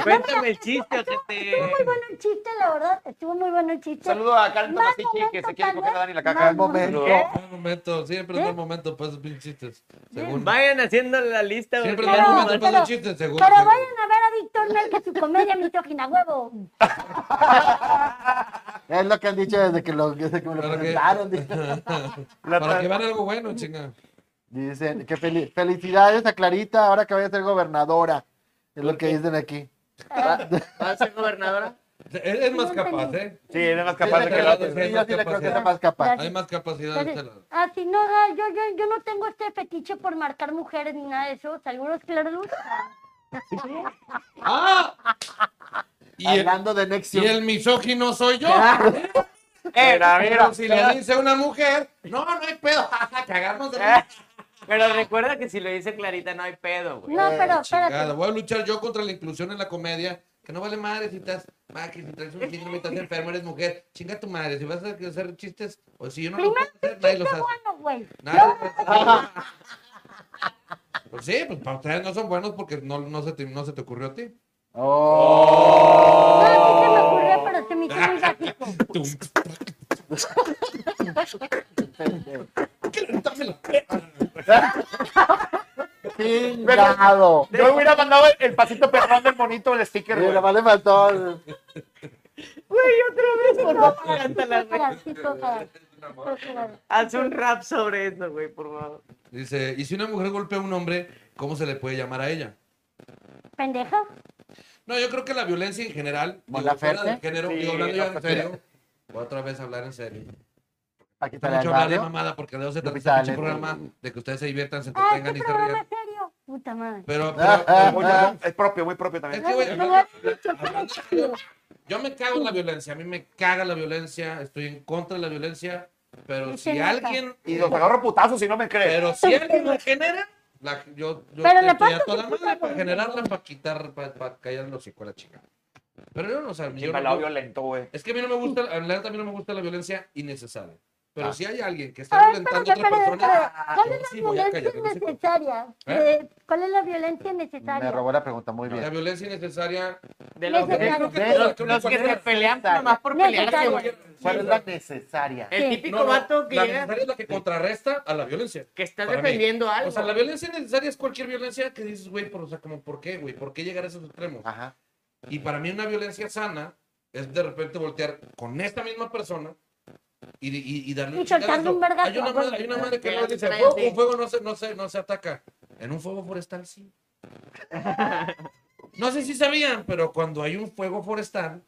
Cuéntame el chiste, ojete. Estuvo muy bueno el chiste, la verdad. Estuvo muy bueno el chiste. Saludo a Karen Mal Tomasichi que momento, se quiere tal coger a vez. Dani la Mal caca. Mal momento. Saludo. No hay momento, siempre no hay momento para esos pinches chistes. Según. Vayan haciendo la lista, güey. Siempre no hay Pero- momento para pero- los chistes, según. Pero según. vayan a ver a Víctor Mel que su comedia misógina, huevo. Es lo que han dicho desde que, lo, desde que me lo Para que- presentaron. dice. <laughs> Para que vean algo bueno, chinga. Dicen que fel- felicidades a Clarita ahora que vaya a ser gobernadora. Es Pues lo que dicen aquí. ¿Vas a ser <laughs> gobernadora? Él es más capaz, ¿eh? Sí, es más Sí, capaz de que la otra. sí, yo sí le creo que está más capaz. Hay más capacidad de este Entonces, lado. Ah, sí, no, ah, yo, yo, yo no tengo este fetiche por marcar mujeres ni nada de eso. Algunos claros. ¡Ah! Y el, Hablando de y Nexium. el misógino soy yo. Eh, Mira, mira. Pero si le dice a una mujer, no, no hay pedo, <laughs> cagarnos de Eh, <laughs> Pero recuerda que si lo dice Clarita, no hay pedo, güey. pues, No, pero Chingada, espérate. voy a luchar yo contra la inclusión en la comedia. Que no vale madre si estás, ma, que si traes un síndrome, estás enfermo, eres mujer. Chinga tu madre, si vas a hacer chistes, o si yo no lo puedo Primero, hacer, nadie chiste los hace. bueno, güey. Nadie los hace. Pues sí, pues para ustedes no son buenos porque no, no, se, te, no se te ocurrió a ti. Oh, No, sí se me ocurrió, pero se me hizo muy básico. Tú. Dame la perra. Chingado. Yo hubiera mandado el- el pasito perrón del monito, el sticker. Mira, güey. más le faltó. el- Güey, <laughs> otra vez, por favor. Para, sí, para, por favor. Haz un rap sobre eso, güey, por favor. Dice, ¿y si una mujer golpea a un hombre, cómo se le puede llamar a ella? Pendeja. No, yo creo que la violencia en general, ¿Mon digo, fuera Laferte? del género, Sí, digo, hablando ya en Laferte. serio, voy otra vez a hablar en serio. Aquí está Está la del mucho hablar de barrio. mamada porque de eso se trata este Lupita, pinche neta. programa de que ustedes se diviertan, se Ah, este entretengan y se programa rían. es serio. Puta madre. Pero, Ah, pero- ah, Muy- ah. muy- es propio, muy propio también. Es que, güey, No, hablando- no, hablando- yo me cago en la violencia, a mí me caga la violencia, estoy en contra de la violencia, pero Y si se nota. alguien, Y los agarro putazos si no me crees. pero si alguien la genera, la- yo, yo Pero le estoy a pasa toda su madre puta para madre. generarla, para quitar, para, callar los hocico a la chica. Pero yo no, o sea, yo no- Chimbalao violento, güey. es que a mí no me gusta, la verdad también no me gusta la violencia innecesaria. Pero si hay alguien que está A ver, espérate, violentando a otra espérate, espérate. persona, ¿Cuál yo es sí la voy a violencia callar el hocico. necesaria? ¿Eh? Eh, ¿Cuál es la violencia Me necesaria? robó la pregunta, muy La bien. violencia innecesaria De los, Necesario. de los que- Necesario. los- los que se pelean nomás por Necesario. pelearse, güey. ¿Cuál es la necesaria? El Sí. típico No, no, vato que la llega, necesaria es la que contrarresta a la violencia. que estás para mí. defendiendo algo. O sea, la violencia necesaria es cualquier violencia que dices, güey, pero, o sea, como, ¿por qué, güey? ¿Por qué llegar a esos extremos? Ajá. Y para mí una violencia sana es de repente voltear con esta misma persona y, y, y darle Y chingadazo. soltarle un vergazo, Hay una güey. madre, hay una madre que Ya no te dice, trae fuego así". con fuego no se, no, se, no se ataca. En un fuego <laughs> forestal sí. No sé si sabían, pero cuando hay un fuego forestal,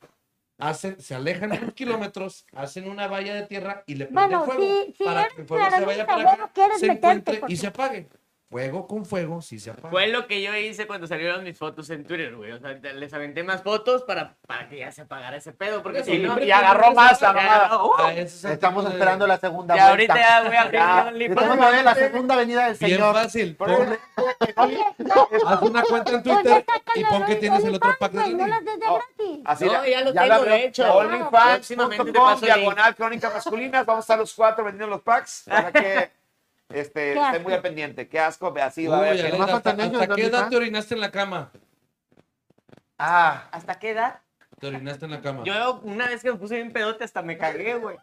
hacen, se alejan unos kilómetros, hacen una valla de tierra y le prenden Bueno, fuego sí, sí, para eres que el fuego se vaya claramente para luego acá, quieres se meterte, encuentre porque- y se apague. Fuego con fuego, sí se apaga. Fue lo que yo hice cuando salieron mis fotos en Twitter, güey. O sea, les aventé más fotos para, para que ya se apagara ese pedo, porque Eso, si no... hombre, Y agarró más la mamada. agarró, uh, Ah, ese es el Estamos tipo de- esperando la segunda y ahorita vuelta. ya <laughs> voy a abrir mi Ya. OnlyFans. Estamos esperando la segunda venida del Bien señor. fácil. ponle- Oye, haz una cuenta en ¿dónde Twitter sacan y los pon que tienes el otro OnlyFans, pack de güey? No Lili. las des de No. gratis. Así No, ya lo la tengo, veo. de hecho. Próximamente te Onlyfans.com, paso el link. diagonal, crónicas masculinas. Vamos a estar los cuatro vendiendo los <laughs> packs para que este, Qué estén asco. muy al pendiente. Qué asco, ve, así Uy, va a haber. Aleida, nomás ¿Hasta, faltan ellos, hasta ¿no, qué mija? edad te orinaste en la cama? Ah, ¿Hasta qué edad? Te orinaste en la cama. Yo una vez que me puse bien pedote hasta me cagué, güey.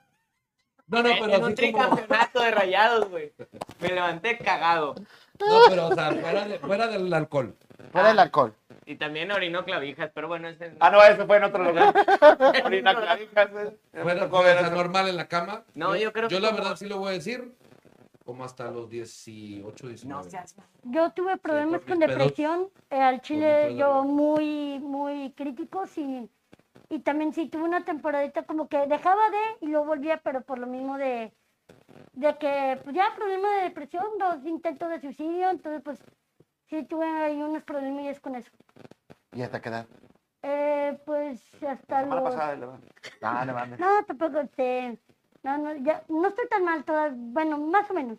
no, no, pero en un así como... tricampeonato de rayados, güey. Me levanté cagado. No, pero, o sea, fuera, de- fuera del alcohol. fuera del alcohol. Y también orinó clavijas, pero bueno, ese <laughs> Ah, no, eso fue en otro <laughs> lugar. Orina clavijas, güey. Me Fuera, tocó ver o sea, eso. normal en la cama. No, yo creo Yo que la como- verdad sí lo voy a decir. Como hasta los 18, 19. No seas... Yo tuve problemas por con mis pedos. depresión, eh, al mis chile pedos. yo muy, muy críticos y, y también sí tuve una temporadita como que dejaba de y luego volvía, pero por lo mismo de, de que pues ya problema de depresión, dos intentos de suicidio, entonces pues sí tuve ahí unos problemillas con eso. Y hasta queda. Eh, pues hasta Semana los... pasada, la verdad. Ah, no mames. No, tampoco este, No, no, ya, no estoy tan mal todavía. Bueno, más o menos.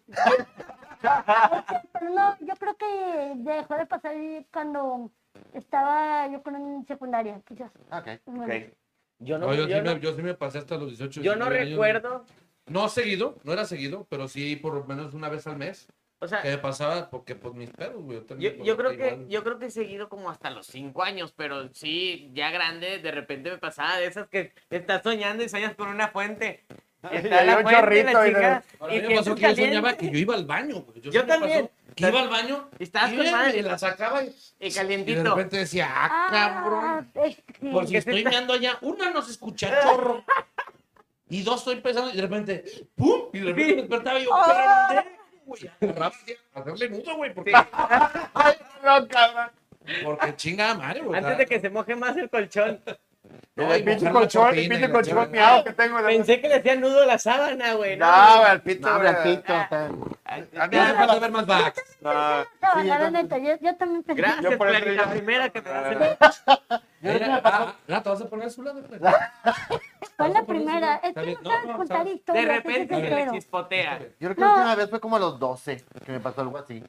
Pero no, yo creo que dejó de pasar cuando estaba yo con en secundaria, quizás. Ok. Bueno, Ok. Yo No, no, yo, yo sí no, Me, yo sí me pasé hasta los 18. yo no 19 años. recuerdo... No seguido, no era seguido, pero sí por lo menos una vez al mes. O sea, Que me pasaba porque pues mis perros, güey. Yo, también, pues, yo creo que igual. yo creo que he seguido como hasta los cinco años, pero sí, ya grande, de repente me pasaba de esas que estás soñando y sueñas con una fuente. Y Está hay la un fuente, chorrito la y chingada, Ahora, y a mí me pasó sientes Eh, que yo caliente. soñaba que yo iba al baño, güey. Yo, Yo sí me también. pasó que iba al baño Y estabas y con eh, madre. y la sacaba y, Y y de calientito. repente decía, ah, cabrón. es- sí. Por si estoy mirando allá, una no se escucha chorro. Y dos estoy pensando y de repente, ¡pum! Y de repente me despertaba y Oh. yo, pendejo, güey. Agarraba así, hacerle nudo, güey, porque, No, cabrón. porque chinga madre, güey. Antes de que se moje más el colchón. No, y El pinche mojar la colchón, el cortina y pinche la colchón chingada. miado que tengo. de- Pensé que le hacía nudo a la sábana, güey. No, No, güey, al Ah, pito. No, güey. blanquito. Ah. está- A mí Ya me se la- puede ver más backs. No. No, Sí, la yo- neta, yo, yo también pensé. Gracias, Yo por eso Clarita, ya- la primera que me das el- Yo creo que Mira, me pasó- ah, ah, te vas a poner a su lado, güey. Fue la Está bien, primera. Es está que bien. no No, sabes no, contar sabes. De historias. ese es repente el se le <laughs> pedo. chispotea. yo creo que la No. última vez fue como a los 12 que me pasó algo así.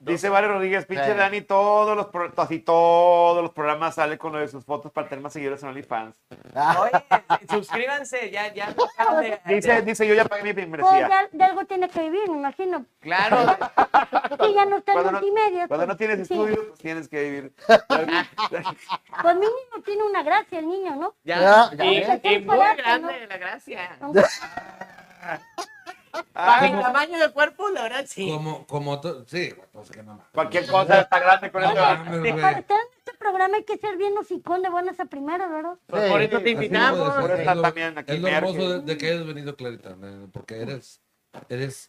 Dice Vale Rodríguez, pinche Sí. Dani, todos los, pro- así todos los programas sale con lo de sus fotos para tener más seguidores en OnlyFans. Ah, Oye, suscríbanse, ya, ya. dejaron de- Dice, dice, yo ya pagué mi Pues membresía. ya de algo tiene que vivir, me imagino. Claro, Sí, ya no está en Cuando no- multimedia. Cuando pues, no tienes sí. estudios, pues tienes que <laughs> vivir. Pues mínimo tiene una gracia el niño, ¿no? <laughs> ya. Ya, ya Y- ves. y muy Chocolate, grande, ¿no? la gracia. Aunque- Para el ¿cómo? tamaño de cuerpo, la verdad sí. Como, como, to- sí, güey, pues que no. mames. Cualquier cosa está grande con No eso. mames, güey. Para estar en este programa hay que ser bien hocicón de buenas a primeras, ¿verdad? Pues por eso te Así invitamos. puede ser. Por Es estar lo- también aquí eh. eh. Es lo en hermoso de, Erge. de que hayas venido, Clarita, eh, porque eres, eres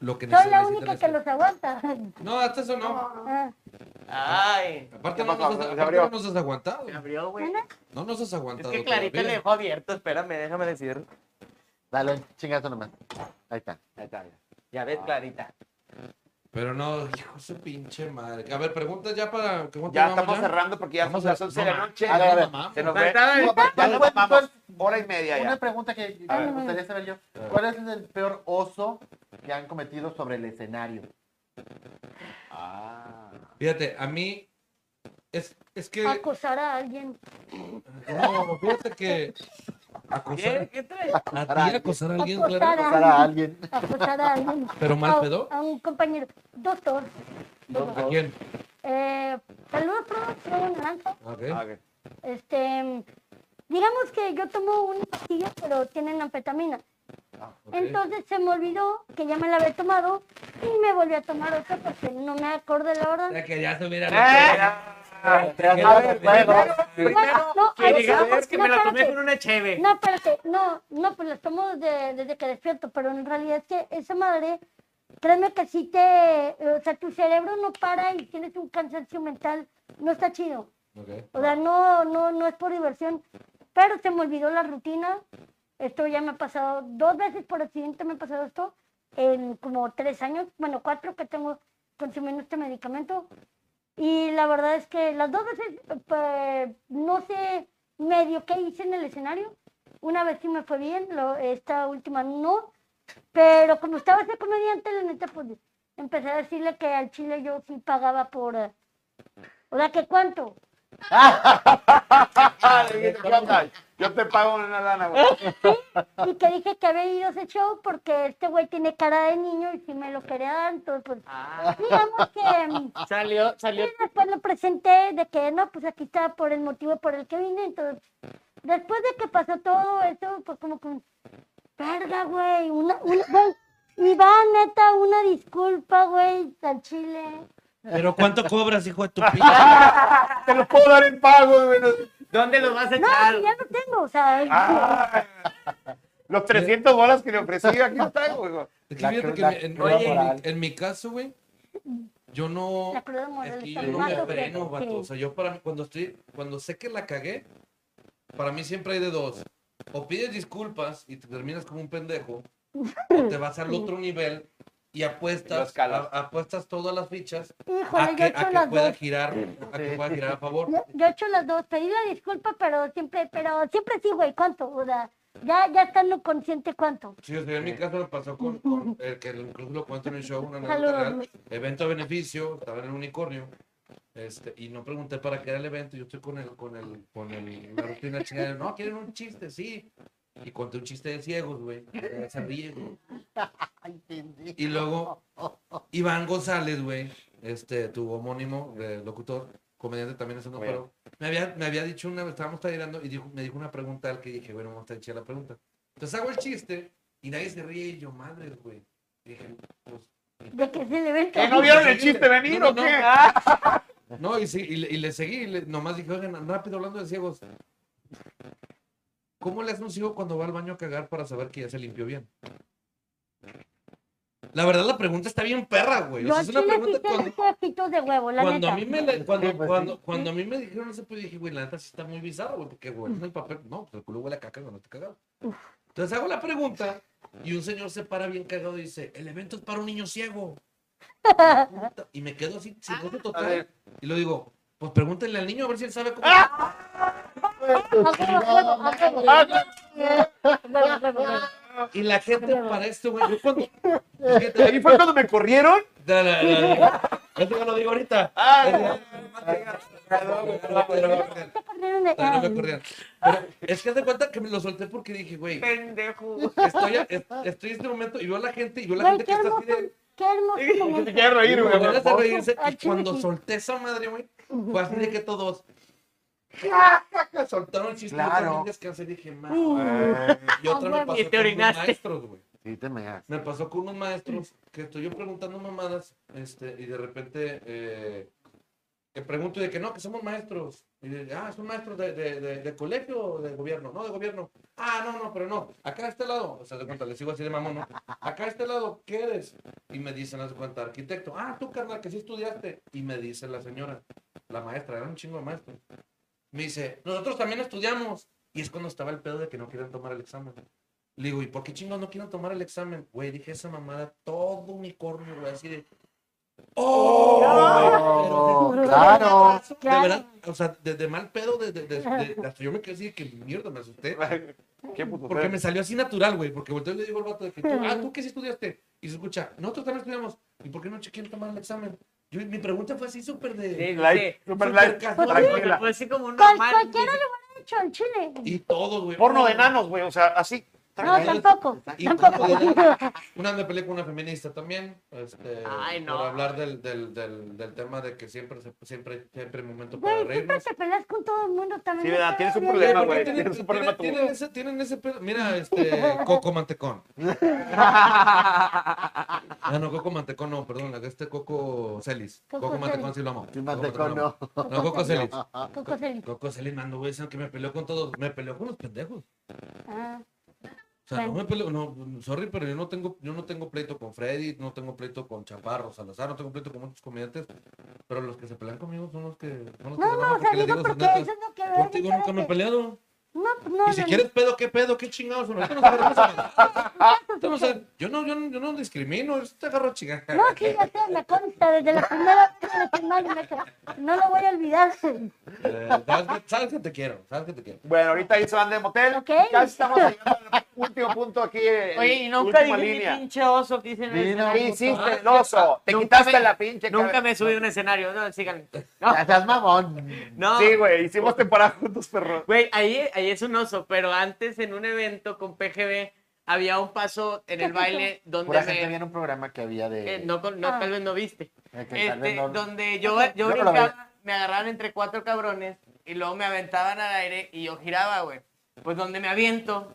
lo que Soy la necesita única la que ciudad. los aguanta. No, hasta eso no. Ah, Ay, Aparte, ¿Qué no pasó? nos, Se has, aparte abrió. no nos has aguantado. se abrió, güey. ¿nena? No nos has Es aguantado. que Clarita le todavía. dejó abierto, espérame, déjame decir. Dale, chingazo nomás. Ahí está. Ahí está, mira. Ya ves, Clarita. Pero no, hijo de su pinche madre. A ver, preguntas ya para. ¿cómo te Ya llamamos estamos cerrando porque ya Vamos son a- las 11 de la no, noche. A ver, a ver. Se nos ve. pues, Faltaba el- Ya ¿Cuál nos fue- vamos. Hora y media Una ya. pregunta que que A me ver. gustaría saber yo. ¿Cuál es el peor oso que han cometido sobre el escenario? Ah. Fíjate, a mí. Es, es que. Acusar a alguien. No, fíjate ¿Qué? que. Acosar. ¿Qué traes? A ti acosar a alguien, Acosar claro. a- Acosar a alguien. Acusar a alguien. Pero mal A- pedo. A un compañero. Doctor. ¿A quién? Eh, saludos, profe, soy un naranjo. Ok. Ah, ok. Este, digamos que yo tomo una pastilla, pero tienen anfetamina. ok. Entonces se me olvidó que ya me la había tomado y me volví a tomar otra porque no me acordé la O hora. sea, que ya se Eh, hubiera- Ah. A Ah, ver, bueno, Primero, No, que no, digamos no, que me la tomé espérate. con una cheve. No, espérate, no, no, pues las tomo desde, desde que despierto, pero en realidad es que esa madre, créeme que si te, o sea, tu cerebro no para y tienes un cansancio mental, no está chido. Ok. O sea, no, no, no es por diversión, pero se me olvidó la rutina. Esto ya me ha pasado dos veces por accidente, me ha pasado esto en como tres años, bueno, cuatro que tengo consumiendo este medicamento. Y la verdad es que las dos veces, eh, pues, no sé medio qué hice en el escenario. Una vez sí me fue bien, lo- esta última no. Pero como estaba ese comediante, la neta, pues empecé a decirle que al chile yo sí pagaba por. eh, O sea, que cuánto. Ah, le dije, ¿qué onda? Yo te pago una lana, güey. y que dije que había ido a ese show porque este güey tiene cara de niño y si me lo quería dar, entonces pues Ah, digamos que mm, salió, salió. y después lo presenté de que no, pues aquí estaba por el motivo por el que vine, entonces después de que pasó todo eso, pues como que un, verga güey, una, una güey, y va neta una disculpa güey al chile. Pero ¿cuánto cobras, hijo de tu pinche? Ah, Te lo puedo dar en pago, güey. ¿Dónde lo vas a No, echar? si ya lo tengo, o sea, Ah, los 300 bolas que le ofrecí, aquí lo traigo, güey. Es que La fíjate cru- que la mi- en, cruda oye, en moral. mi- en mi caso, güey, yo no. la cruda moral Es que está yo no mal, me yo creo freno, vato. que- O sea, yo para mí, cuando estoy, cuando sé que la cagué, para mí siempre hay de dos. O pides disculpas y te terminas como un pendejo, o te vas al otro nivel y Lo apuestas, escalas. a- apuestas todas las fichas Híjole, a yo he que, hecho a que las pueda dos. girar, a que pueda girar a favor. Yo, yo he hecho las dos, pedí la disculpa, pero siempre, pero siempre sí, güey, ¿cuánto? O sea, ya, ya estando consciente cuánto. Sí, o sea, en mi caso me pasó con, con el que incluso lo cuento en el show, una anécdota Saludos, real. Luis. Evento a beneficio, estaba en el unicornio. Este, y no pregunté para qué era el evento. Yo estoy con el, con el, con el, la rutina chingada. No, quieren un chiste, sí. Y conté un chiste de ciegos, güey. Ya Se ríe, güey. Y luego, Iván González, güey, este, tu homónimo, eh, locutor, comediante también es un Bueno. pero me había, me había dicho una vez, estábamos tirando y dijo, me dijo una pregunta al que dije, bueno, vamos a echar la pregunta. Entonces hago el chiste y nadie se ríe y yo, madre, güey. Dije, pues, De que se le ve el ¿Que cabello. no vieron el chiste venir No, no, o qué? no. no, y, sí, y, le- y le seguí, y le- nomás dije, oigan, rápido, hablando de ciegos. ¿Cómo le hace un ciego cuando va al baño a cagar para saber que ya se limpió bien? La verdad, la pregunta está bien perra, güey. O Yo sea, al es una chile sí pregunta te cuando, hice ojitos de huevo, la cuando neta. a mí me le- cuando, Sí, pues, cuando, sí. cuando a mí me dijeron eso, pues dije, güey, la neta sí está muy bizarro, güey, porque güey, el papel, no, pues el culo huele a caca cuando te cagado. Entonces hago la pregunta y un señor se para bien cagado y dice, el evento es para un niño ciego. Puta, Y me quedo así, sin gozo A total. ver. Y lo digo, pues pregúntenle al niño a ver si él sabe cómo. A huevo, a huevo, a huevo. Huevo, huevo, huevo. Y la gente para esto, güey, yo cuando. Y ahí fue cuando me corrieron. Da, da, da, da. Eso ya lo digo ahorita. Te corrieron Todavía de- ah, no ay. me corrían. Pero es que haz de cuenta que me lo solté porque dije, güey, Pendejo. estoy, a- es- estoy en este momento y veo a la gente y veo a la Güey, gente que qué está hermoso, así de. qué <laughs> hermoso Que momento. se quiere reír, con güey. ganas de reírse, Ah, Y cuando chile. solté esa madre, güey, fue así de que todos. Soltaron el chiste. Claro. Yo también descansé y dije, madre. Eh, Y otra me Ah, pasó Y con te unos orinaste. maestros, güey. Sí, te meas. Me pasó con unos maestros que estoy yo preguntando mamadas, este, y de repente eh, que pregunto de que no, que somos maestros. Y de, ah, son maestros de, de, de- de colegio o de gobierno, no de gobierno. Ah, no, no, pero no. Acá a este lado, o sea, de cuenta, le sigo así de mamón, ¿no? Acá a este lado, ¿qué eres? Y me dicen, haz de cuenta, arquitecto. Ah, tú, carnal, que sí estudiaste. Y me dice la señora, la maestra, era un chingo de maestros. Me dice, nosotros también estudiamos. Y es cuando estaba el pedo de que no querían tomar el examen. Le digo, ¿y por qué chingados no quieren tomar el examen? Güey, dije esa mamada, todo unicornio, güey, así de. ¡Oh! Oh, güey, pero de- claro. De Claro. verdad, o sea, de, de mal pedo, de, de- de- de- hasta yo me quedé así de que mierda, me asusté. ¿Qué puto Porque pedo? me salió así natural, güey, porque volteo y le digo al vato de que tú, ah, ¿tú qué sí estudiaste? Y se escucha, nosotros también estudiamos, ¿y por qué no quieren tomar el examen? Yo, mi pregunta fue así súper de. Sí, sí. Light, super Súper light, casual. tranquila. Pues sí, como un Con normal. cualquiera le hubiera hecho al chile. Y todo, güey. Porno de enanos, güey, o sea, así. No, tampoco. Y- <laughs> Tampoco. <laughs> Una vez me peleé con una feminista también, este, Ay, no. por hablar del, del, del, del tema de que siempre, se- siempre, siempre hay momento para Güey, siempre reírnos. te peleas con todo el mundo también. Sí, ¿verdad? Está Tienes un bien. problema, ¿Por qué güey. tienen, Tienes un problema tienen- tú. tienen ese, tienen ese pedo. Mira, este, Coco <laughs> Mantecón. Ah, no, Coco Mantecón no, perdón, la de este Coco Celis. Coco, Coco Mantecón Celis. sí lo amo. Sí, Mantecón lo amo. No, <laughs> Coco Celis. Coco Celis. Coco Celis me andó, güey, diciendo que me peleó con todos. Me peleó con los pendejos. Ah, O sea, no me peleo, no, sorry, pero yo no tengo, yo no tengo pleito con Freddy, no tengo pleito con Chaparro, Salazar, no tengo pleito con muchos comediantes, pero los que se pelean conmigo son los que, son los que se No, no, enojan o sea, les digo sus porque netas. eso es lo que veo. Contigo nunca me he peleado. No, no, y si no, quieres pedo, ¿qué pedo? ¿Qué chingados? Ahorita nos agarramos a <laughs> madrazos. Entonces, o sea, yo no, yo no, yo no discrimino, yo te agarro a chingar. No, sí, ya sé, me consta desde la primera vez que le firmaron, me quedé, no lo voy a olvidar. Eh, sabes, que- sabes que te quiero, sabes que te quiero. Bueno, ahorita ahí se van de motel. Ok. Casi estamos llegando al último punto aquí. <laughs> en Oye, y nunca última dije línea. ni pinche oso que hice en el Ni no, ¿Qué escenario. hiciste, el oso? Te quitaste la pinche cara. Ah, Nunca me subí a un escenario. No, síganme. No, <laughs> Ya estás mamón. no. Sí, güey, hicimos temporada juntos, perro. Güey, ahí, ahí es un oso, pero antes en un evento con PGB había un paso en el baile donde Pura gente me... viene un programa que había de. eh, no, con- no, Ah. tal vez no viste. de que tal vez Este, no- Donde yo, yo Yo no lo brincaba, me agarraban entre cuatro cabrones y luego me aventaban al aire y yo giraba, güey. Pues donde me aviento,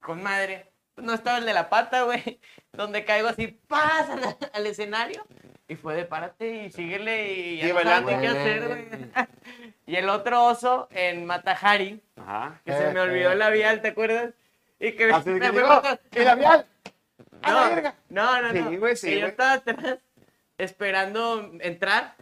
con madre, pues no estaba el de la pata, güey. <laughs> Donde caigo así, ¡paz! <laughs> al, al escenario. Y fue de párate y síguele y ya Sigue no sabes ni bailando. qué hacer, güey. <laughs> Y el otro oso en Matajari, Ajá. que se me Eh, olvidó el labial, ¿te acuerdas? Y que Así de me que fue llegó, bajando. y labial. ¡A la No, verga! no, no. no. Sí, güey, sí, Y yo güey. estaba atrás esperando entrar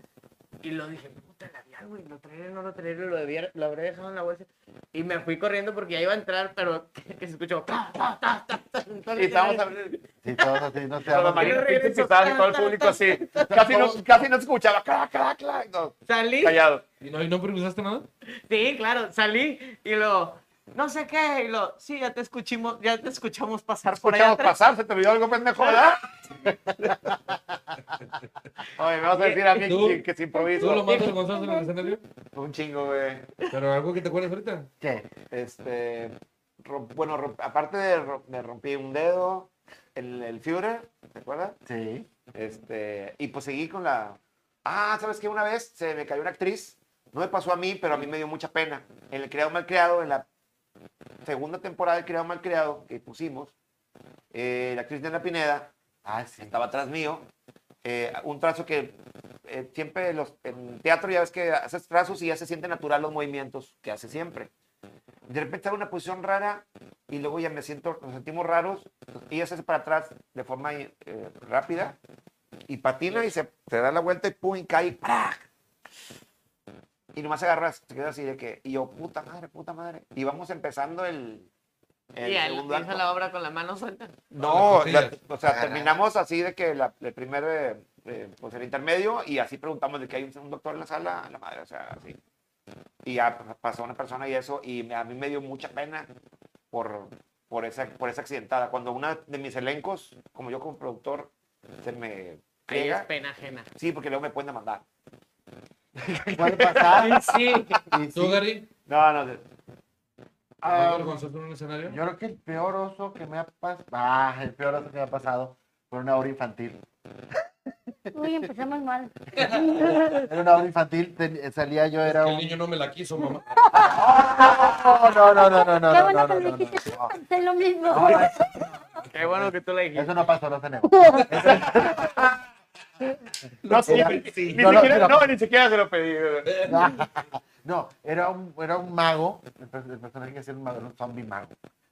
y lo dije, puta labial, güey, lo traeré, no lo traeré, lo, debía, lo habré dejado en la bolsa. Y me fui corriendo porque ya iba a entrar, pero <laughs> que se escuchó. ta, ta, ta, ta, ta, en todo el Y estábamos escenario. hablando Sí, todos así, <laughs> no de la seamos- Marina regreso, Pinto Pitada y todo el tan, público tan, así. Casi no, casi no se escuchaba. ¡Clac, clac, clac! No, Salí, callado. ¿Y no, y no improvisaste nada? sí, claro, salí y lo, no sé qué, y lo, sí, ya te escuchamos, ya te escuchamos pasar por allá Escuchamos atrás. pasar, se te olvidó algo pendejo, ¿verdad? Oye, me vas a decir a mí ¿Tú? que, que se ¿Tú lo improviso. más vergonzoso en el escenario? Un chingo, güey. ¿Pero algo que te acuerdas ahorita? ¿Qué? Este, rom- bueno, rom- aparte de rom- me rompí un dedo, el, el Führer, ¿te acuerdas? Sí. Este, y pues seguí con la... Ah, ¿sabes qué? Una vez se me cayó una actriz, no me pasó a mí, pero a mí me dio mucha pena. En el Criado Malcriado, en la segunda temporada del Criado Malcriado que pusimos, eh, la actriz Diana Pineda Ah, sí. estaba atrás mío, eh, un trazo que eh, siempre los, en teatro ya ves que haces trazos y ya se siente natural los movimientos que hace siempre. De repente estaba en una posición rara y luego ya me siento, nos sentimos raros. Ella se hace para atrás de forma eh, rápida y patina y se, se da la vuelta y pum, y cae. ¡prac! Y nomás agarras, te quedas así de que, y yo, puta madre, puta madre. Y vamos empezando el, el Y él segundo hizo acto. la obra con la mano suelta. No, las la- cosillas. o Ah, sea, terminamos así de que la- el primer, eh, eh, pues el intermedio, y así preguntamos de que hay un, un doctor en la sala, a la madre, o sea, así. Y ya pa- pasó una persona y eso, y me- a mí me dio mucha pena por, por, esa, por esa accidentada. Cuando una de mis elencos, como yo como productor, se me Ahí es pega, pena ajena. sí, porque luego me pueden demandar. Puede pasar. <laughs> Sí, y sí. ¿Tú, Gary? No, no, ¿Lo Ah, um, más vergonzoso en un escenario? Yo creo que el peor oso que me ha pasado. Ah, el peor oso que me ha pasado fue una obra infantil. Uy, empezamos mal. Era una obra infantil, ten- salía yo, era Que un. el niño no me la quiso, <laughs> mamá. <laughs> No, no, no, no, no, no, Qué no, bueno no, no, que me no, no. dijiste, pensé lo mismo. qué bueno que tú le dijiste. Eso no pasó, no tenemos. <laughs> no, sí, Era- ni, ni no, no, siquiera, pero- no, ni siquiera se lo pedí. güey. <laughs> No, era un, era un mago. El, per- el personaje que hacía un mago, era un zombie mago.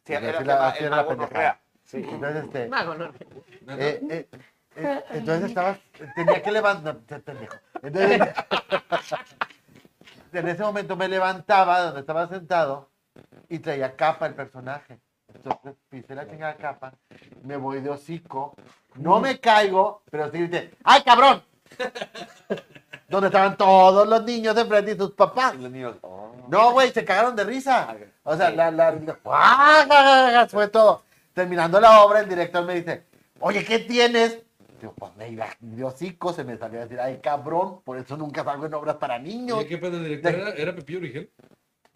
Sí, era, Así era, la- así el era la mago pendejada. Norrea. <laughs> Sí. Entonces, este. Mago, ¿no? Eh, eh, eh, entonces estaba, tenía que levantarte, pendejo. Entonces, <laughs> en ese momento me levantaba de donde estaba sentado y traía capa el personaje. Entonces pisé la chingada capa, me voy de hocico, Mm. no me caigo, pero sí grité, ¡ay, <laughs> cabrón! Donde estaban todos los niños de frente y sus papás. Los niños, oh. No, güey, se cagaron de risa. O sea, la, la, la- ¡Ah, ja, ja, ja! fue todo. Terminando la obra, el director me dice, oye, ¿qué tienes? Digo, pues me iba de hocico, se me salió a decir, ay, cabrón, por eso nunca salgo en obras para niños. Oye, ¿Qué pedo, director? ¿Era, era Pepillo Origel?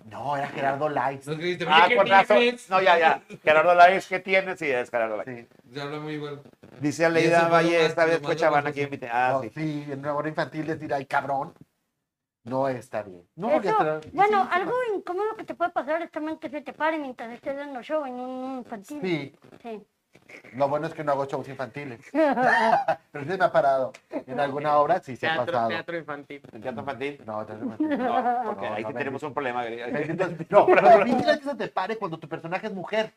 No, era Gerardo Lights. ¿No es que dijiste, Ah, "Oye, con ¿qué razón. dices?" No, ya, ya. Gerardo Laís, ¿qué tienes? Sí, es Gerardo Laís. Sí. Ya habla muy igual. Dice Y eso Aleida fue lo Valle, más- esta lo vez más Cochabamba, vergonzoso. ¿quién invité? Ah, No, sí. sí, en una obra infantil decir, ay, cabrón, no está bien. No, porque Eso, está- bueno, sí, sí, algo incómodo que te puede pasar es también que se te pare mientras estés dando show en un infantil. Sí, Sí. lo bueno es que no hago shows infantiles. Pero sí me ha parado. En alguna obra sí se ha Teatro, pasado. teatro infantil. ¿En teatro infantil? No, teatro <laughs> infantil. No, porque No, ahí no, sí no, tenemos no. un problema. Ahí sí Ahí- te- No, pero lo difícil es que se te pare cuando tu personaje es mujer.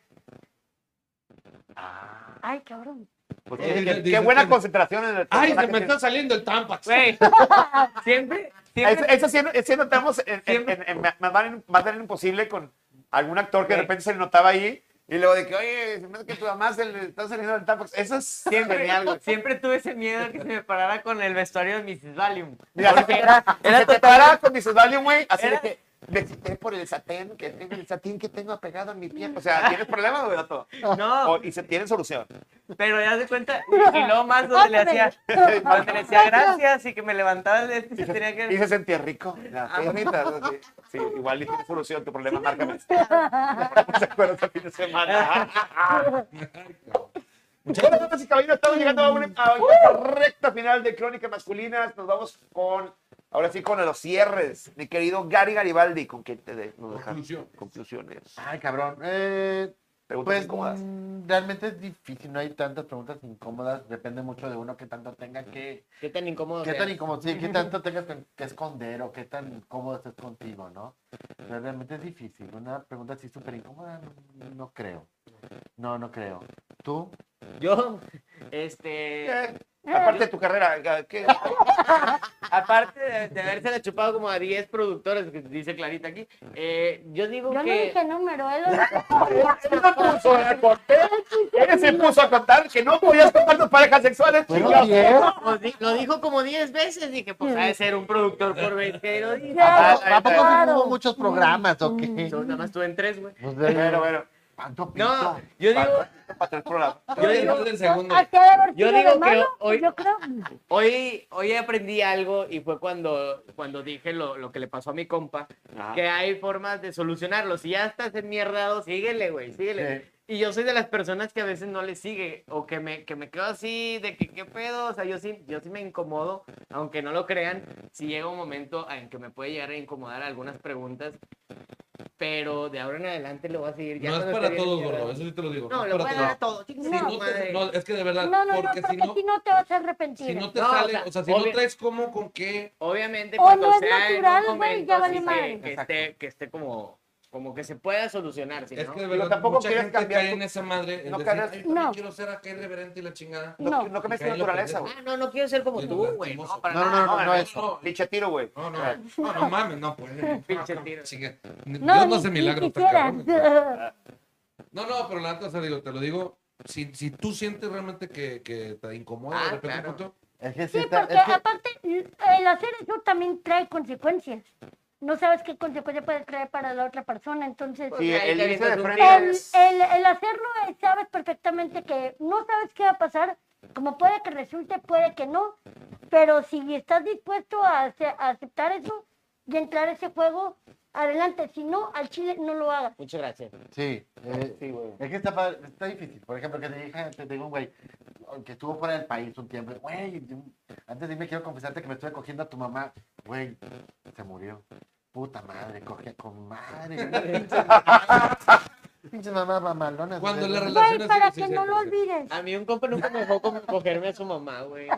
Ay, cabrón. Pues, Oye, qué- qué- dice Qué buena que- concentración en el Ay, se personaje. me está saliendo el tampax. Güey, siempre, Eso, siempre. eso sí, sí notamos en, en, en, en Madman- Madman Imposible con algún actor que de Sí. repente se le notaba ahí y luego de que, oye, se me hace que tu mamá se le está saliendo el tampax. Eso es siempre Siempre, genial, güey. siempre tuve ese miedo que se me parara con el vestuario de Mrs. Valium. Mira, si te, si se te para con Mrs. Valium, güey, así Era- de que le quité por el satén, que tengo el satín que tengo apegado en mi pie. O sea, ¿tienes problemas, güey, Otto? <laughs> No, Oh. O- y se tiene solución. pero ya se cuenta. Y, y luego más donde le hacía, donde le hacía gracias y que me levantaba el este y se tenía Y que. se sentía rico. La Ah. piernita, así. Sí, igual y tiene solución, tu problema, márcame. <laughs> ¿Se acuerdas el fin de <laughs> semana? Bueno, damas y caballeros, estamos llegando a una, a una recta final de Crónicas Masculinas. Nos vamos con, ahora sí, con los cierres. Mi querido Gary Garibaldi, ¿con qué te de- nos dejas? Conclusión. Conclusiones. Ay, cabrón. Eh, Preguntas pues incómodas. mm, realmente es difícil, no hay tantas preguntas incómodas. Depende mucho de uno que tanto tenga que... Qué tan incómodo. ¿Qué que tan es. incómodo? Sí, <laughs> ¿qué tanto tengas que que esconder o qué tan cómodo estés contigo, no? Pero realmente es difícil. Una pregunta así súper incómoda, no, no creo. No, no creo. ¿Tú? Yo, este. <laughs> Eh, aparte de tu carrera, eh, ¿qué? <laughs> Aparte de, de habérsela chupado como a 10 productores, que dice Clarita aquí, eh, yo digo <laughs> Yo no que. dije número, él Él se puso a contar, él se puso a contar que no podías contar tus parejas sexuales, Bueno, chingados. bien. pues, di- lo dijo como 10 veces, dije, pues ha de ser un productor por vez que lo dice. Claro, Ah, Tampoco sí claro. hubo muchos programas, ¿o qué? Yo nada más estuve en tres, güey. Pues, Bueno, de- bueno. ¿Cuánto pito? No, yo digo, Para tres programas. yo digo, del segundo. Aquí ha de haber Yo sido de digo que mano, hoy- Yo creo. hoy, hoy aprendí algo y fue cuando, cuando dije lo, lo que le pasó a mi compa, Ajá. que hay formas de solucionarlo. Si ya estás enmierdado, síguele, güey, síguele. Y yo soy de las personas que a veces no le sigue o que me, que me quedo así de que qué pedo, o sea, yo sí, yo sí me incomodo, aunque no lo crean, si llega un momento en que me puede llegar a incomodar algunas preguntas, pero de ahora en adelante lo voy a seguir. ya No es cuando para esté bien todos, enterado. gordo. Eso sí te lo digo. No, es lo voy para a dar a todos. todos. Si chingada no te- madre. no, es que de verdad, No, no, no, porque porque si no, si no te vas a si arrepentir. no te No, o sale, sea, o sea, si obvio- no traes como con qué, Obviamente, O cuando no es sea en un natural, güey, momento ya así vale que- madre. Que, esté, que esté como, como que se pueda solucionar, si es no. que de Digo, verdad tampoco mucha quieres gente cambiar cae tu- en esa madre. en No decir, quieres- "Ay, yo también No. quiero ser acá irreverente y la chingada. No, No. no que me Y sea cae la naturaleza, güey. pendeja. Ah, no, no quiero ser como Sí, tú, lastimoso. güey. No, para No, no, nada. no, no, no es. Pinche tiro, güey. Ah, No, no, no, no mames, no puede. Pinche tiro. Chinga. No, Dios no ni- hace ni milagros tan siquiera. cabrones. No, no, pero la neta, o sea, digo, te lo digo, si, si tú sientes realmente que, que te incomoda de Ah, repente claro. un punto, Es que sí Sí, está- porque es que- aparte el hacer eso también trae consecuencias. No sabes qué consecuencia puede traer para la otra persona, entonces... Sí, ahí él te dice de avientas un frente. el, es- el- el hacerlo eh, sabes perfectamente que no sabes qué va a pasar, como puede que resulte, puede que no, pero si estás dispuesto a, ace- a aceptar eso y entrar a ese juego, adelante, si no, al chile no lo hagas. Muchas gracias. Sí, eh, Sí, güey. es que está, padre- está difícil. Por ejemplo, que te dije, te digo un güey que estuvo fuera del país un tiempo. Güey, yo- antes dime, quiero confesarte que me estuve cogiendo a tu mamá. Güey, se murió. Puta madre, cogía con madre. <laughs> Pinche mamá mamalona. cuando la ¿sabes? relación Güey, es para sí, que sí, no sí, lo sí. olvides. A mí un compa nunca me dejó co- cogerme a su mamá, güey.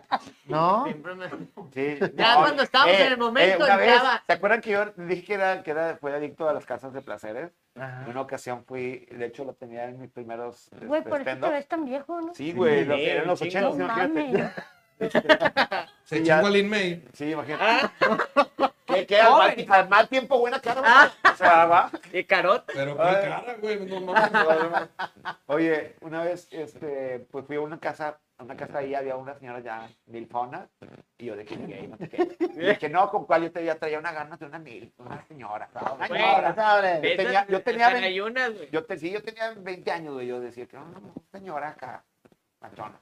¿No? Siempre me... Sí. Ya No, cuando estábamos en el momento, una vez, estaba- ¿Se acuerdan que yo dije que era, que era fue adicto a las casas de placeres? Ajá. En una ocasión fui, de hecho lo tenía en mis primeros este, Güey, por eso te stand-up. ves tan viejo, ¿no? Sí, güey, Sí, los- eran los sí, 80, no <laughs> imagínate. mames. Se Ya. chingó al May. Sí, imagínate. Que queda al mal, Ah. Joven. Ah. al mal tiempo buena cara. ¿verdad? O sea, va. Y carota. Pero qué Ay. cara, güey. No mames. <laughs> Oye, una vez, este, pues fui a una casa, a una casa ahí había una señora ya milfona, y yo de que gay, no sé qué. Y dije, no, con cuál yo te traía una gana de una mil, una señora, una Güey. señora. ¿sabes? Yo tenía- yo tenía Están ve- ahí unas, güey. Yo te, sí, yo tenía 20 años, güey, yo decía que no, no, señora acá, machona.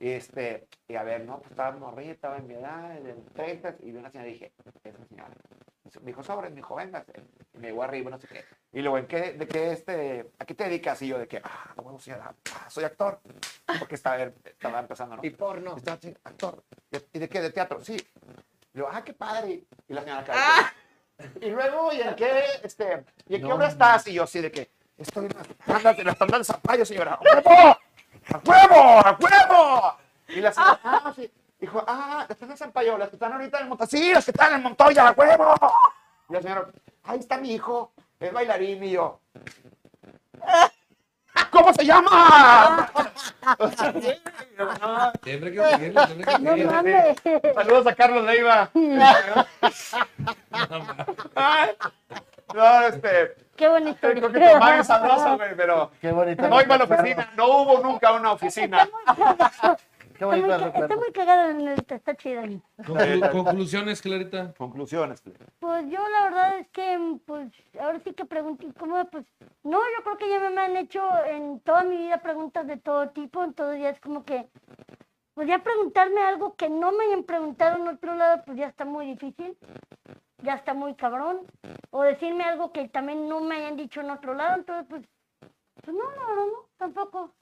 Y este, y a ver, no, pues estaba morrilla, estaba en mi edad, en 30, y vi una señora y dije, esa señora. Y so- Me dijo, sobre, me dijo, véngase. Y me dijo arriba, no sé qué. Y luego, ¿en qué, de qué este, a qué te dedicas? Y yo, de que, ah, no huevo, señora, ah, soy actor. Porque estaba, estaba empezando, ¿no? Y porno. Estaba así, actor. ¿Y de qué? ¿De teatro? Sí. Y yo, ah, qué padre. Y la señora acá. Y luego, ¿y en qué, este, ¿y en qué hora estás? Y yo así de que, estoy en las tandas, en las tandas de Zapallo, señora. ¡A huevo! ¡A huevo! ¡A huevo! Y la señora, ah, sí. Dijo, ah, las tandas de Zapallo, las que están ahorita en Montoya. Sí, las que están en Montoya, ¡a huevo! Y la señora, ahí está mi hijo, es bailarín. Y yo, ¿cómo se llama? Siempre que pedirle, siempre que No pedirle. mames. Saludos a Carlos Leiva. no, este. Qué bonita Creo que historia. tu madre es sabroso, güey, pero. Qué bonito. No iba a la recuerdo. oficina, no hubo nunca una oficina. Qué Está muy, bonito ca- está recuerdo. muy cagada la neta, está chida. Conclu- conclusiones, Clarita. Conclusiones. Pues yo la verdad es que, pues, ahora sí que pregunté, ¿cómo? Pues, no, yo creo que ya me han hecho en toda mi vida preguntas de todo tipo, entonces ya es como que, pues ya preguntarme algo que no me hayan preguntado en otro lado, pues ya está muy difícil, ya está muy cabrón, o decirme algo que también no me hayan dicho en otro lado, entonces pues, pues no, no, no, no, tampoco.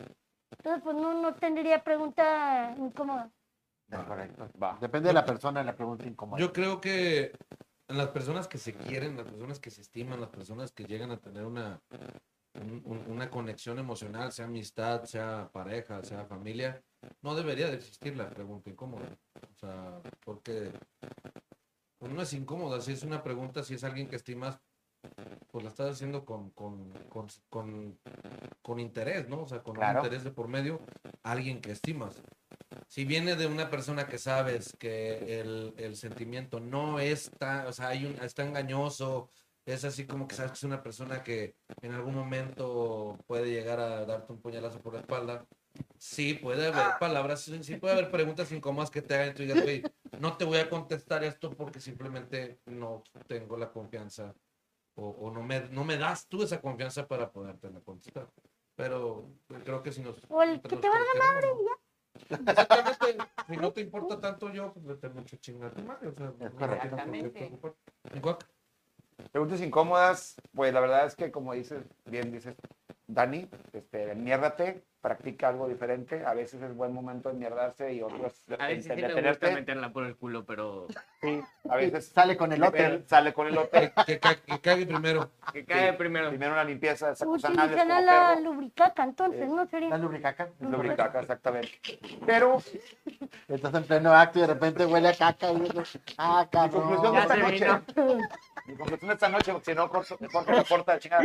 Entonces pues no, no tendría pregunta incómoda. Correcto. Depende de la persona la pregunta incómoda. Yo creo que las personas que se quieren, las personas que se estiman, las personas que llegan a tener una, un- un- una conexión emocional, sea amistad, sea pareja, sea familia, no debería de existir la pregunta incómoda. O sea, porque pues, no es incómoda, si es una pregunta, si es alguien que estimas, pues la estás haciendo con, con, con, con- con interés, ¿no? O sea, con Claro. un interés de por medio, alguien que estimas. Si viene de una persona que sabes que el, el sentimiento no está, o sea, hay un, está engañoso, es así como que sabes que es una persona que en algún momento puede llegar a darte un puñalazo por la espalda. Sí, puede haber Ah. palabras, sí sí puede haber preguntas incómodas que te hagan y tú digas, "Güey, no te voy a contestar esto porque simplemente no tengo la confianza o, o no, me, no me das tú esa confianza para poderte contestar. Pero creo que si nos... O el Pues, que te valga madre, Exactamente. Si no te importa tanto yo, pues vete mucho chingar a tu madre. O sea, correcto. no tienes por qué Exactamente. preocuparte. Mi guac, Preguntas incómodas, pues la verdad es que, como dices, bien dices, Dani, este, miérdate, practica algo diferente. A veces es buen momento de mierdarse y otros de, A veces sí Este, de te gusta tenerte. meterla por el culo, pero Sí, a veces Sale con el él sale con el lote. que- Que, ca- que cague primero. <laughs> que cae Sí. primero. Primero una limpieza, sacos anales como Utilizará la perro. lubricaca entonces, Eh, ¿no? Sería... La lubricaca. Lubricaca, exactamente. Pero Estás en pleno acto y de repente huele a caca. Y dices, ah, Mi cabrón. conclusión de Ya esta se noche. Mi conclusión de esta noche, porque si no, corto, corto la corta, chingada.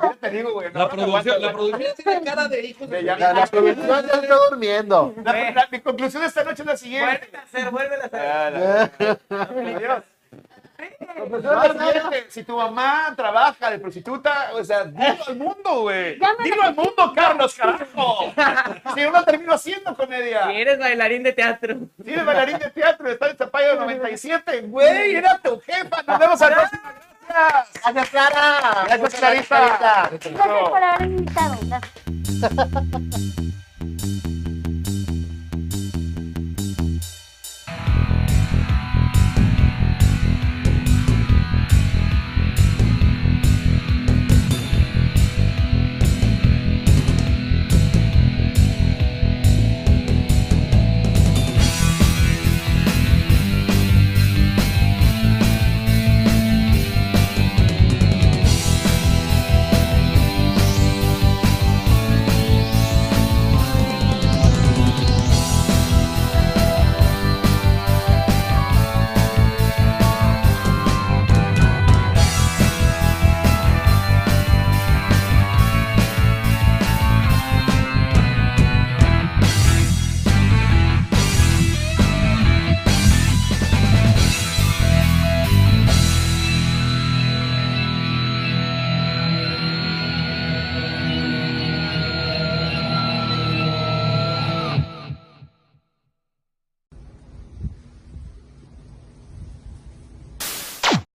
Ya te digo, güey. no, La no te aguanto, producción, la güey. producción tiene cara de hijos De de... ya- La, la producción ya está durmiendo. La- la- Mi conclusión de esta noche es la siguiente. Vuelve a hacer, vuelve a hacer. Ah, la- Adiós. Conclusión de la siguiente. Si tu mamá trabaja de prostituta, o sea, dilo al mundo, güey. Ya me Dilo al mundo, Carlos, carajo. Si uno terminó haciendo comedia. Si eres bailarín de teatro. Si eres bailarín de teatro, está en Zapallo 97, güey. Era tu jefa. Nos vemos al próximo. Gracias. Gracias, Clara. Gracias, Clarita. Gracias por haber invitado. Gracias.